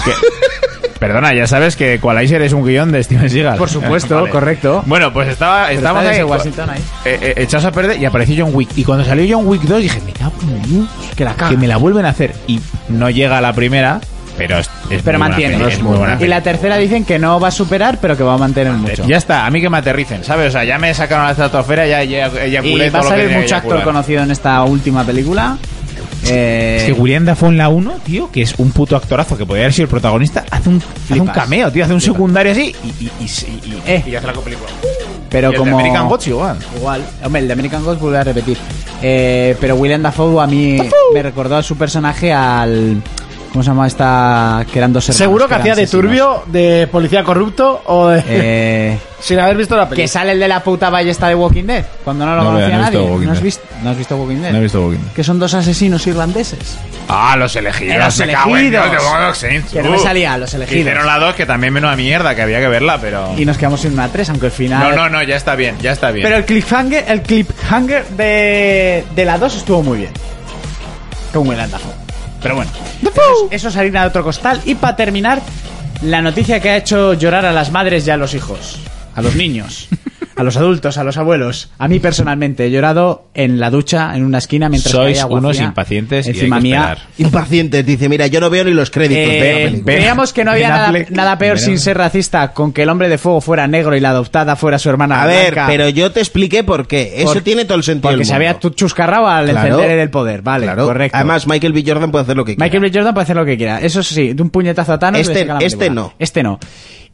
Speaker 6: Perdona, ya sabes que Qualizer es un guión de Steven Seagal.
Speaker 4: Por supuesto, correcto.
Speaker 6: Bueno, pues estaba, estábamos
Speaker 4: está
Speaker 6: ahí,
Speaker 4: desde Washington ahí.
Speaker 6: eh, eh, echados a perder y apareció John Wick. Y cuando salió John Wick 2 dije, me cago en Dios, que, la que me la vuelven a hacer. Y no llega a la primera, pero es, es
Speaker 4: pero
Speaker 6: muy buena
Speaker 4: mantiene.
Speaker 6: peli, es muy buena
Speaker 4: y
Speaker 6: peli.
Speaker 4: la tercera dicen que no va a superar, pero que va a mantener mucho.
Speaker 6: Ya está, a mí que me aterricen, ¿sabes? O sea, ya me sacaron a la estratosfera, ya, ya, eyaculé
Speaker 4: y va a
Speaker 6: todo lo que
Speaker 4: salir
Speaker 6: tenía que
Speaker 4: mucho actor
Speaker 6: eyacular.
Speaker 4: conocido en esta última película. Eh,
Speaker 6: Es que William Dafoe en la 1, tío, que es un puto actorazo que podría haber sido el protagonista, hace un, hace un
Speaker 4: Flipas.
Speaker 6: cameo, tío, hace un secundario así y, y, y- y-
Speaker 4: Eh.
Speaker 6: y hace la película.
Speaker 4: pero
Speaker 6: Y el de
Speaker 4: como.
Speaker 6: American Gods igual.
Speaker 4: Igual, hombre, el de American Gods vuelve a repetir. Eh, pero William Dafoe a mí me recordó a su personaje al. ¿Cómo se llama esta? Que eran dos hermanos.
Speaker 2: Seguro que
Speaker 4: eran
Speaker 2: hacía de
Speaker 4: asesinos.
Speaker 2: turbio, de policía corrupto o de-
Speaker 4: Eh,
Speaker 2: sin haber visto la película.
Speaker 4: que sale el de la puta ballesta de Walking Dead. Cuando no lo
Speaker 6: No,
Speaker 4: conocía
Speaker 6: no he
Speaker 4: nadie.
Speaker 6: visto Walking
Speaker 4: ¿No, has
Speaker 6: Dead.
Speaker 4: visto, ¿No has visto Walking Dead?
Speaker 6: No he visto Walking Dead.
Speaker 4: Que son dos asesinos irlandeses.
Speaker 6: Ah, los elegidos.
Speaker 4: Los
Speaker 6: me cago en Dios,
Speaker 4: elegidos.
Speaker 6: de Bodox Saints.
Speaker 4: Que no me
Speaker 6: Uh,
Speaker 4: salía, los elegidos.
Speaker 6: Hicieron la 2, que también menuda mierda, que había que verla, pero.
Speaker 4: Y nos quedamos en una 3, aunque al
Speaker 6: No,
Speaker 4: final.
Speaker 6: no, no, ya está bien, ya está bien.
Speaker 4: Pero el cliffhanger, el cliffhanger de, de la 2 estuvo muy bien. Con William Dafoe.
Speaker 6: Pero bueno.
Speaker 4: Eso, es- eso es harina de otro costal. Y para terminar, la noticia que ha hecho llorar a las madres y a los hijos, a los niños, a los adultos, a los abuelos. A mí personalmente he llorado en la ducha, en una esquina, mientras
Speaker 6: Sois
Speaker 4: caía agua
Speaker 6: unos
Speaker 4: fría
Speaker 6: impacientes y
Speaker 4: encima
Speaker 6: hay que
Speaker 4: mía.
Speaker 6: esperar.
Speaker 5: Impacientes, dice, mira, yo no veo ni los créditos de la
Speaker 4: Eh,
Speaker 5: película.
Speaker 6: Ben-
Speaker 4: veíamos que no había
Speaker 6: Ben
Speaker 4: nada,
Speaker 6: Affleck.
Speaker 4: nada peor
Speaker 6: Ben
Speaker 4: sin
Speaker 6: Affleck.
Speaker 4: ser racista con que el hombre de fuego fuera negro y la adoptada fuera su hermana
Speaker 5: A ver,
Speaker 4: blanca.
Speaker 5: pero yo te expliqué por qué. Eso
Speaker 4: Por-
Speaker 5: tiene todo el sentido
Speaker 4: Porque
Speaker 5: del
Speaker 4: se
Speaker 5: mundo.
Speaker 4: había tu- chuscarrado al
Speaker 5: Claro.
Speaker 4: encender el poder, vale,
Speaker 5: Claro.
Speaker 4: correcto.
Speaker 5: Además, Michael B. Jordan puede hacer lo que quiera.
Speaker 4: Michael B. Jordan puede hacer lo que quiera. Eso sí, de un puñetazo a Thanos.
Speaker 5: Este-
Speaker 4: le saca la
Speaker 5: este
Speaker 4: película.
Speaker 5: no.
Speaker 4: Este no.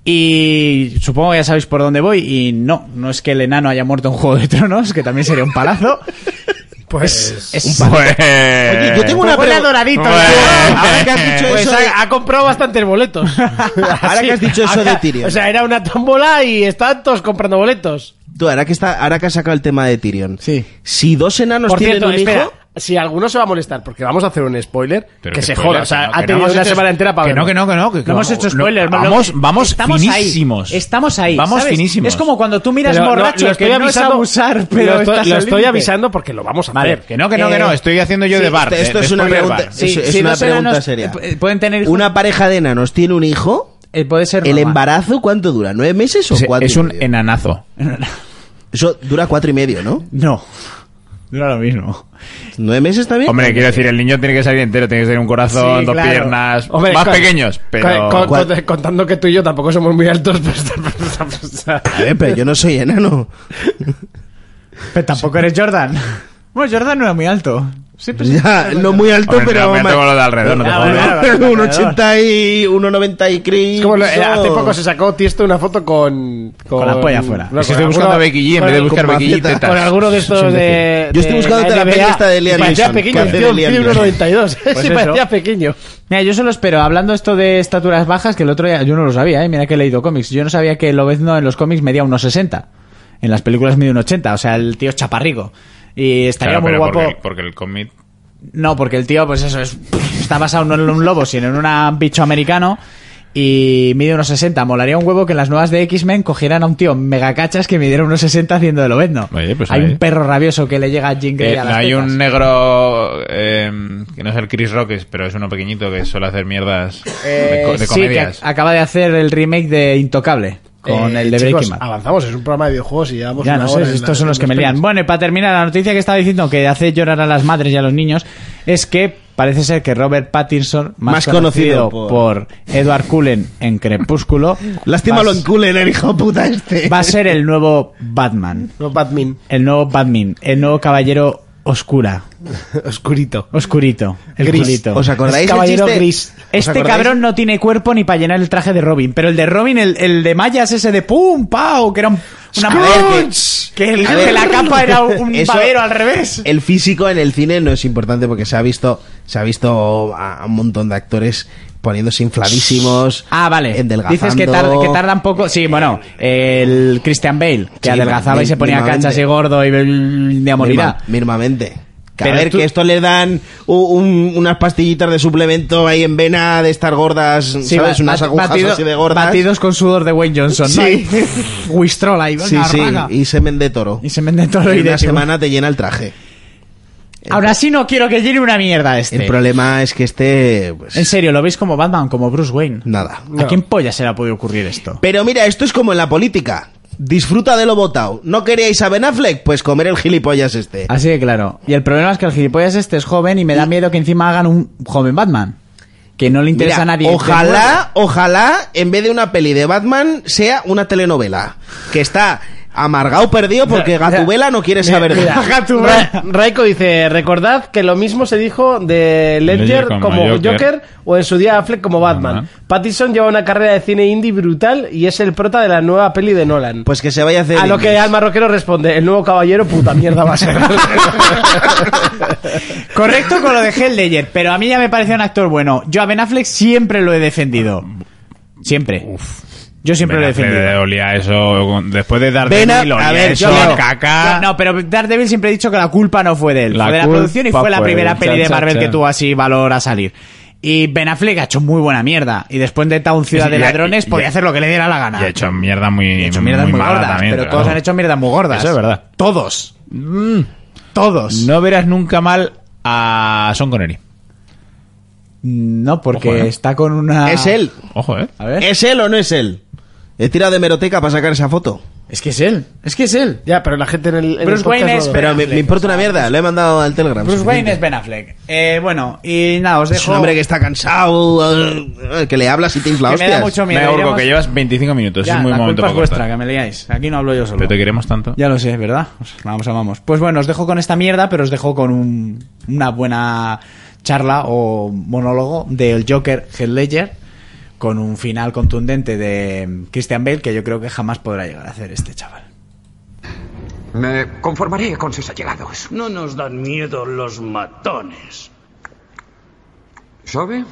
Speaker 4: Y supongo que ya sabéis por dónde voy. Y no, no es que el enano haya muerto en Juego de Tronos, que también sería un palazo.
Speaker 2: Pues
Speaker 4: Es-
Speaker 6: Pues.
Speaker 5: Oye, yo tengo una
Speaker 4: Huele a
Speaker 5: pregu-
Speaker 4: doradito.
Speaker 6: Bueno.
Speaker 4: tío.
Speaker 5: Ahora que has dicho
Speaker 2: Pues
Speaker 5: eso de-
Speaker 2: ha, ha comprado bastantes boletos.
Speaker 5: Ahora que has dicho eso de Tyrion.
Speaker 2: O sea, era una tómbola y están todos comprando boletos.
Speaker 5: Tú, ahora que, está, ahora que has sacado el tema de Tyrion.
Speaker 4: Sí.
Speaker 5: Si dos enanos
Speaker 2: Por
Speaker 5: tienen
Speaker 2: cierto,
Speaker 5: un
Speaker 2: espera,
Speaker 5: hijo...
Speaker 2: si alguno se va a molestar, porque vamos a hacer un spoiler,
Speaker 6: Pero
Speaker 2: que
Speaker 6: qué
Speaker 2: se
Speaker 6: spoiler,
Speaker 2: joda. O sea,
Speaker 6: que no,
Speaker 2: ha
Speaker 6: que no
Speaker 2: tenido
Speaker 6: hemos
Speaker 2: una
Speaker 6: hecho-
Speaker 2: semana entera para
Speaker 6: que no,
Speaker 2: verlo.
Speaker 6: que no, que no, que
Speaker 4: No hemos hecho spoilers.
Speaker 6: no, vamos, vamos finísimos.
Speaker 4: Ahí, estamos ahí.
Speaker 6: Vamos
Speaker 4: ¿sabes?
Speaker 6: finísimos.
Speaker 4: Es como cuando tú miras
Speaker 2: Pero no,
Speaker 4: borracho,
Speaker 2: lo estoy
Speaker 4: que
Speaker 2: avisando,
Speaker 4: no es abusar, pero
Speaker 2: lo estoy,
Speaker 4: estás
Speaker 2: lo
Speaker 4: al
Speaker 2: estoy
Speaker 4: límite.
Speaker 2: avisando porque lo vamos a
Speaker 6: Vale,
Speaker 2: hacer.
Speaker 6: que no, que no, que no.
Speaker 4: Eh,
Speaker 6: Estoy haciendo yo de
Speaker 5: Sí,
Speaker 6: bar. de-
Speaker 5: esto
Speaker 6: de
Speaker 5: es una
Speaker 6: spoiler
Speaker 5: pregunta,
Speaker 6: bar.
Speaker 5: sí,
Speaker 4: Sí,
Speaker 5: es, es
Speaker 4: sí,
Speaker 5: una
Speaker 4: dos
Speaker 5: pregunta
Speaker 4: enanos,
Speaker 5: seria.
Speaker 4: eh, pueden tener hijos.
Speaker 5: Una pareja de enanos tiene un hijo...
Speaker 4: Eh, puede ser.
Speaker 5: ¿El
Speaker 4: normal.
Speaker 5: embarazo cuánto dura? ¿Nueve meses o
Speaker 6: Es-
Speaker 5: cuatro?
Speaker 6: Es
Speaker 5: y
Speaker 6: un
Speaker 5: medio?
Speaker 6: enanazo.
Speaker 5: Eso dura cuatro y medio, ¿no?
Speaker 4: No.
Speaker 6: No era lo mismo.
Speaker 5: ¿Nueve meses también?
Speaker 6: Hombre, quiero decir, el niño tiene que salir entero, tiene que salir un corazón,
Speaker 4: Sí,
Speaker 6: dos
Speaker 4: claro.
Speaker 6: piernas,
Speaker 2: Hombre,
Speaker 6: más
Speaker 2: con-
Speaker 6: pequeños, pero...
Speaker 2: Con- con- contando que tú y yo tampoco somos muy altos. pues-
Speaker 5: A ver, pero yo no soy enano.
Speaker 4: Pero tampoco eres Jordan. Bueno, Jordan no era muy alto.
Speaker 2: pues
Speaker 4: Siempre se-
Speaker 5: Ya, no muy alto,
Speaker 6: Hombre,
Speaker 5: pero...
Speaker 6: realmente con lo de alrededor, no te
Speaker 4: Ah,
Speaker 6: jodas.
Speaker 4: bueno.
Speaker 5: Un 80 y... Un 90 y Chris.
Speaker 2: Es como lo- eh, hace poco se sacó Tiesto una foto con. Con,
Speaker 4: Con la polla afuera.
Speaker 2: no,
Speaker 6: Es que
Speaker 2: con
Speaker 6: estoy buscando a
Speaker 2: alguno-
Speaker 6: Becky G en vez de
Speaker 2: con-
Speaker 6: buscar
Speaker 5: con
Speaker 6: Becky G y
Speaker 5: macetas.
Speaker 6: tetas.
Speaker 2: Con alguno de estos
Speaker 4: Sin
Speaker 2: de.
Speaker 5: Yo estoy
Speaker 2: de
Speaker 5: buscando
Speaker 2: la
Speaker 5: la
Speaker 2: NBA.
Speaker 5: peli esta de Liam
Speaker 2: Y parecía
Speaker 5: Neeson,
Speaker 2: pequeño,
Speaker 5: que hace
Speaker 2: tío,
Speaker 5: de Liam
Speaker 2: tiene
Speaker 5: Neeson.
Speaker 2: 1,92. sí,
Speaker 4: eso.
Speaker 2: parecía pequeño.
Speaker 4: Mira, yo solo espero, hablando esto de estaturas bajas, que el otro día yo no lo sabía, ¿eh? mira que he leído cómics. Yo no sabía que Lobezno en los cómics medía unos 60. En las películas mide un 80, o sea, el tío es chaparrico. Y estaría
Speaker 6: Claro,
Speaker 4: muy
Speaker 6: pero
Speaker 4: guapo.
Speaker 6: Porque, porque el cómic...
Speaker 4: No, porque el tío, pues eso, es, está basado no en un lobo, sino en un bicho americano. Y mide unos 60. Molaría un huevo que en las nuevas de X-Men cogieran a un tío megacachas que midiera unos 60 haciendo de Lobezno.
Speaker 6: Oye, pues
Speaker 4: hay
Speaker 6: ahí.
Speaker 4: un perro rabioso que le llega a Jean Grey
Speaker 6: Eh,
Speaker 4: a las
Speaker 6: hay
Speaker 4: tetas.
Speaker 6: un negro eh, que no es el Chris Rock, es- pero es uno pequeñito que suele hacer mierdas de,
Speaker 4: Eh,
Speaker 6: co- de
Speaker 4: sí, que
Speaker 6: comedias.
Speaker 4: ac- acaba de hacer el remake de Intocable con
Speaker 2: Eh,
Speaker 4: el de
Speaker 2: chicos,
Speaker 4: Breaking Bad.
Speaker 2: Avanzamos, es un programa de videojuegos y llevamos.
Speaker 4: Ya
Speaker 2: una
Speaker 4: no
Speaker 2: hora en
Speaker 4: sé,
Speaker 2: la-
Speaker 4: estos son los
Speaker 2: en
Speaker 4: que me
Speaker 2: las
Speaker 4: lían.
Speaker 2: pelis.
Speaker 4: Bueno, y para terminar, la noticia que estaba diciendo que hace llorar a las madres y a los niños es que parece ser que Robert Pattinson, más,
Speaker 5: Más conocido
Speaker 4: por... Edward Cullen en Crepúsculo,
Speaker 5: Lástima
Speaker 4: va-
Speaker 5: lo enculen, el hijo puta este.
Speaker 4: va a ser el nuevo Batman,
Speaker 2: No, Batman.
Speaker 4: el nuevo Batman, el nuevo caballero oscura,
Speaker 2: Oscurito.
Speaker 4: oscurito, el
Speaker 2: Gris.
Speaker 4: culito.
Speaker 5: ¿Os acordáis del
Speaker 2: Caballero
Speaker 5: chiste?
Speaker 2: gris.
Speaker 5: ¿Os
Speaker 4: Este
Speaker 5: acordáis?
Speaker 4: cabrón no tiene cuerpo ni para llenar el traje de Robin, pero el de Robin, el, el de mallas ese de pum, pao, que era un- una
Speaker 5: A ver, que-
Speaker 4: que, el-
Speaker 5: a ver.
Speaker 4: que la capa era un
Speaker 5: Eso-
Speaker 4: babero al revés.
Speaker 5: El físico en el cine no es importante porque se ha visto, se ha visto a un montón de actores poniéndose infladísimos.
Speaker 4: Ah, vale.
Speaker 5: Endelgazando.
Speaker 4: Dices que, tar- que tardan poco. Sí, bueno, el Christian Bale, que
Speaker 5: Sí,
Speaker 4: adelgazaba y
Speaker 5: mi-
Speaker 4: se ponía
Speaker 5: mínimamente.
Speaker 4: cachas y gordo y mm, de
Speaker 5: Mirma-
Speaker 4: amorirá.
Speaker 5: Mirmamente. Que a
Speaker 4: Pero
Speaker 5: ver,
Speaker 4: tú-
Speaker 5: que esto le dan u- un- unas pastillitas de suplemento ahí en vena de estar gordas,
Speaker 4: Sí,
Speaker 5: ¿sabes?
Speaker 4: ba-
Speaker 5: unas
Speaker 4: bat-
Speaker 5: agujas
Speaker 4: batido-
Speaker 5: así de gordas.
Speaker 4: Batidos con sudor de Wayne Johnson. ¿no?
Speaker 5: Sí.
Speaker 4: Wistrol ahí, venga,
Speaker 5: sí, sí,
Speaker 4: arranca.
Speaker 5: y semen de toro.
Speaker 4: Y se vende todo
Speaker 5: Y
Speaker 4: y
Speaker 5: en
Speaker 4: de
Speaker 5: una semana te llena el traje.
Speaker 4: Ahora sí no quiero que llene una mierda este.
Speaker 5: El problema es que este, pues,
Speaker 4: En serio, ¿lo veis como Batman, como Bruce Wayne?
Speaker 5: nada.
Speaker 4: ¿A quién polla se le ha podido ocurrir esto?
Speaker 5: Pero mira, esto es como en la política. Disfruta de lo votado. ¿No queríais a Ben Affleck? Pues comer el gilipollas este.
Speaker 4: Así de claro. Y el problema es que el gilipollas este es joven y me da miedo que encima hagan un joven Batman. Que no le interesa
Speaker 5: Mira,
Speaker 4: a nadie.
Speaker 5: Ojalá, ojalá, en vez de una peli de Batman, sea una telenovela. Que está amargado perdido porque
Speaker 2: Mira,
Speaker 5: Gatubela no quiere saber de
Speaker 2: Mira, Ra- Raiko dice, recordad que lo mismo se dijo de Ledger,
Speaker 6: Ledger
Speaker 2: como,
Speaker 6: como
Speaker 2: Joker.
Speaker 6: Joker.
Speaker 2: o en su día Affleck como Batman.
Speaker 6: Ajá.
Speaker 2: Pattinson lleva una carrera de cine indie brutal y es el prota de la nueva peli de Nolan.
Speaker 5: Pues que se vaya a hacer.
Speaker 2: a lo que
Speaker 5: inglés.
Speaker 2: al marroquero responde, el nuevo caballero puta mierda va a ser.
Speaker 4: Correcto con lo de Hell Ledger, pero a mí ya me parece un actor bueno. Yo a Ben Affleck siempre lo he defendido. Siempre. Yo siempre
Speaker 6: Ben
Speaker 4: lo he
Speaker 6: Affleck
Speaker 4: defendido.
Speaker 6: olía eso con- después de dar de
Speaker 5: Ben
Speaker 6: mil,
Speaker 5: a-
Speaker 6: olía
Speaker 5: a ver,
Speaker 6: eso,
Speaker 5: yo-
Speaker 6: caca.
Speaker 4: No, pero Daredevil siempre he dicho que la culpa no fue de él,
Speaker 6: La
Speaker 4: fue de la
Speaker 6: culpa
Speaker 4: producción y fue la
Speaker 6: fue
Speaker 4: primera
Speaker 6: de él.
Speaker 4: peli de
Speaker 6: Cha, cha,
Speaker 4: Marvel
Speaker 6: cha.
Speaker 4: que tuvo así valor a salir. Y Ben Affleck ha hecho muy buena mierda. Y después de Town Ciudad de
Speaker 6: Y ha-
Speaker 4: Ladrones
Speaker 6: y-
Speaker 4: podía
Speaker 6: y-
Speaker 4: hacer lo que le diera la gana.
Speaker 6: Y ha hecho mierda muy,
Speaker 4: Ha hecho mierdas muy,
Speaker 6: mala
Speaker 4: gordas,
Speaker 6: también,
Speaker 4: pero
Speaker 6: claro.
Speaker 4: todos han hecho mierdas muy gordas.
Speaker 6: Eso es verdad. Mm.
Speaker 4: Todos. Todos.
Speaker 6: No verás nunca mal a Son Connery.
Speaker 4: No, porque
Speaker 6: Ojo, eh.
Speaker 4: está con una...
Speaker 5: Es él.
Speaker 6: Ojo, ¿eh?
Speaker 4: A ver.
Speaker 5: ¿Es él o no es él? He tirado de meroteca para sacar esa foto.
Speaker 4: Es que es él. Es que es él.
Speaker 2: ya, pero la gente en el... en el
Speaker 4: Bruce
Speaker 2: podcast
Speaker 4: Wayne
Speaker 2: no
Speaker 4: es-
Speaker 2: lo ve.
Speaker 5: Pero me, me importa una mierda, lo he mandado al Telegram.
Speaker 4: Bruce
Speaker 5: suficiente.
Speaker 4: Wayne es Ben Affleck. Eh, bueno, y nada, os
Speaker 5: Es
Speaker 4: dejo.
Speaker 5: un hombre que está cansado, eh, que le hablas y te infla
Speaker 4: que me da
Speaker 5: hostias.
Speaker 4: mucho miedo.
Speaker 6: Me urco,
Speaker 4: Iremos-
Speaker 6: que llevas 25 minutos.
Speaker 4: Ya,
Speaker 6: Pues es muy
Speaker 4: la
Speaker 6: momento
Speaker 4: culpa es
Speaker 6: para
Speaker 4: vuestra,
Speaker 6: cortar.
Speaker 4: que me liáis. Aquí no hablo yo solo.
Speaker 6: Pero te queremos tanto.
Speaker 4: Ya lo sé, ¿verdad? Os amamos, amamos. Pues bueno, os dejo con esta mierda, pero os dejo con un- una buena charla o monólogo del Joker Heath Ledger con un final contundente de Christian Bale que yo creo que jamás podrá llegar a hacer este chaval.
Speaker 7: Me conformaré con sus allegados.
Speaker 8: No nos dan miedo los matones.
Speaker 7: ¿Sabe?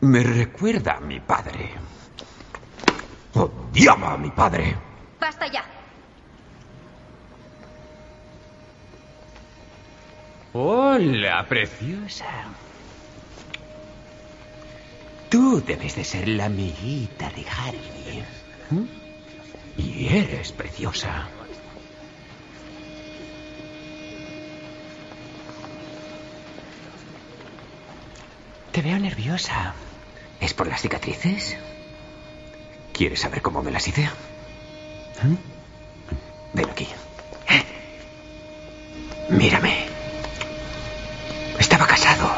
Speaker 7: Me recuerda a mi padre. Odiaba a mi padre.
Speaker 9: Basta ya.
Speaker 7: Hola, preciosa. Tú debes de ser la amiguita de Harry. ¿Mm? Y eres preciosa. Te veo nerviosa. ¿Es por las cicatrices? ¿Eh? ¿Quieres saber cómo me las hice? ¿Mm? Ven aquí. Mírame. Estaba casado.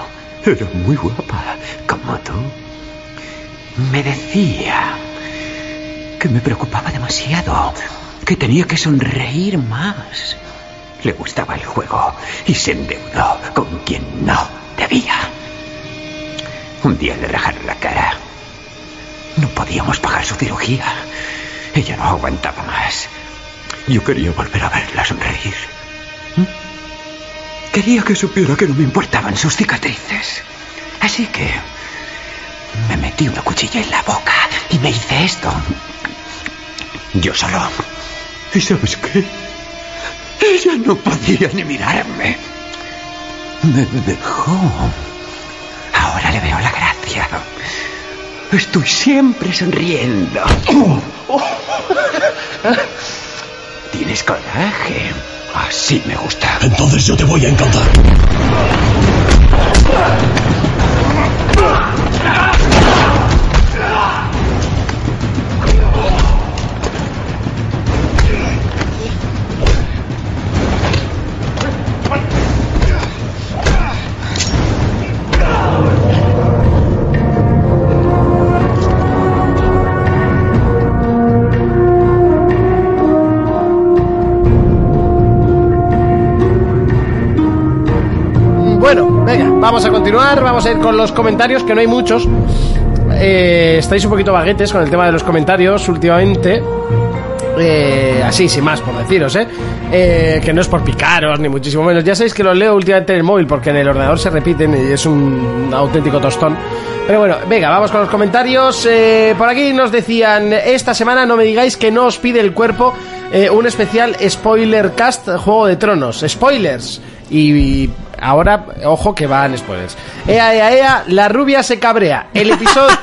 Speaker 7: Era muy guapa, como tú. Me decía que me preocupaba demasiado, que tenía que sonreír más. Le gustaba el juego y se endeudó con quien no debía. Un día le rajaron la cara. No podíamos pagar su cirugía. Ella no aguantaba más. Yo quería volver a verla sonreír. ¿Mm? Quería que supiera que no me importaban sus cicatrices. Así que me metí una cuchilla en la boca y me hice esto. Yo solo. ¿Y sabes qué? Ella no podía ni mirarme. Me dejó. Ahora le veo la gracia. Estoy siempre sonriendo. Tienes coraje. Así me gusta.
Speaker 9: Entonces yo te voy a encantar.
Speaker 2: Bueno, venga, vamos a continuar, vamos a ir con los comentarios, que no hay muchos. Eh, estáis un poquito baguetes con el tema de los comentarios últimamente. Eh, así, sin más por deciros, ¿eh? Eh, Que no es por picaros, ni muchísimo menos. Ya sabéis que los leo últimamente en el móvil porque en el ordenador se repiten y es un auténtico tostón. Pero bueno, venga, vamos con los comentarios. Eh, por aquí nos decían, esta semana no me digáis que no os pide el cuerpo eh, un especial spoiler cast Juego de Tronos. Spoilers. Y, y ahora, ojo que van spoilers. Ea, ea, ea, la rubia se cabrea. El episodio...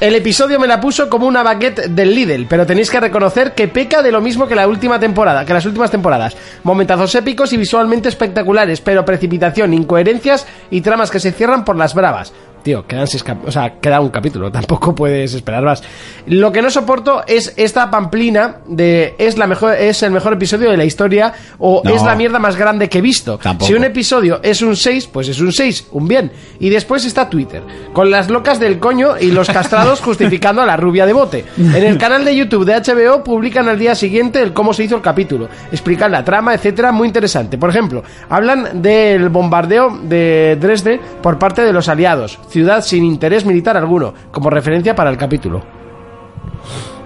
Speaker 2: El episodio me la puso como una baguette del Lidl, pero tenéis que reconocer que peca de lo mismo que la última temporada, que las últimas temporadas. Momentazos épicos y visualmente espectaculares, pero precipitación, incoherencias y tramas que se cierran por las bravas. Tío, quedan seis cap- o sea, queda un capítulo, tampoco puedes esperar más. Lo que no soporto es esta pamplina de es la mejor es el mejor episodio de la historia o
Speaker 6: No.
Speaker 2: es la mierda más grande que he visto.
Speaker 6: Tampoco.
Speaker 2: Si un episodio es un 6, pues es un 6, un bien. Y después está Twitter, con las locas del coño y los castrados justificando a la rubia de bote. En el canal de YouTube de HBO publican al día siguiente el cómo se hizo el capítulo, explican la trama, etcétera, muy interesante. Por ejemplo, hablan del bombardeo de Dresde por parte de los aliados, ciudad sin interés militar alguno, como referencia para el capítulo.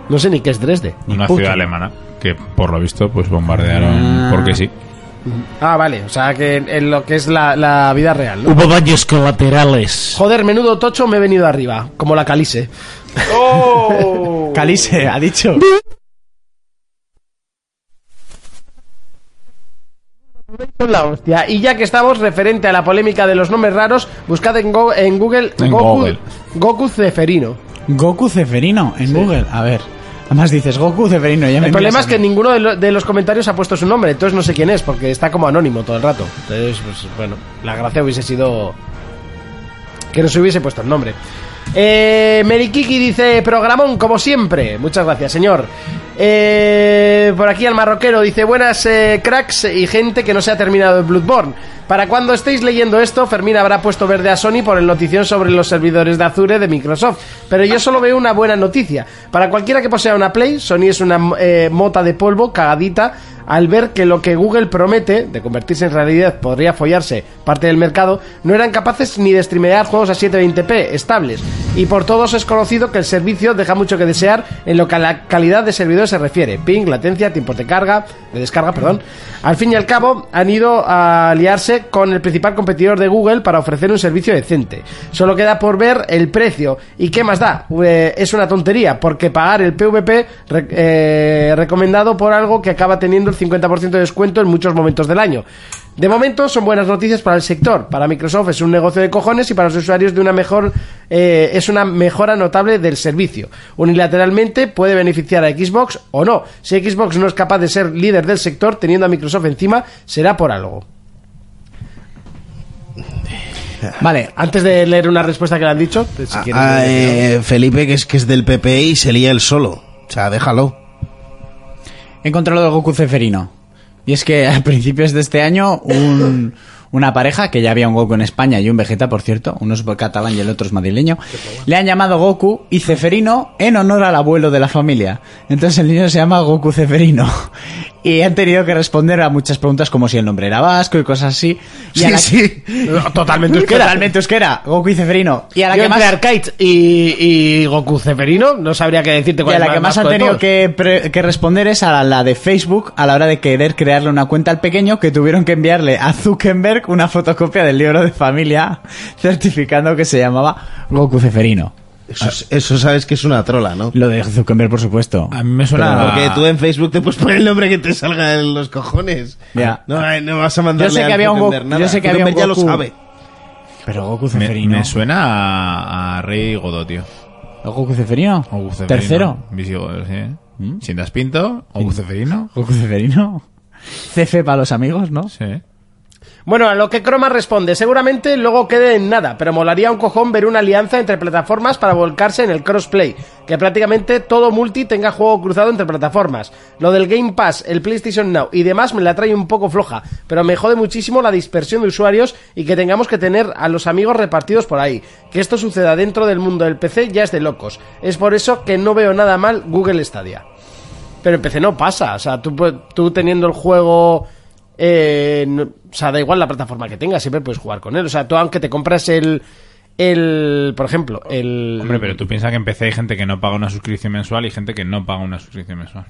Speaker 2: No sé ni qué es Dresde. ni
Speaker 6: Una
Speaker 2: puta.
Speaker 6: ciudad alemana que, por lo visto, pues bombardearon porque sí.
Speaker 2: Ah, vale, o sea que en, en lo que es la, la vida real, ¿no?
Speaker 9: Hubo daños colaterales.
Speaker 2: Joder, menudo tocho me he venido arriba, como la calice.
Speaker 4: Calice, eh, ha dicho.
Speaker 2: Son la hostia. Y ya que estamos, referente a la polémica de los nombres raros, buscad en, Go- en Google
Speaker 6: En
Speaker 2: Goku,
Speaker 6: Google.
Speaker 2: Goku Zeferino.
Speaker 4: Goku Ceferino en Google. A ver. Además dices Goku Ceferino. Ya me
Speaker 2: El problema
Speaker 4: miras
Speaker 2: es
Speaker 4: a
Speaker 2: que
Speaker 4: mí.
Speaker 2: ninguno de, lo- de los comentarios ha puesto su nombre, entonces no sé quién es, porque está como anónimo todo el rato. Entonces, pues bueno, la gracia hubiese sido que no se hubiese puesto el nombre. Eh, Merikiki dice, programón, como siempre. Muchas gracias, señor. Eh, por aquí al marroquero dice, buenas eh, cracks y gente que no se ha terminado en Bloodborne. Para cuando estéis leyendo esto, Fermín habrá puesto verde a Sony por el notición sobre los servidores de Azure de Microsoft. Pero yo solo veo una buena noticia. Para cualquiera que posea una Play, Sony es una eh, mota de polvo cagadita al ver que lo que Google promete de convertirse en realidad podría follarse parte del mercado, no eran capaces ni de streamear juegos a 720p estables. Y por todos es conocido que el servicio deja mucho que desear en lo que a la calidad de servidores se refiere. Ping, latencia, tiempos de carga, de descarga, perdón. Al fin y al cabo, han ido a aliarse con el principal competidor de Google para ofrecer un servicio decente. Solo queda por ver el precio. ¿Y qué más da? Eh, es una tontería, porque pagar el PVP re- eh, recomendado por algo que acaba teniendo el 50% de descuento en muchos momentos del año. De momento son buenas noticias para el sector. Para Microsoft es un negocio de cojones y para los usuarios de una mejor eh, es una mejora notable del servicio. Unilateralmente puede beneficiar a Xbox o no. Si Xbox no es capaz de ser líder del sector teniendo a Microsoft encima, será por algo.
Speaker 4: Vale.
Speaker 2: Antes de leer una respuesta que le han dicho, si
Speaker 5: Ah,
Speaker 2: quieres,
Speaker 5: ah,
Speaker 2: eh,
Speaker 5: eh, Felipe, que es que es del PP y se lía él solo. O sea, déjalo.
Speaker 4: He encontrado lo de Goku Ceferino. Y es que a principios de este año, un- una pareja, que ya había un Goku en España y un Vegeta, por cierto, uno es catalán y el otro es madrileño, le han llamado Goku y Ceferino en honor al abuelo de la familia. Entonces el niño se llama Goku Ceferino. Y han tenido que responder a muchas preguntas como si el nombre era vasco y cosas así. Y a la-
Speaker 2: Totalmente
Speaker 4: Totalmente euskera, Goku y Ceferino. Y a la
Speaker 2: Yo
Speaker 4: que
Speaker 2: entre
Speaker 4: más...
Speaker 2: Arcade y, y Goku Ceferino no sabría qué decirte
Speaker 4: Y
Speaker 2: cuál
Speaker 4: a
Speaker 2: es
Speaker 4: la que más han
Speaker 2: Pues de
Speaker 4: tenido
Speaker 2: todos.
Speaker 4: que, pre- que responder es a la, la de Facebook a la hora de querer crearle una cuenta al pequeño que tuvieron que enviarle a Zuckerberg una fotocopia del libro de familia certificando que se llamaba Goku Ceferino.
Speaker 5: Eso, es- eso sabes que es una trola, ¿no?
Speaker 4: Lo de Zuckerberg, por supuesto.
Speaker 6: A mí me suena.
Speaker 5: Porque tú en Facebook te puedes poner el nombre que te salga de los cojones.
Speaker 4: Ya.
Speaker 5: No, ay, no vas a mandarle
Speaker 4: Yo sé que
Speaker 5: a
Speaker 4: había un
Speaker 5: Zuckerberg
Speaker 4: Goku-
Speaker 5: nada.
Speaker 4: yo sé que había un
Speaker 5: Zuckerberg
Speaker 4: Goku.
Speaker 5: ya lo sabe.
Speaker 4: Pero Goku
Speaker 6: me,
Speaker 4: Ceferino.
Speaker 6: me suena a, a Rey Godó, tío.
Speaker 4: Goku Ceferino.
Speaker 6: Goku Ceferino.
Speaker 4: Tercero.
Speaker 6: Visigodo, sí. Sintas Pinto, Goku Ceferino.
Speaker 4: Goku Ceferino. Cefe para los amigos, ¿no?
Speaker 6: Sí.
Speaker 2: Bueno, a lo que Croma responde, seguramente luego quede en nada, pero molaría un cojón ver una alianza entre plataformas para volcarse en el crossplay, que prácticamente todo multi tenga juego cruzado entre plataformas. Lo del Game Pass, el PlayStation Now y demás me la trae un poco floja, pero me jode muchísimo la dispersión de usuarios y que tengamos que tener a los amigos repartidos por ahí. Que esto suceda dentro del mundo del PC ya es de locos. Es por eso que no veo nada mal Google Stadia. Pero en PC no pasa. O sea, tú, pu- tú teniendo el juego. eh, no- o sea, da igual la plataforma que tengas, siempre puedes jugar con él. O sea, tú aunque te compras el. el por ejemplo, el.
Speaker 6: Hombre, pero tú piensas que en PC hay gente que no paga una suscripción mensual y gente que no paga una suscripción mensual.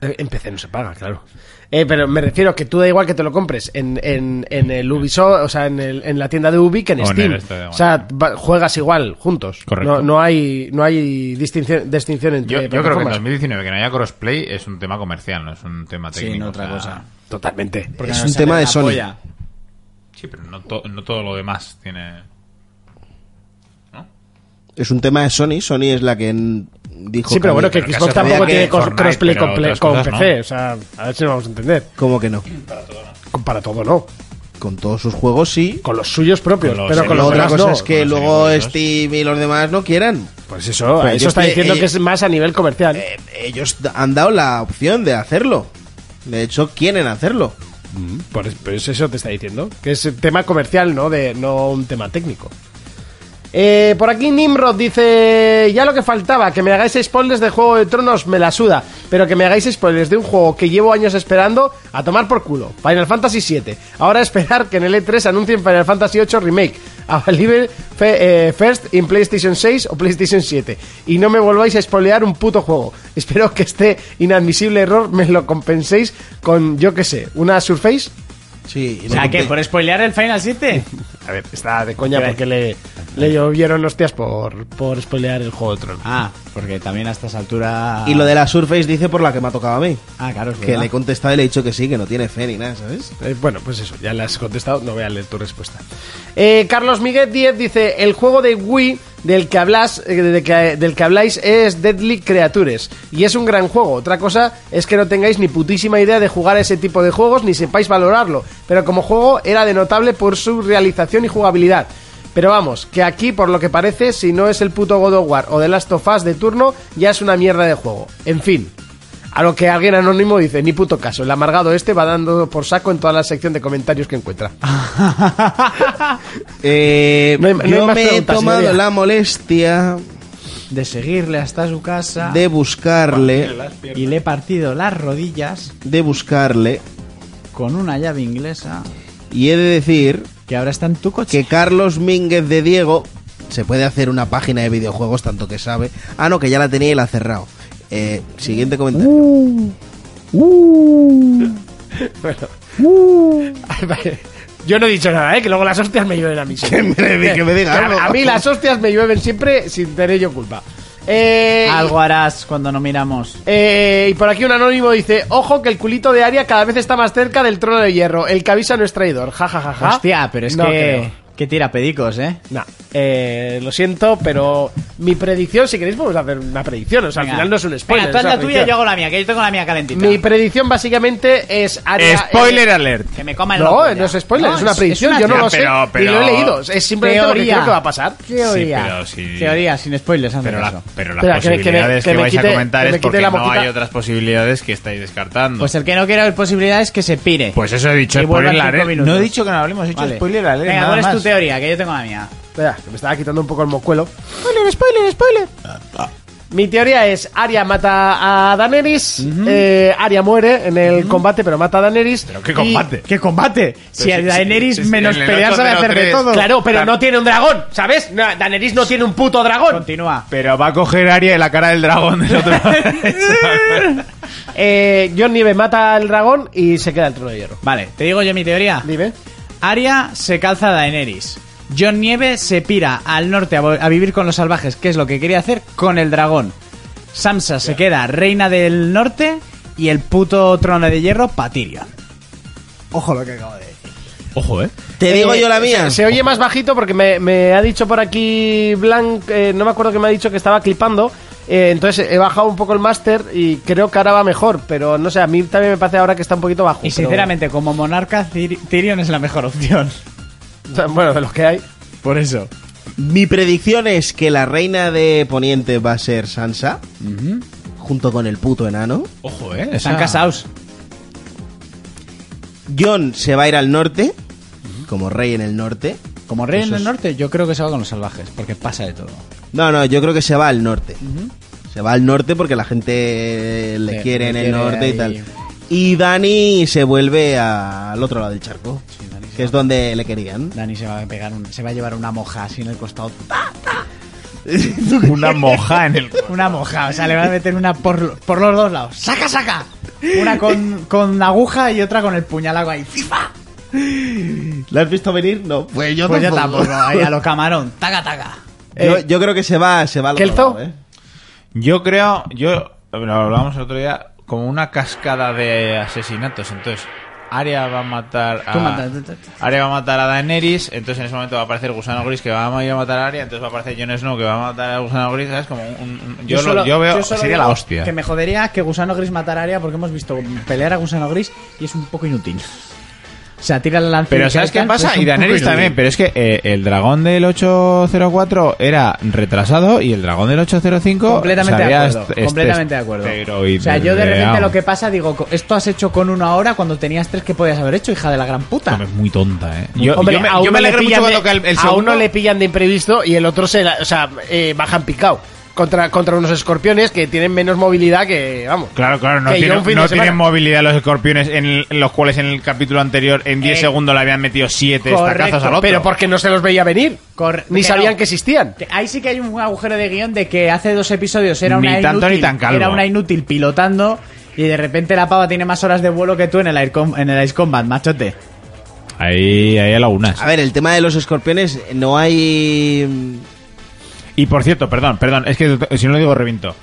Speaker 2: Eh, En PC no se paga, claro. Eh, pero me refiero a que tú da igual que te lo compres en, en, en el Ubisoft, o sea, en, el- en la tienda de Ubi que en
Speaker 6: O en
Speaker 2: Steam.
Speaker 6: el Stadia,
Speaker 2: o sea, va- juegas igual juntos.
Speaker 6: Correcto.
Speaker 2: No, no hay, no hay distinción, distinción entre
Speaker 6: Yo, yo creo que en
Speaker 2: plataformas.
Speaker 6: 2019 que no haya crossplay es un tema comercial, no es un tema técnico.
Speaker 4: no, otra
Speaker 6: o sea,
Speaker 4: cosa.
Speaker 2: Totalmente.
Speaker 5: Es un tema de Sony.
Speaker 6: Sí, pero no, to- no todo lo demás tiene...
Speaker 5: Es un tema de Sony. Sony es la que mm, dijo.
Speaker 2: Sí, pero bueno, que
Speaker 6: pero que
Speaker 2: Xbox
Speaker 6: se
Speaker 2: tampoco
Speaker 5: podía
Speaker 2: tiene
Speaker 5: que
Speaker 2: cos-
Speaker 6: Fortnite,
Speaker 2: crossplay
Speaker 6: pero
Speaker 2: con,
Speaker 6: otras
Speaker 2: con
Speaker 6: cosas no.
Speaker 2: PC. O sea, a ver si lo vamos a entender.
Speaker 5: Como que no.
Speaker 2: Para todo no.
Speaker 5: Con todos sus juegos sí.
Speaker 2: Con los suyos propios,
Speaker 6: Con los
Speaker 2: pero con
Speaker 6: suyos.
Speaker 2: los
Speaker 5: Pero otra
Speaker 2: demás
Speaker 5: cosa
Speaker 2: no.
Speaker 5: es que
Speaker 6: Con los
Speaker 5: luego
Speaker 6: servidores.
Speaker 5: Steam y los demás no quieran.
Speaker 2: Pues eso,
Speaker 5: Pero
Speaker 2: eso
Speaker 5: yo
Speaker 2: está
Speaker 5: estoy-
Speaker 2: diciendo
Speaker 5: eh,
Speaker 2: que es más a nivel comercial.
Speaker 5: Eh, ellos da- han dado la opción de hacerlo. De hecho, quieren hacerlo.
Speaker 2: Por es- pues eso te está diciendo. Que es el tema comercial, ¿no? De, no un tema técnico. Eh, por aquí Nimrod dice, ya lo que faltaba, que me hagáis spoilers de Juego de Tronos me la suda, pero que me hagáis spoilers de un juego que llevo años esperando a tomar por culo, Final Fantasy VII. Ahora esperar que en el E3 anuncien Final Fantasy VIII Remake, Available fe- eh, First in PlayStation 6 o PlayStation 7. Y no me volváis a spoilear un puto juego. Espero que este inadmisible error me lo compenséis con, yo qué sé, una Surface.
Speaker 5: Sí. y
Speaker 4: O sea,
Speaker 5: no-
Speaker 4: que por spoilear el Final 7.
Speaker 2: A ver, está de coña porque le, le llovieron hostias por, por spoilear el juego de Tronos.
Speaker 4: Ah, porque también a estas alturas.
Speaker 5: Y lo de la Surface dice por la que me ha tocado a mí.
Speaker 4: Ah, claro, es
Speaker 5: Que
Speaker 4: verdad.
Speaker 5: le he contestado y le he dicho que sí, que no tiene fe ni nada, ¿sabes?
Speaker 2: Eh, bueno, pues eso, ya le has contestado, no voy a leer tu respuesta. Eh, Carlos Miguel 10 dice, el juego de Wii del que, hablas, eh, de que- del que habláis es Deadly Creatures, y es un gran juego. Otra cosa es que no tengáis ni putísima idea de jugar a ese tipo de juegos, ni sepáis valorarlo, pero como juego era de notable por su realización y jugabilidad. Pero vamos, que aquí, por lo que parece, si no es el puto God of War o The Last of Us de turno, ya es una mierda de juego. En fin. A lo que alguien anónimo dice, ni puto caso, el amargado este va dando por saco en toda la sección de comentarios que encuentra.
Speaker 5: Eh,
Speaker 2: No hay- no hay
Speaker 5: yo
Speaker 2: más
Speaker 5: me he
Speaker 2: preguntas,
Speaker 5: tomado
Speaker 2: señoría.
Speaker 5: la molestia
Speaker 4: De seguirle hasta su casa.
Speaker 5: de buscarle,
Speaker 4: Y le he partido las rodillas
Speaker 5: de buscarle,
Speaker 4: con una llave inglesa
Speaker 5: y he de decir
Speaker 4: que ahora está en tu coche.
Speaker 5: que Carlos Mínguez de Diego se puede hacer una página de videojuegos tanto que sabe. Ah, no, que ya la tenía y la ha cerrado. Eh, siguiente comentario.
Speaker 2: Uh. Vale. Yo no he dicho nada, ¿eh? que luego las hostias me llueven a mí. siempre.
Speaker 5: Que me- que me diga
Speaker 2: Que a-
Speaker 5: algo.
Speaker 2: A mí las hostias me llueven siempre sin tener yo culpa. Eh,
Speaker 4: Algo harás cuando no miramos.
Speaker 2: eh, y por aquí un anónimo dice, ojo que el culito
Speaker 6: Ah,
Speaker 2: de Aria cada vez está más cerca del trono de hierro, el que avisa no es traidor, jajajaja.
Speaker 4: Hostia, pero es que- Que tira pedicos, ¿eh?
Speaker 2: Nah, eh, lo siento, pero mi predicción, si queréis, podemos hacer una predicción. O
Speaker 6: pues
Speaker 2: sea,
Speaker 4: Venga.
Speaker 2: al final no es un spoiler.
Speaker 4: Venga, tú haz
Speaker 2: es una
Speaker 4: la tuya y
Speaker 2: predicción.
Speaker 4: yo hago la mía, que yo tengo la mía calentita.
Speaker 2: Mi predicción básicamente es. área-
Speaker 6: Spoiler
Speaker 2: eh,
Speaker 6: alert.
Speaker 4: Que me coma el
Speaker 2: no,
Speaker 4: loco
Speaker 2: no es
Speaker 4: ya.
Speaker 2: spoiler,
Speaker 4: No,
Speaker 2: es una predicción.
Speaker 4: una
Speaker 2: yo no
Speaker 6: teoría.
Speaker 2: lo sé.
Speaker 6: Pero- pero-
Speaker 2: ni lo he leído. Es simplemente lo que
Speaker 4: Teoría.
Speaker 2: creo que va a pasar.
Speaker 4: Teoría.
Speaker 6: Sí, pero sí.
Speaker 4: Teoría, sin spoilers, hazme
Speaker 6: Pero, la-
Speaker 4: caso.
Speaker 6: pero las
Speaker 2: Espera, que me- que me-
Speaker 6: posibilidades que,
Speaker 2: que me
Speaker 6: vais
Speaker 2: quite-
Speaker 6: a comentar
Speaker 2: que me
Speaker 6: es
Speaker 2: quite
Speaker 6: porque
Speaker 2: la
Speaker 6: no
Speaker 2: mojita.
Speaker 6: hay otras posibilidades que estáis descartando.
Speaker 4: Pues el que no quiera ver posibilidades que se pire.
Speaker 6: Pues eso he dicho,
Speaker 4: Y vuelve en
Speaker 6: spoiler
Speaker 4: cinco
Speaker 6: alert.
Speaker 4: minutos.
Speaker 6: No he dicho que no hablemos, he dicho
Speaker 4: Vale.
Speaker 6: spoiler alert.
Speaker 4: Venga,
Speaker 6: nada
Speaker 4: ¿cuál es tu
Speaker 6: más.
Speaker 4: teoría? Que yo tengo la mía.
Speaker 2: Espera, que me estaba quitando un poco el mocuelo. Spoiler, spoiler, spoiler. Mi teoría es Arya mata a Daenerys, eh, Arya muere en el combate, pero mata a Daenerys.
Speaker 6: ¿Pero qué combate?
Speaker 4: ¡Qué combate! Si a
Speaker 6: sí,
Speaker 4: Daenerys
Speaker 6: sí, sí,
Speaker 4: menos
Speaker 6: en el
Speaker 4: pelear sabe hacer de
Speaker 6: 803.
Speaker 4: todo.
Speaker 2: Claro, pero no tiene un dragón, ¿sabes? No, Daenerys no tiene un puto dragón.
Speaker 4: Continúa.
Speaker 6: Pero va a coger Aria de la cara del dragón del otro lado.
Speaker 2: Eh, Jon Nieve mata al dragón y se queda el trono de hierro.
Speaker 4: Vale, te digo yo mi teoría.
Speaker 2: Dime.
Speaker 4: Aria se calza a Daenerys. John Nieve se pira al norte a, vo- a vivir con los salvajes, que es lo que quería hacer con el dragón. Samsa se queda reina del norte y el puto trono de hierro pa' Tyrion. Ojo lo que acabo de decir.
Speaker 6: Ojo, eh.
Speaker 5: Te digo yo la mía.
Speaker 2: Se oye más bajito porque me, me ha dicho por aquí Blanc, eh, no me acuerdo que me ha dicho que estaba clipando. eh, entonces he bajado un poco el máster y creo que ahora va mejor, pero no sé, a mí también me parece ahora que está un poquito bajo.
Speaker 4: Y
Speaker 2: pero-
Speaker 4: sinceramente, como monarca, Tyr- Tyrion es la mejor opción.
Speaker 2: Bueno, de los que hay.
Speaker 4: Por eso.
Speaker 5: Mi predicción es que la reina de Poniente va a ser Sansa, junto con el puto enano.
Speaker 6: Ojo, eh.
Speaker 4: Están
Speaker 6: esa-
Speaker 4: casados.
Speaker 5: John se va a ir al norte, como rey en el norte.
Speaker 4: Como rey en
Speaker 5: Eso
Speaker 4: el
Speaker 5: es-
Speaker 4: norte, yo creo que se va con los salvajes, porque pasa de todo.
Speaker 5: No, no, yo creo que se va al norte. Se va al norte porque la gente
Speaker 4: Sí,
Speaker 5: le quiere
Speaker 4: le
Speaker 5: en el
Speaker 4: quiere
Speaker 5: norte
Speaker 4: ahí.
Speaker 5: y tal. Y Dani se vuelve a- al otro lado del charco,
Speaker 4: Dani se
Speaker 5: que es donde le querían.
Speaker 4: Dani se va a pegar un- se va a llevar una moja así en el costado.
Speaker 6: Una moja en el.
Speaker 4: Una moja, o sea, le van a meter una por, por los dos lados. ¡Saca, saca! Una con, con aguja y otra con el puñalago ahí. ¡Fifa!
Speaker 5: ¿La has visto venir? No. Pues yo
Speaker 4: Pues ya tampoco, ahí a lo camarón. ¡Taca, taca!
Speaker 5: Yo, yo creo que se va, se va al
Speaker 2: ¿Kelzo?
Speaker 5: otro lado, ¿eh?
Speaker 6: Yo creo, yo lo hablábamos el otro día, como una cascada de asesinatos. Entonces, Arya va a matar
Speaker 4: Tú
Speaker 6: a.
Speaker 4: mata, tú, tú, tú.
Speaker 6: Arya va a matar a Daenerys, entonces en ese momento va a aparecer Gusano Gris que va a ir a matar a Arya, entonces va a aparecer Jon Snow que va a matar a Gusano Gris, ¿sabes? Como un, un- yo, lo-
Speaker 4: solo-
Speaker 6: yo veo,
Speaker 4: yo solo
Speaker 6: sería
Speaker 4: digo
Speaker 6: la hostia.
Speaker 4: Que me jodería que Gusano Gris matara a Aria porque hemos visto pelear a Gusano Gris y es un poco inútil. O sea, tira la lanza.
Speaker 6: Pero ¿sabes qué
Speaker 4: tal,
Speaker 6: pasa?
Speaker 4: es un
Speaker 6: Y Daenerys
Speaker 4: poco
Speaker 6: también,
Speaker 4: inútil.
Speaker 6: pero es que eh, el dragón del 804 era retrasado y el dragón del 805
Speaker 4: Completamente de
Speaker 6: sabía este,
Speaker 4: acuerdo.
Speaker 6: est- est-
Speaker 4: completamente de acuerdo.
Speaker 6: esteroideado.
Speaker 4: O sea, yo de repente lo que pasa, digo, co- esto has hecho con una hora cuando tenías tres que podías haber hecho, hija de la gran puta.
Speaker 6: Es muy tonta, ¿eh? Yo,
Speaker 2: Hombre,
Speaker 6: yo me,
Speaker 2: a
Speaker 6: yo me
Speaker 2: uno le
Speaker 6: alegré mucho
Speaker 2: pillan
Speaker 6: cuando
Speaker 2: de-
Speaker 6: cae el, el
Speaker 2: A uno
Speaker 6: segundo.
Speaker 2: le pillan de imprevisto y el otro se, la- o sea, eh, bajan picado contra, contra unos escorpiones que tienen menos movilidad que, vamos.
Speaker 6: Claro, claro, no,
Speaker 2: que yo
Speaker 6: tiene-
Speaker 2: un fin de
Speaker 6: no
Speaker 2: semana.
Speaker 6: tienen movilidad los escorpiones, en, el- en los cuales en el capítulo anterior en 10
Speaker 4: Eh,
Speaker 6: segundos le habían metido 7
Speaker 4: correcto,
Speaker 6: estacazos al otro.
Speaker 2: Pero porque no se los veía venir.
Speaker 4: Corre-
Speaker 2: ni
Speaker 4: que
Speaker 2: sabían
Speaker 4: no.
Speaker 2: que existían.
Speaker 4: Que Ahí sí que hay un agujero de guión de que hace dos episodios era una
Speaker 6: Ni tanto
Speaker 4: inútil,
Speaker 6: ni tan calvo.
Speaker 4: era una inútil pilotando y de repente la pava tiene más horas de vuelo que tú en el Air Com- en el Ice Combat, machote.
Speaker 6: Ahí, ahí hay lagunas.
Speaker 5: A ver, el tema de los escorpiones, no hay...
Speaker 6: Y por cierto, perdón, perdón, es que si no lo digo revinto.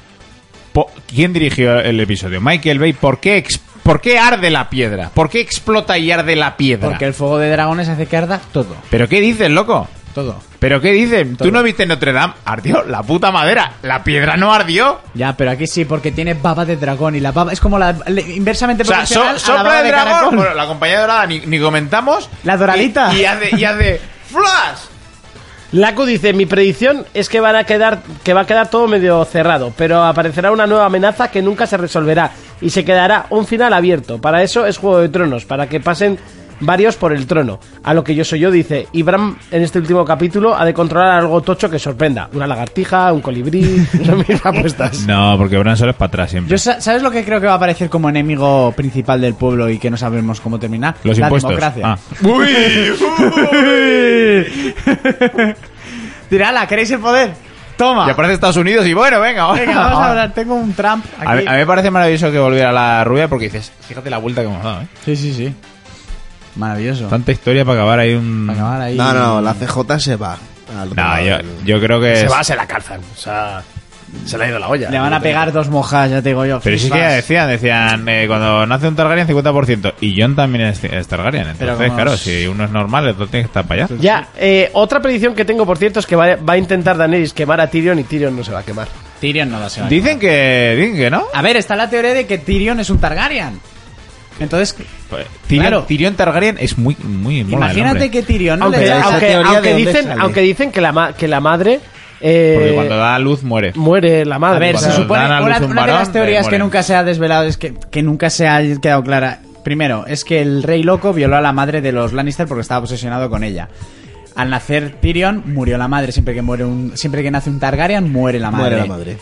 Speaker 6: Po- ¿Quién dirigió el episodio? Michael Bay, ¿por qué, ex- ¿por qué arde la piedra? ¿Por qué explota y arde la piedra?
Speaker 4: Porque el fuego de dragones hace que arda todo,
Speaker 6: ¿Pero qué dices, loco?
Speaker 4: todo.
Speaker 6: ¿Pero qué dices?
Speaker 4: Todo.
Speaker 6: ¿Tú no viste Notre Dame? Ardió la puta madera. La piedra no ardió.
Speaker 4: Ya, pero aquí sí, porque tiene baba de dragón y la baba es como la le- inversamente
Speaker 6: O sea, so-
Speaker 4: proporcional a la
Speaker 6: sopla
Speaker 4: baba
Speaker 6: el
Speaker 4: de
Speaker 6: dragón.
Speaker 4: caracol.
Speaker 6: Bueno, la compañía dorada ni, ni comentamos.
Speaker 4: La doradita.
Speaker 6: Y, y hace, y hace ¡Flash!
Speaker 2: Laku dice, mi predicción es que, van a quedar, que va a quedar todo medio cerrado, pero aparecerá una nueva amenaza que nunca se resolverá y se quedará un final abierto. Para eso es Juego de Tronos, para que pasen varios por el trono. A lo que yo soy yo dice, Ibram en este último capítulo ha de controlar algo tocho que sorprenda. Una lagartija, un colibrí, son mis apuestas.
Speaker 6: No, porque Branson es para atrás siempre.
Speaker 4: Yo sa- ¿Sabes lo que creo que va a aparecer como enemigo principal del pueblo y que no sabemos cómo terminar?
Speaker 6: Los
Speaker 4: la
Speaker 6: impuestos.
Speaker 4: democracia.
Speaker 6: Ah. ¡Uy! ¡Uy!
Speaker 4: Dirá, "Ala, ¿queréis el poder? Toma.
Speaker 6: Y aparece Estados Unidos y bueno, venga, ahora.
Speaker 4: Venga, vamos a hablar. Tengo un Trump aquí.
Speaker 6: Ah. A mí, a mí me parece maravilloso que volviera la rubia porque dices, fíjate la vuelta que hemos dado, ¿eh?
Speaker 4: Sí, sí, sí. Maravilloso.
Speaker 6: Tanta historia para acabar ahí un...
Speaker 4: Para acabar ahí.
Speaker 5: No, no, la CJ se va. al otro
Speaker 6: No,
Speaker 5: lado
Speaker 6: yo,
Speaker 5: del-
Speaker 6: yo creo que
Speaker 2: Se
Speaker 6: es-
Speaker 2: va, se la calzan. O sea, Se le ha ido la olla.
Speaker 4: Le van a pegar dos mojas, ya te digo yo.
Speaker 6: Pero sí que
Speaker 4: Flipas.
Speaker 6: decían, decían, eh, cuando nace un Targaryen, 50%. Y John también es, es Targaryen.
Speaker 4: Pero
Speaker 6: Entonces,
Speaker 4: como
Speaker 6: claro,
Speaker 4: es-
Speaker 6: si uno es normal, el otro tiene que estar para allá.
Speaker 2: Ya, eh, otra predicción que tengo, por cierto, es que va, va a intentar Daenerys quemar a Tyrion y Tyrion no se va a quemar.
Speaker 4: Tyrion no va a ser.
Speaker 6: Dicen que, dicen que no.
Speaker 4: A ver, está la teoría de que Tyrion es un Targaryen. Entonces,
Speaker 6: Pues, Tyrion,
Speaker 4: Claro.
Speaker 6: Tyrion Targaryen es muy, muy mola el
Speaker 4: imagínate
Speaker 6: nombre.
Speaker 4: que Tyrion no le
Speaker 2: aunque,
Speaker 5: pero esa
Speaker 4: echa-
Speaker 2: aunque,
Speaker 5: teoría,
Speaker 2: aunque
Speaker 5: ¿de dónde
Speaker 2: dicen,
Speaker 5: sale?
Speaker 2: aunque dicen que la, ma- que la madre... eh,
Speaker 6: Porque cuando da a luz muere.
Speaker 2: Muere la madre.
Speaker 4: A ver,
Speaker 6: Cuando
Speaker 4: se supone.
Speaker 6: dan a
Speaker 4: Una,
Speaker 6: luz un
Speaker 4: una de
Speaker 6: varón,
Speaker 4: las teorías
Speaker 6: eh,
Speaker 4: que
Speaker 6: mueren.
Speaker 4: nunca se ha desvelado es que, que nunca se ha quedado clara. Primero, es que el rey loco violó a la madre de los Lannister porque estaba obsesionado con ella. Al nacer Tyrion, murió la madre. Siempre que, muere un, siempre que nace un Targaryen, muere la madre.
Speaker 5: Muere la madre.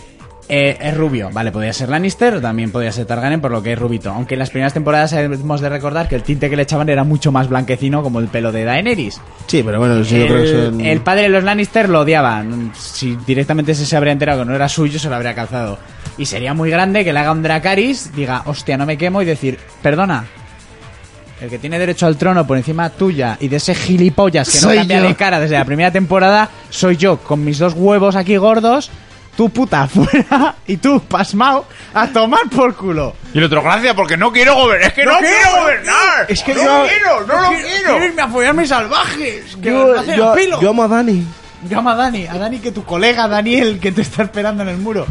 Speaker 4: Eh, es rubio, vale, podía ser Lannister, también podía ser Targaryen, por lo que es rubito. Aunque en las primeras temporadas hemos de recordar que el tinte que le echaban era mucho más blanquecino, como el pelo de Daenerys.
Speaker 5: Sí, pero bueno, sí, yo creo que
Speaker 4: El,
Speaker 5: son-
Speaker 4: el padre de los Lannister lo odiaba. Si directamente se, se habría enterado que no era suyo, se lo habría calzado. Y sería muy grande que le haga un Dracaris, diga, hostia, no me quemo, y decir, perdona, el que tiene derecho al trono por encima tuya y de ese gilipollas que no
Speaker 5: Soy
Speaker 4: cambia
Speaker 5: yo.
Speaker 4: de cara desde la primera temporada, soy yo, con mis dos huevos aquí gordos, tú puta afuera y tú pasmao a tomar por culo.
Speaker 6: Y el otro, gracias, porque no quiero gobernar. Es que no, quiero, gobernar.
Speaker 4: Es que
Speaker 6: no
Speaker 4: yo-
Speaker 6: quiero, no lo
Speaker 4: Quiero-
Speaker 6: quiero.
Speaker 4: Quiero irme a follarme salvajes. Que me
Speaker 5: yo,
Speaker 4: hacen
Speaker 5: yo-
Speaker 4: a pelo.
Speaker 5: yo amo a Dani.
Speaker 4: Llama a Dani, a Dani que tu colega Daniel que te está esperando en el muro.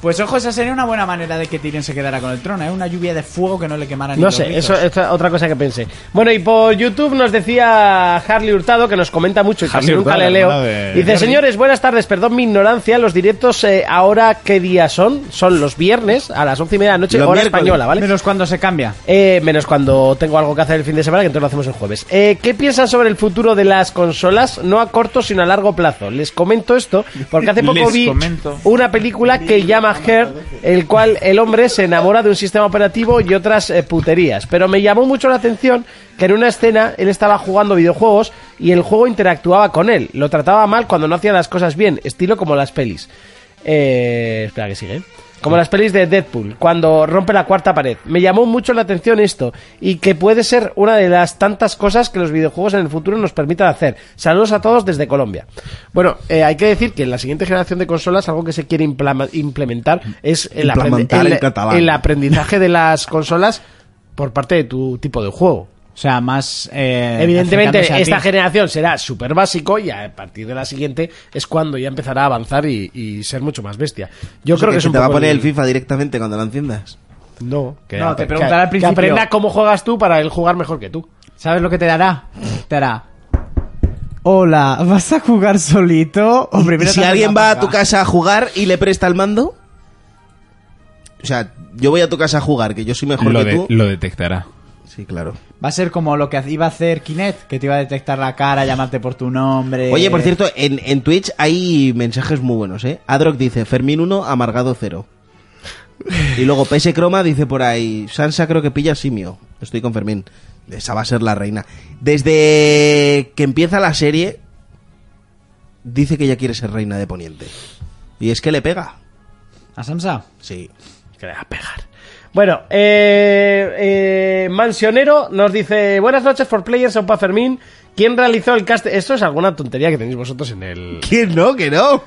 Speaker 4: Pues ojo, esa sería una buena manera de que Tyrion se quedara con el trono, ¿eh? Una lluvia de fuego que no le quemara ni
Speaker 2: No
Speaker 4: los
Speaker 2: sé,
Speaker 4: rizos.
Speaker 2: eso es otra cosa que pensé. Bueno, y por YouTube nos decía Harley Hurtado, que nos comenta mucho y casi
Speaker 6: Harley
Speaker 2: nunca
Speaker 6: Hurtado,
Speaker 2: le leo.
Speaker 6: hermana de-
Speaker 2: Dice,
Speaker 6: Harley.
Speaker 2: señores, buenas tardes, perdón mi ignorancia, los directos eh, ahora qué día son? Son los viernes a las once y media de la noche,
Speaker 5: Los
Speaker 2: hora
Speaker 5: miércoles.
Speaker 2: española, ¿vale?
Speaker 4: Menos cuando se cambia.
Speaker 2: Eh, menos cuando tengo algo que hacer el fin de semana, que entonces lo hacemos el jueves. Eh, ¿Qué piensan sobre el futuro de las consolas? No a corto, sino a largo plazo. Les comento esto, porque hace poco
Speaker 6: Les
Speaker 2: vi
Speaker 6: comento.
Speaker 2: una película que llama Her, el cual el hombre se enamora de un sistema operativo y otras eh, puterías. Pero me llamó mucho la atención que en una escena él estaba jugando videojuegos y el juego interactuaba con él. Lo trataba mal cuando no hacía las cosas bien, estilo como las pelis. Eh, espera que sigue. Como las pelis de Deadpool, cuando rompe la cuarta pared. Me llamó mucho la atención esto, y que puede ser una de las tantas cosas que los videojuegos en el futuro nos permitan hacer. Saludos a todos desde Colombia. Bueno, eh, hay que decir que en la siguiente generación de consolas algo que se quiere implama- implementar es el, aprende-
Speaker 5: Implementar
Speaker 2: el-
Speaker 5: el catalán.
Speaker 2: el aprendizaje de las consolas por parte de tu tipo de juego.
Speaker 4: O sea, más... eh, acercándose a
Speaker 2: Evidentemente,
Speaker 4: ti.
Speaker 2: esta generación será súper básico y a partir de la siguiente es cuando ya empezará a avanzar y, y ser mucho más bestia. Yo creo que, es
Speaker 5: te
Speaker 2: un
Speaker 5: va a
Speaker 2: poco
Speaker 5: poner
Speaker 2: el-
Speaker 5: el FIFA directamente cuando lo enciendas.
Speaker 2: No, que
Speaker 4: No, te
Speaker 2: que-
Speaker 4: preguntará al
Speaker 2: que
Speaker 4: principio.
Speaker 2: aprenda cómo juegas tú para él jugar mejor que tú.
Speaker 4: ¿Sabes lo que te dará? Te hará... Hola, ¿vas a jugar solito? O
Speaker 5: Y
Speaker 4: primero te
Speaker 5: si
Speaker 4: hace
Speaker 5: alguien
Speaker 4: una
Speaker 5: va a
Speaker 4: paja?
Speaker 5: tu casa a jugar y le presta el mando. O sea, yo voy a tu casa a jugar, que yo soy mejor
Speaker 6: Lo,
Speaker 5: que
Speaker 6: de-
Speaker 5: tú.
Speaker 6: lo detectará.
Speaker 5: Sí, claro.
Speaker 4: Va a ser como lo que iba a hacer Kinect, que te iba a detectar la cara, llamarte por tu nombre...
Speaker 5: Oye, por cierto, en, en Twitch hay mensajes muy buenos, ¿eh? Adrock dice, Fermín 1, amargado 0. Y luego PS Croma dice por ahí, Sansa creo que pilla simio. Estoy con Fermín. Esa va a ser la reina. Desde que empieza la serie, dice que ya quiere ser reina de Poniente. Y es que le pega.
Speaker 4: ¿A Samsa?
Speaker 5: Sí.
Speaker 2: Que le va a pegar. Bueno, eh, eh, Mansionero nos dice: Buenas noches, for players, Opa Fermín. ¿Quién realizó el cast? Esto es alguna tontería que tenéis vosotros en el.
Speaker 5: ¿Quién no? ¿Que no?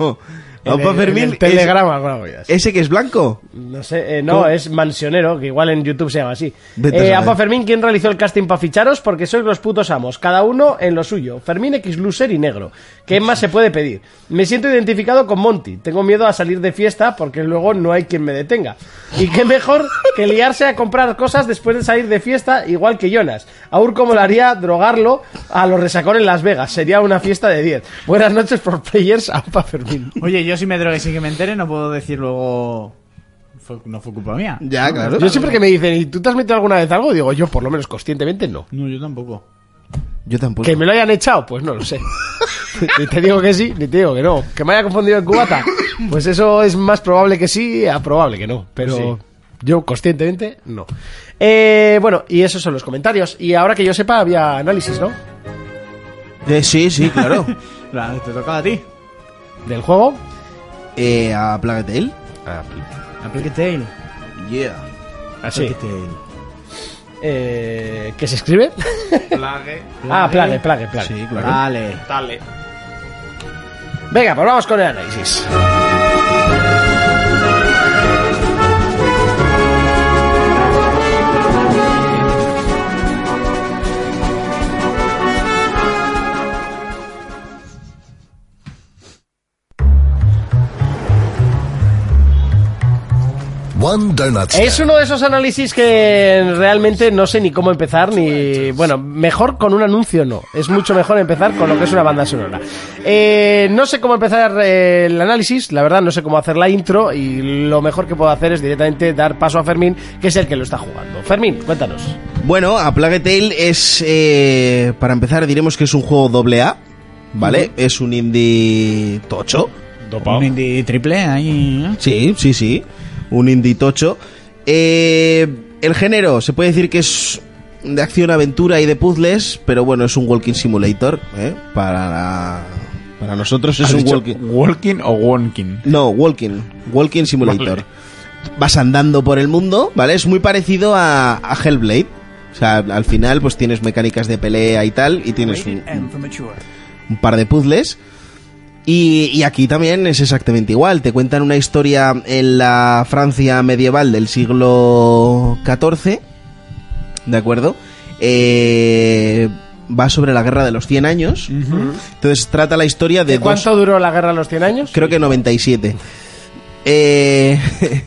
Speaker 2: en el-
Speaker 5: Opa
Speaker 2: en
Speaker 5: Fermín.
Speaker 2: el Telegrama, alguna movida así.
Speaker 5: es- ese que es blanco.
Speaker 2: No sé, eh, no, es Mansionero, que igual en YouTube se llama así.
Speaker 5: Vete a
Speaker 2: Eh,
Speaker 5: saber.
Speaker 2: Apa Fermín, ¿quién realizó el casting para ficharos? Porque sois los putos amos, cada uno en lo suyo. Fermín X Loser y Negro. ¿Qué más se puede pedir? Me siento identificado con Monty. Tengo miedo a salir de fiesta porque luego no hay quien me detenga. Y qué mejor que liarse a comprar cosas después de salir de fiesta, igual que Jonas. Aún como lo haría drogarlo a los resacón en Las Vegas. Sería una fiesta de 10. Buenas noches, por players, Apa Fermín.
Speaker 4: Oye, yo si me drogué sin que me entere, no puedo decir luego. fue- no fue culpa mía.
Speaker 5: Ya, claro.
Speaker 2: Yo siempre que me dicen, ¿y tú te has metido alguna vez algo? Digo, yo por lo menos conscientemente no.
Speaker 4: No, yo tampoco.
Speaker 5: Yo tampoco.
Speaker 2: ¿Que me lo hayan echado? Pues no lo sé. ni te digo que sí, ni te digo que no. ¿Que me haya confundido en cubata? Pues eso es más probable que sí, a probable que no. Pero yo conscientemente no. Eh, bueno, y esos son los comentarios. Y ahora que yo sepa, había análisis, ¿no?
Speaker 5: Eh, sí, sí, claro.
Speaker 4: La- Te tocaba a ti.
Speaker 2: Del juego.
Speaker 5: eh, a Plague Tale.
Speaker 4: Plague Tale.
Speaker 5: Yeah.
Speaker 2: Así.
Speaker 5: Plague Tale.
Speaker 2: Eh, ¿Qué se escribe? ah, plague, plague, plague.
Speaker 5: Sí, claro.
Speaker 4: Vale.
Speaker 2: Venga, pues vamos con el análisis.
Speaker 10: Dunkin' Donuts.
Speaker 2: Es uno de esos análisis que realmente no sé ni cómo empezar, ni. Bueno, mejor con un anuncio no. Es mucho mejor empezar con lo que es una banda sonora. Eh, no sé cómo empezar eh, el análisis, la verdad, no sé cómo hacer la intro, y lo mejor que puedo hacer es directamente dar paso a Fermín, que es el que lo está jugando. Fermín, cuéntanos.
Speaker 5: Bueno, a Plague Tale es, eh, para empezar, diremos que es un juego doble A, ¿vale? Es un indie tocho.
Speaker 4: Un indie triple ahí. ¿eh?
Speaker 5: Sí, sí, sí. Un indie tocho. Eh, el género, se puede decir que es de acción, aventura y de puzzles, pero bueno, es un walking simulator, ¿eh? Para, para nosotros es
Speaker 6: ¿Has
Speaker 5: un
Speaker 6: dicho
Speaker 5: walking...
Speaker 6: walking o Wonkin?
Speaker 5: No, Walking. Walking Simulator. Vas andando por el mundo, ¿vale? Es muy parecido a, a Hellblade. O sea, al final pues tienes mecánicas de pelea y tal, y tienes un, un par de puzzles. Y, y aquí también es exactamente igual. Te cuentan una historia en la Francia medieval del siglo XIV, ¿de acuerdo? Eh, va sobre la guerra de los 100 años. Entonces trata la historia de...
Speaker 2: ¿De
Speaker 5: dos-
Speaker 2: cuánto duró la guerra a los 100 años?
Speaker 5: Creo que 97. Eh,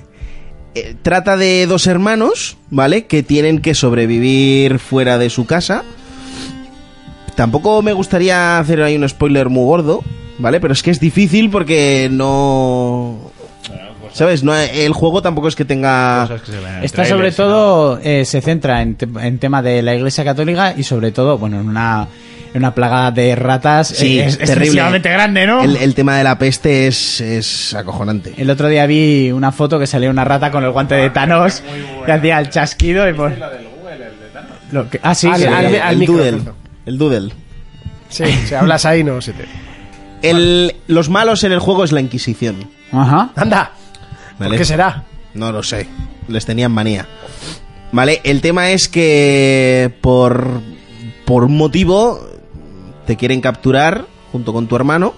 Speaker 5: eh, trata de dos hermanos, ¿vale? Que tienen que sobrevivir fuera de su casa. Tampoco me gustaría hacer ahí un spoiler muy gordo, ¿vale? Pero es que es difícil porque no... ¿Sabes? No, el juego tampoco es que tenga...
Speaker 9: Este,
Speaker 4: Esta sobre todo eh, se centra en, te- en tema de la Iglesia Católica y sobre todo, bueno, en una, en una plaga de ratas
Speaker 5: Sí,
Speaker 4: eh, es,
Speaker 5: terrible.
Speaker 4: excesivamente grande, ¿no?
Speaker 5: El,
Speaker 4: El,
Speaker 5: el tema de la peste es, es acojonante.
Speaker 4: otro día vi una foto que salía una rata con el guante de Thanos que hacía el chasquido y por... Lo que- ah, sí,
Speaker 2: Al-
Speaker 4: que-
Speaker 2: al-
Speaker 5: el, el
Speaker 2: micro,
Speaker 5: doodle.
Speaker 2: perdón.
Speaker 5: El doodle.
Speaker 2: Sí, si hablas ahí no se te.
Speaker 5: El- los malos en el juego es la Inquisición.
Speaker 4: Ajá.
Speaker 2: Anda, ¿por
Speaker 5: ¿vale?
Speaker 2: qué será?
Speaker 5: No lo sé. Les tenían manía. Vale, el tema es que por, por un motivo te quieren capturar junto con tu hermano,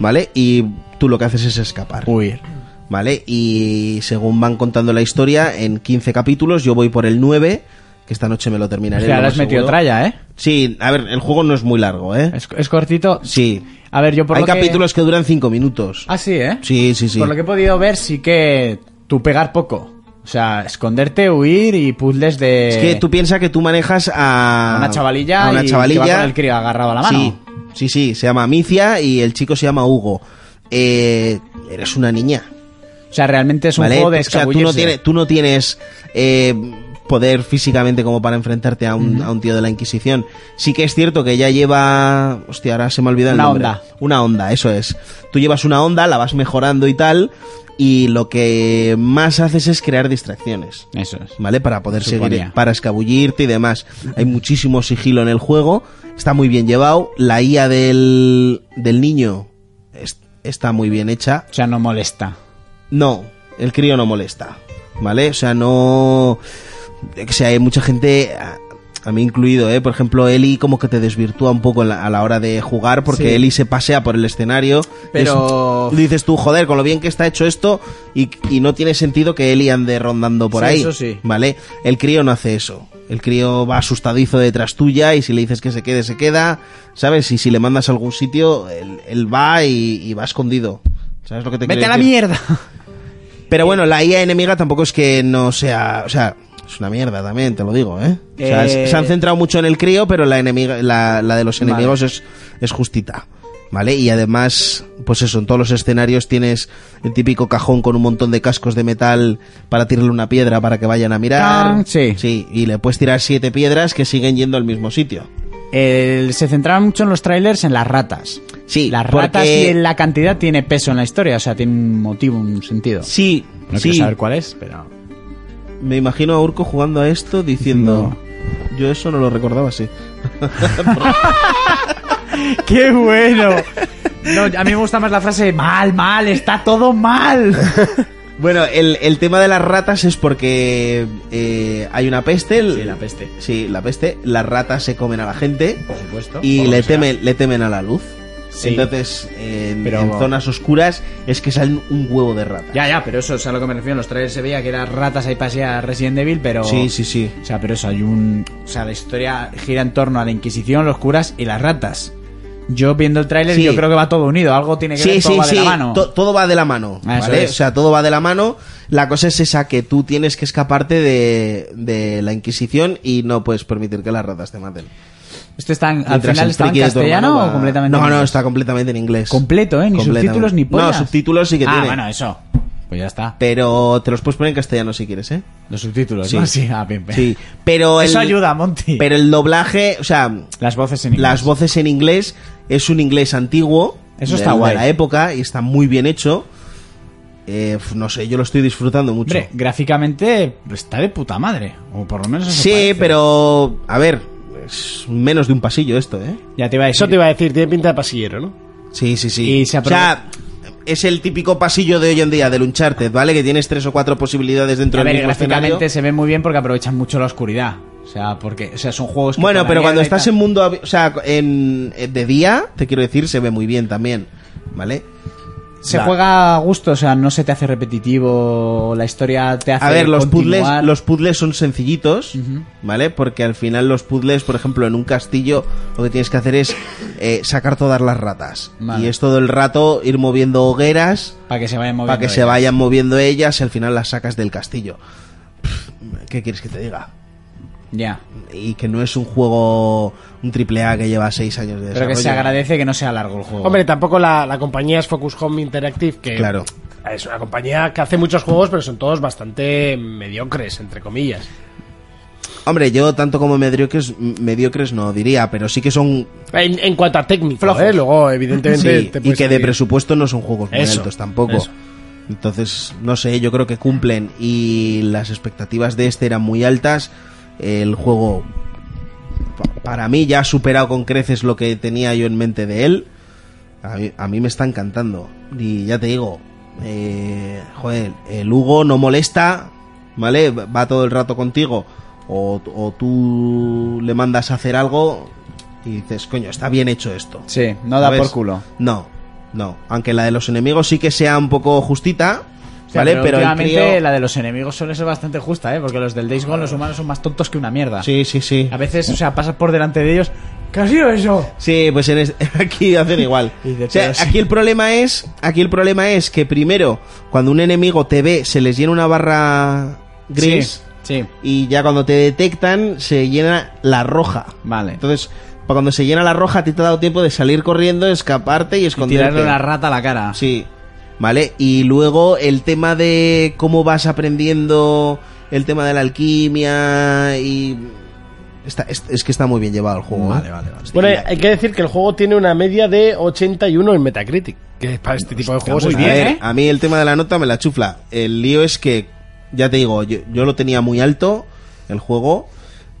Speaker 5: ¿vale? Y tú lo que haces es escapar.
Speaker 4: Huir.
Speaker 5: ¿Vale? Y según van contando la historia, en 15 capítulos, yo voy por el 9, que esta noche me lo
Speaker 4: O
Speaker 5: terminaré.
Speaker 4: sea,
Speaker 5: lo
Speaker 4: le
Speaker 5: más
Speaker 4: has metido
Speaker 5: seguro.
Speaker 4: tralla, ¿eh?
Speaker 5: Sí, a ver, el juego no es muy largo, ¿eh?
Speaker 4: Es, es cortito.
Speaker 5: Sí.
Speaker 4: A ver, yo por
Speaker 5: Hay
Speaker 4: lo que-
Speaker 5: capítulos que... duran 5 minutos.
Speaker 4: Ah, sí, ¿eh?
Speaker 5: Sí, sí, sí.
Speaker 4: Por lo que he podido ver, sí que tú pegar poco. O sea, esconderte, huir y puzzles de...
Speaker 5: Es que tú piensas que tú manejas a
Speaker 4: A una chavalilla
Speaker 5: a una
Speaker 4: y
Speaker 5: chavalilla.
Speaker 4: que va con el crío agarrado a la mano.
Speaker 5: Sí, sí, sí, se llama Micia y el chico se llama Hugo. Eh, eres una niña.
Speaker 4: O sea, realmente es un
Speaker 5: ¿vale? pues,
Speaker 4: juego de
Speaker 5: o sea, tú no
Speaker 4: escabullirse.
Speaker 5: tienes, tú no tienes eh, poder físicamente como para enfrentarte a un, a un tío de la Inquisición. Sí que es cierto que ya lleva. Hostia, ahora se me ha olvidado
Speaker 4: Una
Speaker 5: el nombre.
Speaker 4: onda.
Speaker 5: Una onda, eso es. Tú llevas una onda, la vas mejorando y tal. Y lo que más haces es crear distracciones.
Speaker 4: Eso es.
Speaker 5: ¿vale? Para poder
Speaker 4: Suponía.
Speaker 5: seguir, para escabullirte y demás. Hay muchísimo sigilo en el juego, está muy bien llevado, la IA del, del niño es- está muy bien hecha.
Speaker 4: O sea, no molesta.
Speaker 5: No, el crío no molesta, ¿vale? O sea, no... O sea, hay mucha gente... a- A mí incluido, ¿eh? Por ejemplo, Eli como que te desvirtúa un poco en la- a la hora de jugar porque
Speaker 4: Sí.
Speaker 5: Eli se pasea por el escenario. y
Speaker 4: Pero-
Speaker 5: es- dices tú, joder, con lo bien que está hecho esto y, y no tiene sentido que Eli ande rondando por
Speaker 4: Sí,
Speaker 5: ahí.
Speaker 4: eso sí.
Speaker 5: ¿Vale? El crío no hace eso. El crío va asustadizo detrás tuya y si le dices que se quede, se queda. ¿Sabes? Y si le mandas a algún sitio, él, él va y, y va escondido. ¿Sabes lo que te
Speaker 4: ¡Vete
Speaker 5: quiero
Speaker 4: a la
Speaker 5: decir?
Speaker 4: mierda!
Speaker 5: Pero bueno, la IA enemiga tampoco es que no sea. O sea, es una mierda también, te lo digo, ¿eh? O sea,
Speaker 4: Eh.
Speaker 5: es- se han centrado mucho en el crío, pero la enemiga, la, la de los
Speaker 4: Vale.
Speaker 5: enemigos es, es justita. ¿Vale? Y además, pues eso, en todos los escenarios tienes el típico cajón con un montón de cascos de metal para tirarle una piedra para que vayan a mirar.
Speaker 4: Can, Ah, sí.
Speaker 5: Sí, y le puedes tirar siete piedras que siguen yendo al mismo sitio.
Speaker 4: El- se centraba mucho en los trailers en las ratas.
Speaker 5: Sí,
Speaker 4: Las
Speaker 5: porque-
Speaker 4: ratas y en la cantidad tiene peso en la historia. O sea, tiene un motivo, un sentido.
Speaker 5: Sí,
Speaker 4: No
Speaker 5: sí.
Speaker 4: quiero saber cuál es, pero...
Speaker 5: Me imagino a Urco jugando a esto diciendo. Yo eso no lo recordaba así.
Speaker 4: ¡Qué bueno! No, a mí me gusta más la frase mal, mal, está todo mal.
Speaker 5: Bueno, el, el tema de las ratas es porque eh, hay una peste. el-
Speaker 4: Sí, la peste.
Speaker 5: Sí, la peste. Las ratas se comen a la gente
Speaker 4: Por supuesto.
Speaker 5: y
Speaker 4: Por lo
Speaker 5: le
Speaker 4: que sea.
Speaker 5: temen, le temen a la luz.
Speaker 4: Sí.
Speaker 5: Entonces, en,
Speaker 4: Pero-
Speaker 5: en zonas oscuras es que salen un huevo de rata.
Speaker 4: Ya, ya, pero eso es a lo que me refiero. En los trailers se veía que eran ratas ahí pasea Resident Evil, pero...
Speaker 5: Sí, sí, sí.
Speaker 4: O sea, pero eso hay un... O sea, la historia gira en torno a la Inquisición, los curas y las ratas. Yo viendo el tráiler
Speaker 5: Sí.
Speaker 4: yo creo que va todo unido, algo tiene que
Speaker 5: Sí,
Speaker 4: ver todo
Speaker 5: sí,
Speaker 4: va de
Speaker 5: sí.
Speaker 4: la mano.
Speaker 5: to- todo va de la mano.
Speaker 4: Ah, eso
Speaker 5: ¿vale?
Speaker 4: es.
Speaker 5: O sea, todo va de la mano. La cosa es esa, que tú tienes que escaparte de, de la Inquisición y no puedes permitir que las ratas te maten.
Speaker 4: Esto Este está en- al
Speaker 5: Mientras
Speaker 4: final
Speaker 5: el
Speaker 4: está en
Speaker 5: friki de tu
Speaker 4: castellano
Speaker 5: hermano va-
Speaker 4: o completamente
Speaker 5: No,
Speaker 4: en
Speaker 5: no,
Speaker 4: inglés?
Speaker 5: está completamente en inglés.
Speaker 4: completo, eh, ni
Speaker 5: Completamente.
Speaker 4: subtítulos ni pollas.
Speaker 5: No, subtítulos sí que
Speaker 4: Ah,
Speaker 5: tiene.
Speaker 4: bueno, eso. Pues ya está.
Speaker 5: Pero te los puedes poner en castellano si quieres, ¿eh?
Speaker 4: Los subtítulos,
Speaker 5: Sí.
Speaker 4: ¿no? Sí, ah, bien, bien.
Speaker 5: Sí. Pero el,
Speaker 4: Eso ayuda, Monty.
Speaker 5: Pero el doblaje, o sea,
Speaker 4: las voces en inglés.
Speaker 5: las voces en inglés es un inglés antiguo.
Speaker 4: Eso
Speaker 5: del-
Speaker 4: está guay.
Speaker 5: De la época y está muy bien hecho. Eh, f- no sé, yo lo estoy disfrutando mucho.
Speaker 4: Hombre, gráficamente está de puta madre, o por lo menos eso
Speaker 5: Sí,
Speaker 4: parece.
Speaker 5: pero. A ver, es menos de un pasillo esto, ¿eh?
Speaker 4: ya te iba a decir.
Speaker 2: Eso te iba a decir, tiene pinta de pasillero, ¿no?
Speaker 5: Sí, sí, sí.
Speaker 4: Y se
Speaker 5: o sea, es el típico pasillo de hoy en día del Uncharted, ¿vale? Que tienes tres o cuatro posibilidades dentro
Speaker 4: A
Speaker 5: del
Speaker 4: ver,
Speaker 5: mismo escenario.
Speaker 4: gráficamente se ve muy bien porque aprovechan mucho la oscuridad. O sea, porque o sea, son juegos que
Speaker 5: Bueno,
Speaker 4: con la
Speaker 5: pero cuando
Speaker 4: mierda y
Speaker 5: estás
Speaker 4: tal-
Speaker 5: en mundo, ab- o sea, en, eh, de día, te quiero decir, se ve muy bien también, ¿vale?
Speaker 4: se
Speaker 5: la-
Speaker 4: juega a gusto, o sea, no se te hace repetitivo, la historia te hace
Speaker 5: A ver, los puzzles,
Speaker 4: continuar.
Speaker 5: los puzzles son sencillitos, ¿vale? Porque al final los puzzles, por ejemplo, en un castillo, lo que tienes que hacer es eh, sacar todas las ratas.
Speaker 4: Vale.
Speaker 5: Y es todo el rato ir moviendo hogueras
Speaker 4: para que se vayan moviendo.
Speaker 5: para que se
Speaker 4: ellas.
Speaker 5: vayan moviendo ellas y al final las sacas del castillo. Pff, ¿Qué quieres que te diga?
Speaker 4: Ya.
Speaker 5: Y que no es un juego, un triple A que lleva seis años de
Speaker 4: Pero que se
Speaker 5: desarrollo.
Speaker 4: agradece que no sea largo el juego.
Speaker 2: Hombre, tampoco la, la compañía es Focus Home Interactive, que
Speaker 5: Oh. Claro.
Speaker 2: es una compañía que hace muchos juegos, pero son todos bastante mediocres, entre comillas.
Speaker 5: Hombre, yo tanto como mediocres, mediocres no diría, pero sí que son...
Speaker 2: En, en cuanto a técnico, ¿eh? luego evidentemente...
Speaker 5: sí,
Speaker 2: te
Speaker 5: y
Speaker 2: puedes
Speaker 5: que de
Speaker 2: pedir.
Speaker 5: presupuesto no son juegos muy
Speaker 2: Eso,
Speaker 5: altos tampoco.
Speaker 2: eso.
Speaker 5: Entonces, no sé, yo creo que cumplen y las expectativas de este eran muy altas. El juego, pa- para mí, ya ha superado con creces lo que tenía yo en mente de él. A mí, a mí me está encantando. Y ya te digo, eh, joder, el Hugo no molesta, ¿vale? Va todo el rato contigo. O, o tú le mandas a hacer algo y dices, coño, está bien hecho esto.
Speaker 4: Sí, no da
Speaker 5: ¿Sabes?
Speaker 4: por culo.
Speaker 5: No, no. Aunque la de los enemigos sí que sea un poco justita,
Speaker 4: O sea,
Speaker 5: ¿vale? Pero, el
Speaker 4: últimamente
Speaker 5: crío-
Speaker 4: la de los enemigos suele ser bastante justa, ¿eh? Porque los del Days Gone, los humanos son más tontos que una mierda.
Speaker 5: Sí, sí, sí.
Speaker 4: A veces, o sea, pasas por delante de ellos. ¿Qué ha sido eso?
Speaker 5: Sí, pues en es- aquí hacen igual.
Speaker 4: Y dices,
Speaker 5: O sea,
Speaker 4: pero sí.
Speaker 5: aquí el problema es, aquí el problema es que primero, cuando un enemigo te ve, se les llena una barra gris
Speaker 4: Sí, sí.
Speaker 5: y ya cuando te detectan se llena la roja.
Speaker 4: Vale.
Speaker 5: Entonces, pa- cuando se llena la roja, a ti te ha dado tiempo de salir corriendo, escaparte y
Speaker 4: Y
Speaker 5: esconderte.
Speaker 4: tirarle una rata a la cara.
Speaker 5: Sí, ¿vale? Y luego el tema de cómo vas aprendiendo el tema de la alquimia y... Está, es, es que está muy bien llevado el juego.
Speaker 4: Vale,
Speaker 5: ¿eh?
Speaker 4: vale, vale.
Speaker 2: Bueno, hay que decir que el juego tiene una media de 81 en Metacritic, que para este tipo de juegos
Speaker 4: muy
Speaker 2: es
Speaker 5: a
Speaker 4: bien,
Speaker 5: ver,
Speaker 4: ¿eh?
Speaker 5: a mí el tema de la nota me la chufla. El lío es que, ya te digo, yo, yo lo tenía muy alto, el juego,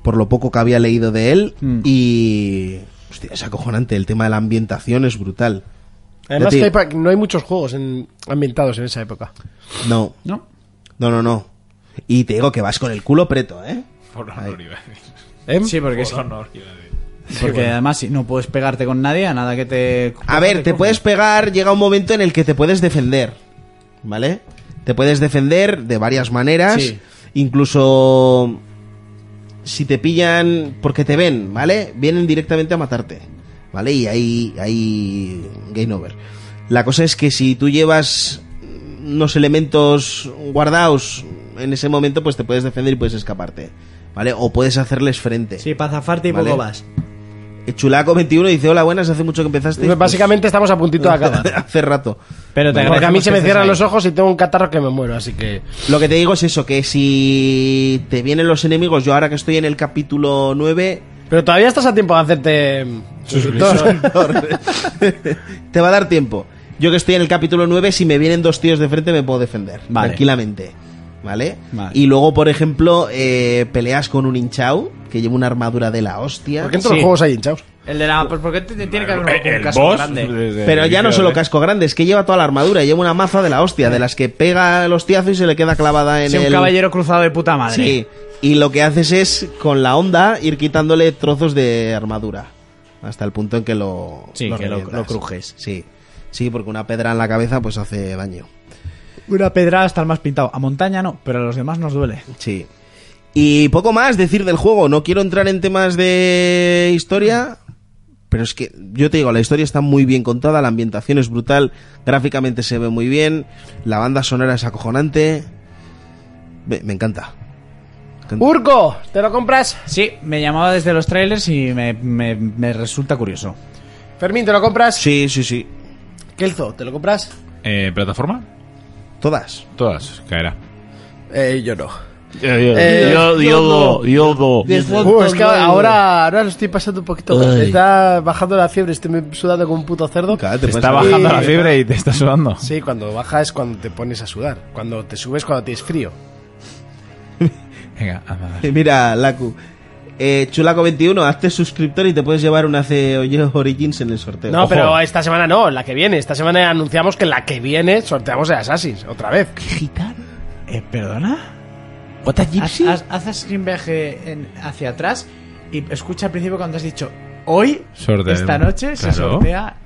Speaker 5: por lo poco que había leído de él,
Speaker 4: Mm.
Speaker 5: y... Hostia, es acojonante, el tema de la ambientación es brutal.
Speaker 2: Además,
Speaker 5: Ya te
Speaker 2: que hay
Speaker 5: digo.
Speaker 2: pa- no hay muchos juegos en- ambientados en esa época.
Speaker 5: No,
Speaker 4: ¿No?
Speaker 5: no, no, no. Y te digo que vas con el culo preto, ¿eh?
Speaker 6: Por honor, iba a decir.
Speaker 2: ¿Eh?
Speaker 4: Sí, porque, sí,
Speaker 6: Por honor, iba a decir.
Speaker 4: porque además si no puedes pegarte con nadie, a nada que te...
Speaker 5: A ver, te puedes pegar, llega un momento en el que te puedes defender, ¿vale? Te puedes defender de varias maneras,
Speaker 4: Sí.
Speaker 5: incluso si te pillan porque te ven, ¿vale? Vienen directamente a matarte, ¿vale? Y ahí, ahí, game over. La cosa es que si tú llevas unos elementos guardados en ese momento, pues te puedes defender y puedes escaparte, ¿vale? O puedes hacerles frente.
Speaker 10: Sí, para zafarte y
Speaker 5: Vale.
Speaker 10: poco más.
Speaker 5: Chulaco21 dice, hola, buenas, hace mucho que empezaste.
Speaker 2: Pues Básicamente estamos a puntito de acabar.
Speaker 5: Hace rato.
Speaker 4: Pero te
Speaker 2: Porque a mí se me cierran los
Speaker 4: ojos.
Speaker 2: ojos y tengo un catarro que me muero, así que...
Speaker 5: Lo que te digo es eso, que si te vienen los enemigos, yo ahora que estoy en el capítulo 9,
Speaker 2: Pero todavía estás a tiempo de hacerte mm, suscriptor.
Speaker 5: te va a dar tiempo. Yo que estoy en el capítulo 9, si me vienen dos tíos de frente me puedo defender,
Speaker 4: Vale.
Speaker 5: tranquilamente. ¿Vale?
Speaker 4: Vale.
Speaker 5: Y luego, por ejemplo, eh, peleas con un hinchao que lleva una armadura de la hostia.
Speaker 2: ¿Por qué en todos los juegos hay hinchados?
Speaker 4: El de la... Pues porque te- tiene que haber un- un,
Speaker 6: Eh, El
Speaker 4: casco
Speaker 6: boss
Speaker 4: grande.
Speaker 6: desde
Speaker 5: Pero
Speaker 6: el
Speaker 5: ya no
Speaker 6: inicio,
Speaker 5: solo
Speaker 6: ¿eh?
Speaker 5: casco grande, es que lleva toda la armadura, lleva una maza de la hostia, de las que pega el hostiazo y se le queda clavada en
Speaker 4: Sí, un
Speaker 5: el...
Speaker 4: caballero cruzado de puta madre.
Speaker 5: Sí, y lo que haces es con la onda ir quitándole trozos de armadura. Hasta el punto en que lo.
Speaker 4: Sí, que lo-
Speaker 5: revientas.
Speaker 4: lo crujes.
Speaker 5: Sí, sí, porque una pedra en la cabeza pues hace daño.
Speaker 4: Una pedrada hasta el más pintado. A montaña no, pero a los demás nos duele.
Speaker 5: Sí. Y poco más decir del juego. No quiero entrar en temas de historia. Pero es que, yo te digo, la historia está muy bien contada, la ambientación es brutal, gráficamente se ve muy bien, la banda sonora es acojonante. Me, me encanta.
Speaker 2: Urco, ¿te lo compras?
Speaker 4: Sí, me llamaba desde los trailers y me, me- me resulta curioso.
Speaker 2: Fermín, ¿te lo compras?
Speaker 5: Sí, sí, sí.
Speaker 2: Kelzo, ¿te lo compras?
Speaker 6: Eh, ¿Plataforma?
Speaker 5: Todas.
Speaker 6: Todas, caerá.
Speaker 2: Eh, yo no. Eh,
Speaker 9: Yo, yo, yo,
Speaker 2: Uh, es que ahora, ahora lo estoy pasando un poquito. mal.
Speaker 9: Ay.
Speaker 2: Me está bajando la fiebre, estoy sudando como un puto cerdo.
Speaker 5: Claro, te
Speaker 6: Te
Speaker 5: puedes-
Speaker 6: está bajando
Speaker 2: Sí.
Speaker 6: la fiebre y te está sudando.
Speaker 2: Sí, cuando baja es cuando te pones a sudar. Cuando te subes, cuando tienes frío.
Speaker 6: Venga, anda.
Speaker 5: Mira, Laku. Eh, Chulaco21, hazte suscriptor y te puedes llevar una CEO Origins en el sorteo.
Speaker 2: No,
Speaker 6: Ojo.
Speaker 2: pero esta semana no, la que viene. Esta semana anunciamos que la que viene sorteamos el Assassin's, otra vez.
Speaker 4: Eh, ¿Perdona? Haz, haz- haz screen viaje en- hacia atrás y escucha al principio cuando has dicho hoy,
Speaker 6: Sorteo.
Speaker 4: esta noche, se
Speaker 6: em, Claro.
Speaker 4: sortea.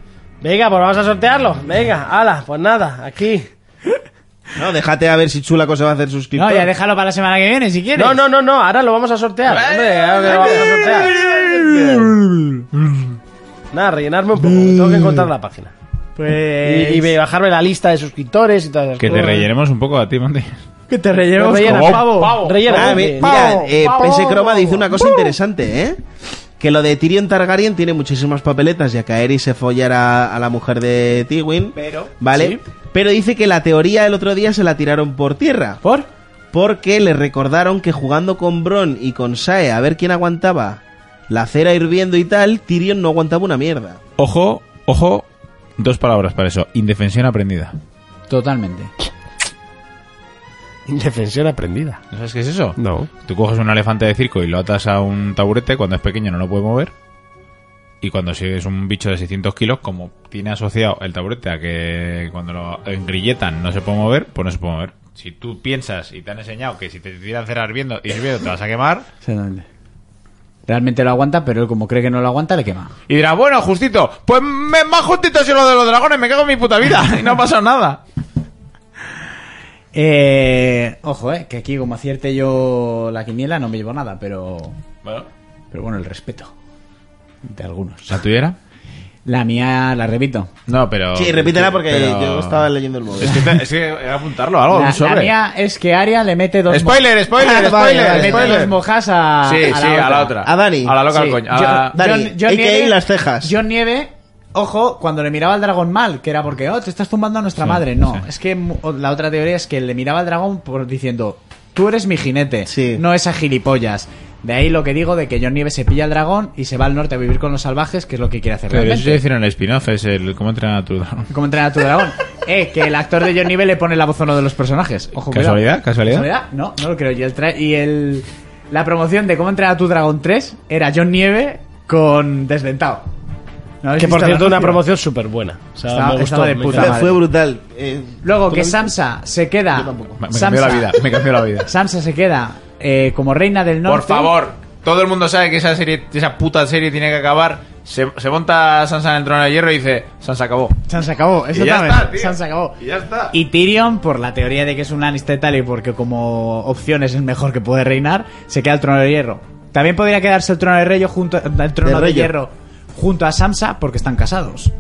Speaker 2: Venga, pues vamos a sortearlo. Venga, ala, pues nada, aquí.
Speaker 5: No, déjate a ver si Chulaco se va a hacer suscriptor.
Speaker 4: No, ya déjalo para la semana que viene si quieres.
Speaker 2: No, no, no, no, ahora lo vamos a sortear. Hombre, ahora que lo vamos a sortear. Nada, rellenarme un poco, que tengo que encontrar la página. Eh,
Speaker 4: Pues.
Speaker 2: Y, y bajarme la lista de suscriptores y todas esas
Speaker 6: Que te
Speaker 2: cosas.
Speaker 6: rellenemos un poco a ti, Monty.
Speaker 4: Que te relleno.
Speaker 2: Rellena,
Speaker 4: como
Speaker 2: pavo. Rellena.
Speaker 5: Ah, mi- mira, eh, PS Croma dice una cosa interesante, ¿eh? Que lo de Tyrion Targaryen tiene muchísimas papeletas, ya que Aerys se follara a la mujer de Tywin.
Speaker 4: Pero-
Speaker 5: ¿Vale?
Speaker 4: sí.
Speaker 5: Pero dice que la teoría el otro día se la tiraron por tierra.
Speaker 4: ¿Por?
Speaker 5: Porque le recordaron que jugando con Bron y con Sae a ver quién aguantaba la cera hirviendo y tal, Tyrion no aguantaba una mierda.
Speaker 6: Ojo, ojo, dos palabras para eso. Indefensión aprendida.
Speaker 4: Totalmente.
Speaker 2: Indefensión aprendida.
Speaker 6: ¿No sabes qué es eso?
Speaker 2: No.
Speaker 6: Tú coges un elefante de circo y lo atas a un taburete, cuando es pequeño no lo puede mover. Y cuando si es un bicho de 600 kilos, como tiene asociado el taburete a que cuando lo engrilletan no se puede mover, pues no se puede mover. Si tú piensas y te han enseñado que si te tiras cera hirviendo y hirviendo te vas a quemar,
Speaker 4: Realmente lo aguanta, pero él como cree que no lo aguanta, le quema.
Speaker 6: y dirás, bueno, justito, pues me, más justito si lo de los dragones, me cago en mi puta vida y no ha pasado nada.
Speaker 4: Eh, ojo, eh, que aquí como acierte yo la quiniela no me llevo nada, pero...
Speaker 6: Bueno,
Speaker 4: Pero bueno, el respeto. De algunos.
Speaker 6: ¿la tuviera?
Speaker 4: La mía la repito.
Speaker 6: No, pero...
Speaker 5: Sí, repítela porque
Speaker 6: pero-
Speaker 5: yo estaba leyendo el móvil.
Speaker 6: Es que, te- es que era apuntarlo algo,
Speaker 4: La,
Speaker 6: Oh, un
Speaker 4: la
Speaker 6: sobre.
Speaker 4: mía es que Aria le mete dos... mo-
Speaker 6: Spoiler, spoiler,
Speaker 4: Ah, vale,
Speaker 6: spoiler,
Speaker 4: le mete
Speaker 6: spoiler.
Speaker 4: dos mojas a,
Speaker 6: sí,
Speaker 4: a
Speaker 6: sí, a la otra.
Speaker 5: A Dani.
Speaker 6: A la loca al
Speaker 4: Sí.
Speaker 6: coño. Ah.
Speaker 4: Yo-
Speaker 6: A-
Speaker 5: Dani, AKA las cejas.
Speaker 4: John Nieve, ojo, cuando le miraba al dragón mal, que era porque, oh, te estás tumbando a nuestra madre. No, es que mu- o- la otra teoría es que le miraba al dragón por diciendo, tú eres mi jinete,
Speaker 5: Sí.
Speaker 4: no esa gilipollas. De ahí lo que digo de que John Nieve se pilla al dragón y se va al norte a vivir con los salvajes, que es lo que quiere hacer
Speaker 6: Pero eso ya
Speaker 4: realmente.
Speaker 6: hicieron el spin-off, es el cómo entrenar a tu dragón.
Speaker 4: ¿Cómo entrenar a tu dragón? eh, que el actor de John Nieve le pone la voz a uno de los personajes. Ojo, cuidado.
Speaker 6: ¿Casualidad? ¿Casualidad?
Speaker 4: ¿Casualidad? No, no lo creo. Y el, tra- y el la promoción de cómo entrenar a tu dragón 3 era John Nieve con desdentado. ¿No habéis
Speaker 2: Que por
Speaker 4: visto el
Speaker 2: cierto, una
Speaker 4: anuncio?
Speaker 2: promoción súper buena. O sea,
Speaker 4: Estaba-
Speaker 2: me gustó.
Speaker 4: estaba de
Speaker 2: me
Speaker 4: puta
Speaker 5: Fue-
Speaker 2: encantó.
Speaker 4: madre.
Speaker 5: Fue brutal. Eh,
Speaker 4: Luego
Speaker 5: ¿tú
Speaker 4: que
Speaker 5: lo
Speaker 4: Samsa se queda.
Speaker 6: Me, me cambió la vida, me cambió la vida.
Speaker 4: Samsa se queda eh, como reina del norte.
Speaker 6: Por favor, todo el mundo sabe que esa serie, esa puta serie tiene que acabar. Se, se monta Sansa en el trono de hierro y dice, Sansa acabó.
Speaker 4: Sansa acabó,
Speaker 6: Y ya
Speaker 4: exactamente.
Speaker 6: está, tío.
Speaker 4: Sansa acabó.
Speaker 6: Y ya está.
Speaker 4: Y Tyrion, por la teoría de que es un Lannister tal y porque como opción es el mejor que puede reinar, se queda el trono de hierro. También podría quedarse el trono de rey junto el trono de,
Speaker 5: rey.
Speaker 4: hierro junto a Samsa porque están casados.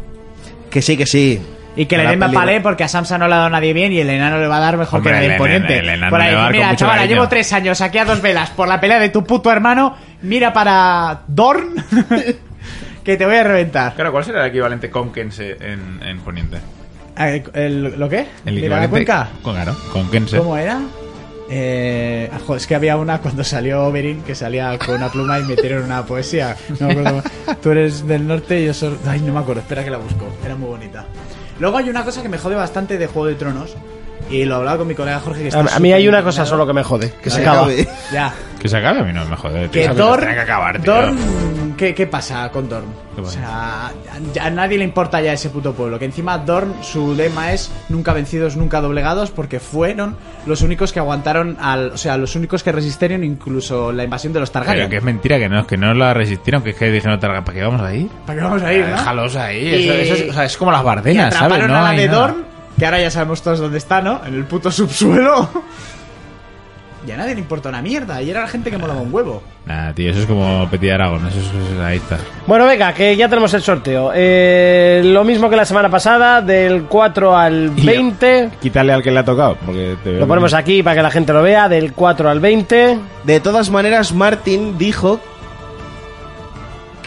Speaker 5: Que sí, que sí.
Speaker 4: Y que
Speaker 5: A
Speaker 4: le
Speaker 5: la
Speaker 4: den más
Speaker 5: peli-
Speaker 4: palé porque a Samsa no le ha dado nadie bien y el enano le va a dar mejor
Speaker 6: Hombre,
Speaker 4: que
Speaker 6: el
Speaker 4: nadie
Speaker 6: enano-
Speaker 4: imponente.
Speaker 6: el enano
Speaker 4: Por ahí,
Speaker 6: le va a dar con
Speaker 4: mira,
Speaker 6: mucho
Speaker 4: chavala,
Speaker 6: cariño".
Speaker 4: llevo tres años aquí a dos velas por la pelea de tu puto hermano. Mira para Dorn que te voy a reventar.
Speaker 6: Claro, ¿cuál será el equivalente Conquense en, en Poniente?
Speaker 4: Eh, el- ¿Lo qué?
Speaker 6: El
Speaker 4: ¿Mira la
Speaker 6: equivalente.
Speaker 4: cuenca?
Speaker 6: Con, claro, Conquense.
Speaker 4: ¿Cómo era? Eh, ah, joder, es que había una cuando salió Berín que salía con una pluma y metieron una poesía. No me acuerdo. Tú eres del norte y yo soy. Ay, no me acuerdo. Espera que la busco. Era muy bonita. Luego hay una cosa que me jode bastante de Juego de Tronos. Y lo hablaba con mi colega Jorge. Que está
Speaker 2: A, a mí hay
Speaker 4: súper
Speaker 2: una cosa
Speaker 4: indignado.
Speaker 2: solo que me jode, que se
Speaker 5: Se
Speaker 2: acaba.
Speaker 5: acabe.
Speaker 4: Ya.
Speaker 6: Que se acabe a mí no me jode. tío.
Speaker 4: Que
Speaker 6: Esa película
Speaker 4: Dorn.
Speaker 6: tiene que acabar, tío.
Speaker 4: Dorn. ¿qué, qué pasa con Dorn?
Speaker 6: ¿Qué
Speaker 4: O
Speaker 6: pasa?
Speaker 4: sea, ya- a nadie le importa ya ese puto pueblo. Que encima Dorn, su lema es nunca vencidos, nunca doblegados, porque fueron los únicos que aguantaron, al, o sea, los únicos que resistieron incluso la invasión de los
Speaker 6: Pero
Speaker 4: Targaryen.
Speaker 6: que es mentira que no, que no la resistieron, que es pues que dijeron "Targa, ¿para qué vamos a ir?
Speaker 4: ¿Para qué vamos a ir, no?
Speaker 6: Déjalos ahí.
Speaker 4: Y-
Speaker 6: Eso, eso es, o sea, es como las
Speaker 4: Y
Speaker 6: bardenas,
Speaker 4: atraparon
Speaker 6: ¿sabes? No
Speaker 4: a la
Speaker 6: hay
Speaker 4: de
Speaker 6: nada.
Speaker 4: Dorn, que ahora ya sabemos todos dónde está, ¿no? En el puto subsuelo. Y a nadie le importa una mierda. Y era la gente que molaba un huevo.
Speaker 6: Nah, tío, eso es como Petit Aragón. Eso es, eso es- ahí está.
Speaker 2: Bueno, venga, que ya tenemos el sorteo. Eh, lo mismo que la semana pasada, del 4 al
Speaker 6: Y-
Speaker 2: 20.
Speaker 6: Quítale al que le ha tocado. Porque te
Speaker 2: Lo ponemos aquí para que la gente lo vea, del 4 al 20.
Speaker 5: De todas maneras, Martin dijo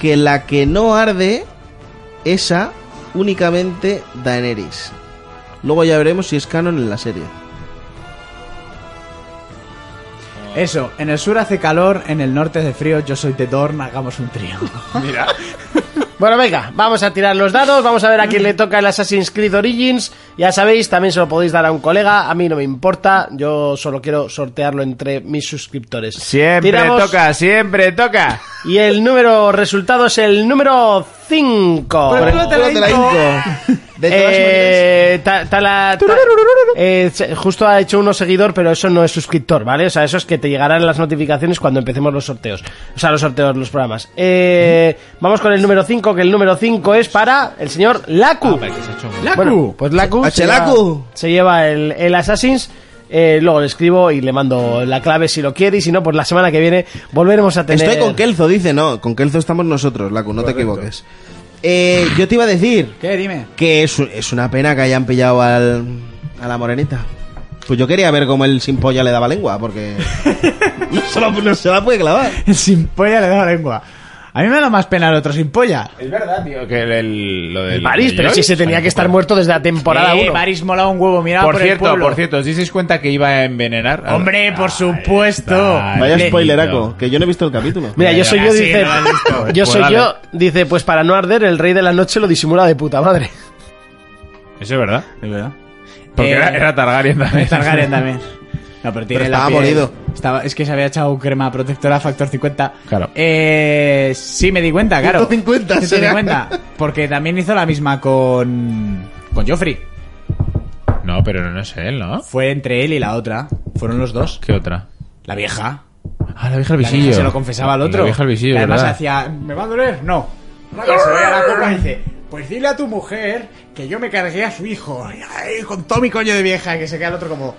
Speaker 5: que la que no arde, esa únicamente Daenerys. Luego ya veremos si es canon en la serie.
Speaker 4: Eso, en el sur hace calor, en el norte hace frío. Yo soy de Dorn, hagamos un trío.
Speaker 2: Bueno, venga, vamos a tirar los dados, vamos a ver a quién le toca el Assassin's Creed Origins. Ya sabéis, también se lo podéis dar a un colega, a mí no me importa, yo solo quiero sortearlo entre mis suscriptores.
Speaker 6: Siempre
Speaker 2: Tiramos,
Speaker 6: toca, siempre toca.
Speaker 2: Y el número resultado es el número 5.
Speaker 5: Explótala, Inco. De todas maneras,
Speaker 2: Eh, ta- ta- la- ta- eh, se- justo ha hecho uno seguidor, pero eso no es suscriptor, ¿vale? O sea, eso es que te llegarán las notificaciones cuando empecemos los sorteos. O sea, los sorteos, los programas. Eh, vamos con el número 5, que el número 5 es para el señor Laku.
Speaker 4: ¡Laku!
Speaker 2: Bueno, pues Laku se lleva,
Speaker 5: Achelaku.
Speaker 2: se lleva el, el Assassin's. Eh, luego le escribo y le mando la clave si lo quiere y si no, pues la semana que viene volveremos a tener...
Speaker 5: estoy con Kelzo, dice, no, con Kelzo estamos nosotros, Laku, no te equivoques. Eh, yo te iba a decir
Speaker 4: ¿Qué? Dime.
Speaker 5: que es, un- es una pena que hayan pillado al, a la morenita. Pues yo quería ver cómo el sin polla le daba lengua, porque no, se la, no se la puede clavar.
Speaker 4: El sin polla le da la lengua. A mí me da más pena el otro sin polla.
Speaker 6: Es verdad, tío, que el, el- lo del.
Speaker 2: París,
Speaker 6: de
Speaker 2: pero si
Speaker 6: Joyce,
Speaker 2: se tenía que estar
Speaker 6: tampoco.
Speaker 2: muerto desde la temporada
Speaker 4: Eh,
Speaker 2: 1.
Speaker 4: Baris mola un huevo, mira
Speaker 6: Por,
Speaker 4: por, el
Speaker 6: cierto,
Speaker 4: pueblo.
Speaker 6: por cierto, ¿os disteis cuenta que iba a envenenar? a-
Speaker 4: Hombre, por
Speaker 6: Ahí
Speaker 4: supuesto.
Speaker 6: está,
Speaker 5: Vaya
Speaker 6: el
Speaker 5: spoileraco,
Speaker 6: niño.
Speaker 5: que yo no he visto el capítulo.
Speaker 2: Mira, yo
Speaker 6: Mira,
Speaker 2: soy
Speaker 6: yo-
Speaker 2: yo,
Speaker 6: Ah, sí,
Speaker 2: dice.
Speaker 6: no has visto.
Speaker 2: Yo
Speaker 6: Pues
Speaker 2: soy
Speaker 6: dale.
Speaker 2: yo, dice, pues para no arder, el rey de la noche lo disimula de puta madre.
Speaker 6: Eso es verdad.
Speaker 4: Es verdad.
Speaker 6: Porque
Speaker 4: Eh,
Speaker 6: era, era Targaryen también.
Speaker 4: Targaryen también. No, pero tiene
Speaker 5: Pero
Speaker 4: la
Speaker 5: estaba
Speaker 4: piel-
Speaker 5: molido.
Speaker 4: Estaba, es que se había echado crema protectora factor 50.
Speaker 6: Claro.
Speaker 4: Eh, sí, me di cuenta, claro.
Speaker 5: 150
Speaker 4: Sí, me di
Speaker 5: será.
Speaker 4: cuenta. Porque también hizo la misma con. Con Joffrey.
Speaker 6: No, pero no es él, ¿no?
Speaker 4: Fue entre él y la otra. Fueron los dos.
Speaker 6: ¿Qué otra?
Speaker 4: La vieja.
Speaker 6: Ah, la vieja al
Speaker 4: La
Speaker 6: visillo.
Speaker 4: vieja se lo confesaba al otro.
Speaker 6: La vieja al visillo,
Speaker 4: Que Además
Speaker 6: ¿verdad?
Speaker 4: hacía. ¿Me va a doler? No. Una que se ve a la copa y dice. Pues dile a tu mujer que yo me cargué a su hijo. Y ahí, con todo mi coño de vieja. Que se queda el otro como.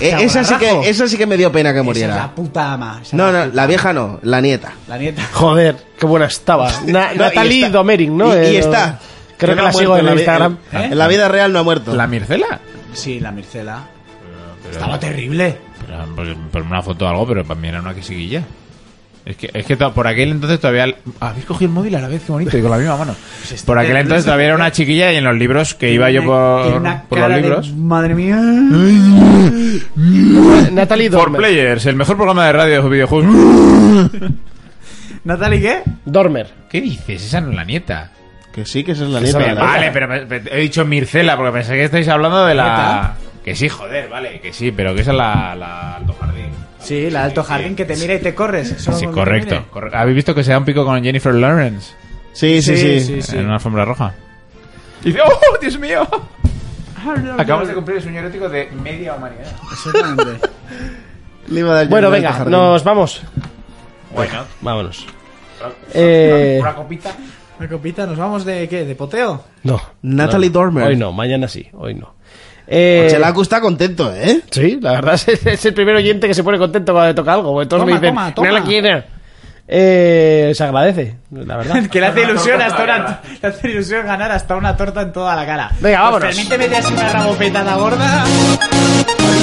Speaker 5: Eh, esa, sí
Speaker 4: Chavarrajo.
Speaker 5: que, esa sí que me dio pena que
Speaker 4: Esa es
Speaker 5: muriera.
Speaker 4: la puta ama. esa es
Speaker 5: No,
Speaker 4: la
Speaker 5: no, la vieja no, la nieta.
Speaker 4: La nieta.
Speaker 2: Joder, qué buena estaba. Na-
Speaker 5: No, y
Speaker 2: Natalie
Speaker 5: está-
Speaker 2: Domeric, ¿no?
Speaker 5: Y, y
Speaker 2: Eh,
Speaker 5: está.
Speaker 2: Creo que
Speaker 5: no
Speaker 2: la
Speaker 5: ha
Speaker 2: sigo
Speaker 5: muerto
Speaker 2: en
Speaker 5: la vi-
Speaker 2: Instagram.
Speaker 5: en- En la vida real no ha muerto.
Speaker 6: ¿La Mircela?
Speaker 4: Sí, la Mircela. Estaba terrible.
Speaker 6: Pero, pues, por una foto o algo, pero para mí era una quesiguilla. Es que, es que to- por aquel entonces todavía... Habéis cogido el móvil a la vez, qué bonito, y con la misma mano.
Speaker 4: Pues este
Speaker 6: Por aquel entonces todavía era una chiquilla y en los libros que iba yo
Speaker 4: Tiene una- tiene
Speaker 6: por,
Speaker 4: una
Speaker 6: por los
Speaker 4: cara de-
Speaker 6: libros...
Speaker 4: Madre mía.
Speaker 2: Natalie
Speaker 6: Por
Speaker 2: Dormer.
Speaker 6: Players, el mejor programa de radio de videojuegos.
Speaker 4: ¿Natalie qué?
Speaker 2: Dormer.
Speaker 6: ¿Qué dices? Esa no es la nieta.
Speaker 5: Que sí, que esa es la
Speaker 2: Esa
Speaker 5: nieta.
Speaker 2: es la
Speaker 5: Vale.
Speaker 6: Vale, pero, pero he dicho Mircela porque pensé que estáis hablando de la... Que sí, joder, vale, que sí, pero que esa es la, la Alto Jardín.
Speaker 4: Sí, la Alto Jardín que te mira y te corres. Solo
Speaker 6: Sí,
Speaker 4: con que
Speaker 6: correcto.
Speaker 4: mire.
Speaker 6: corre- ¿Habéis visto que se da un pico con Jennifer Lawrence?
Speaker 5: Sí, sí, sí.
Speaker 6: En una alfombra roja. Y dice, ¡oh, Dios mío! Acabamos de cumplir el sueño erótico de media humanidad.
Speaker 4: Exactamente.
Speaker 5: Le iba a dar yo
Speaker 2: Bueno,
Speaker 5: un
Speaker 2: venga,
Speaker 5: jardín.
Speaker 2: nos vamos.
Speaker 6: Bueno,
Speaker 2: Vámonos. Eh,
Speaker 6: una copita.
Speaker 4: Una copita, ¿nos vamos de qué? ¿De poteo?
Speaker 2: no.
Speaker 5: Natalie
Speaker 2: No, no.
Speaker 5: Dormer.
Speaker 2: Hoy no, mañana sí, hoy no. Eh,
Speaker 5: Ochelaku está contento, ¿eh?
Speaker 2: Sí, la verdad es, es el primer oyente que se pone contento cuando le toca algo. porque todos
Speaker 4: Toma,
Speaker 2: me dicen,
Speaker 4: toma, toma.
Speaker 2: "No la quiero". Eh, se agradece, la verdad.
Speaker 4: que le hace ilusión hasta una... Le hace ilusión ganar hasta una torta en toda la cara.
Speaker 2: Venga,
Speaker 4: Pues
Speaker 2: vámonos.
Speaker 4: permíteme de así una rabopetada gorda.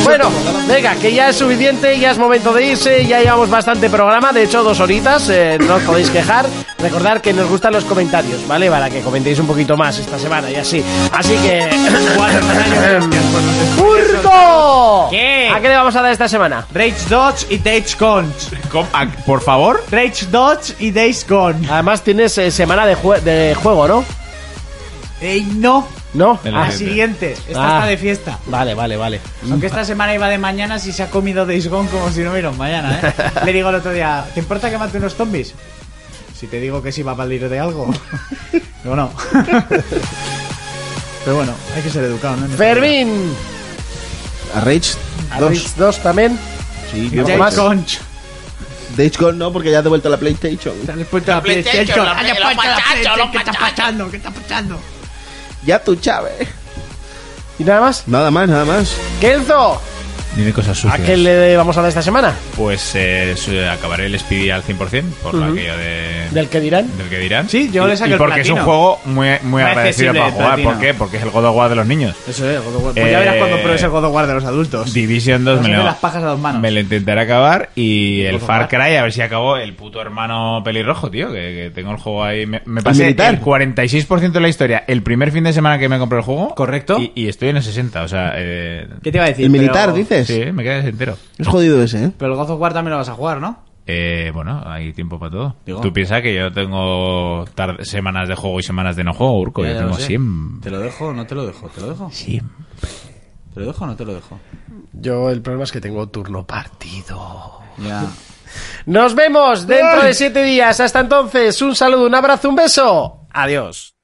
Speaker 2: Bueno, venga, que ya es suficiente, ya es momento de irse, ya llevamos bastante programa, de hecho dos horitas, eh, no os podéis quejar. Recordad que nos gustan los comentarios, ¿vale? Para que comentéis un poquito más esta semana y así. Así que... ¡Urco!
Speaker 4: ¿Qué?
Speaker 2: ¿A qué le vamos a dar esta semana?
Speaker 4: Rage Dodge y Dage Conch.
Speaker 6: Por favor.
Speaker 4: Rage Dodge y Days Gone.
Speaker 2: Además tienes eh, semana de, jue- de juego, ¿no?
Speaker 4: Ey, no.
Speaker 2: ¿No?
Speaker 6: El-
Speaker 4: La
Speaker 6: Gente.
Speaker 4: siguiente. Esta
Speaker 2: Ah.
Speaker 4: está de fiesta.
Speaker 2: Vale, vale, vale.
Speaker 4: Pues Aunque esta semana iba de mañana, si se ha comido Days Gone como si no hubiera un mañana, ¿eh? Le digo el otro día, ¿te importa que mate unos zombies? Si te digo que sí va a valer de algo. Digo, no. Pero bueno, hay que ser educado, ¿no? En este esta vida.
Speaker 2: Fermín.
Speaker 5: A Rage
Speaker 2: A
Speaker 5: 2.
Speaker 2: Rage 2 también.
Speaker 5: Sí,
Speaker 4: Jake
Speaker 5: yo más.
Speaker 4: Conch.
Speaker 5: Rage Gone no, porque ya te he vuelto a la PlayStation.
Speaker 4: Dale puesto a la PlayStation. Dale puesto a la PlayStation. ¿Qué está pasando? ¿Qué está pasando?
Speaker 5: Ya tú, Chávez.
Speaker 2: ¿Y nada más?
Speaker 5: Nada más, nada más.
Speaker 2: ¡Kelzo!
Speaker 6: Dime cosas
Speaker 2: ¿A
Speaker 6: sucias.
Speaker 2: qué le vamos a dar esta semana?
Speaker 6: Pues eh, su- acabaré el Speedy al 100% por aquello de...
Speaker 2: ¿Del que dirán?
Speaker 6: del que dirán.
Speaker 4: Sí, yo
Speaker 6: Y-
Speaker 4: le saqué
Speaker 6: y
Speaker 4: el
Speaker 6: porque es un
Speaker 4: platino.
Speaker 6: juego muy, muy agradecido
Speaker 4: accesible
Speaker 6: para
Speaker 4: el
Speaker 6: jugar.
Speaker 4: platino.
Speaker 6: ¿Por qué? Porque es el God of War de los niños.
Speaker 4: Eso es, God of War. Pues ya verás
Speaker 6: Eh,
Speaker 4: cuando pruebes el God of War de los adultos.
Speaker 6: Division 2 me
Speaker 4: Haciendo
Speaker 6: lo,
Speaker 4: las pajas a dos manos.
Speaker 6: me lo intentaré acabar y el Far Cry a ver si acabó el puto hermano pelirrojo, tío, que, que tengo el juego ahí. Me, me pasé
Speaker 5: militar.
Speaker 6: el 46% de la historia el primer fin de semana que me compré el juego.
Speaker 4: Correcto.
Speaker 6: Y, y estoy en el 60, o sea... eh,
Speaker 4: ¿Qué te iba a decir?
Speaker 5: El militar,
Speaker 4: Pero-
Speaker 5: dices.
Speaker 6: sí, me quedé entero.
Speaker 5: Es jodido ese, ¿eh?
Speaker 4: Pero el God of War también lo vas a jugar, ¿no?
Speaker 6: Eh, bueno, hay tiempo para todo.
Speaker 4: Digo.
Speaker 6: Tú piensas que yo tengo tar- semanas de juego y semanas de no juego, Urco.
Speaker 4: Ya,
Speaker 6: yo
Speaker 4: ya lo
Speaker 6: tengo
Speaker 4: sé.
Speaker 6: siempre.
Speaker 4: ¿Te lo dejo o no te lo dejo? ¿Te lo dejo?
Speaker 6: siempre.
Speaker 4: ¿Te lo dejo o no te lo dejo?
Speaker 2: Yo el problema es que tengo turno partido.
Speaker 4: Ya.
Speaker 2: Nos vemos dentro de siete días. Hasta entonces, un saludo, un abrazo, un beso. Adiós.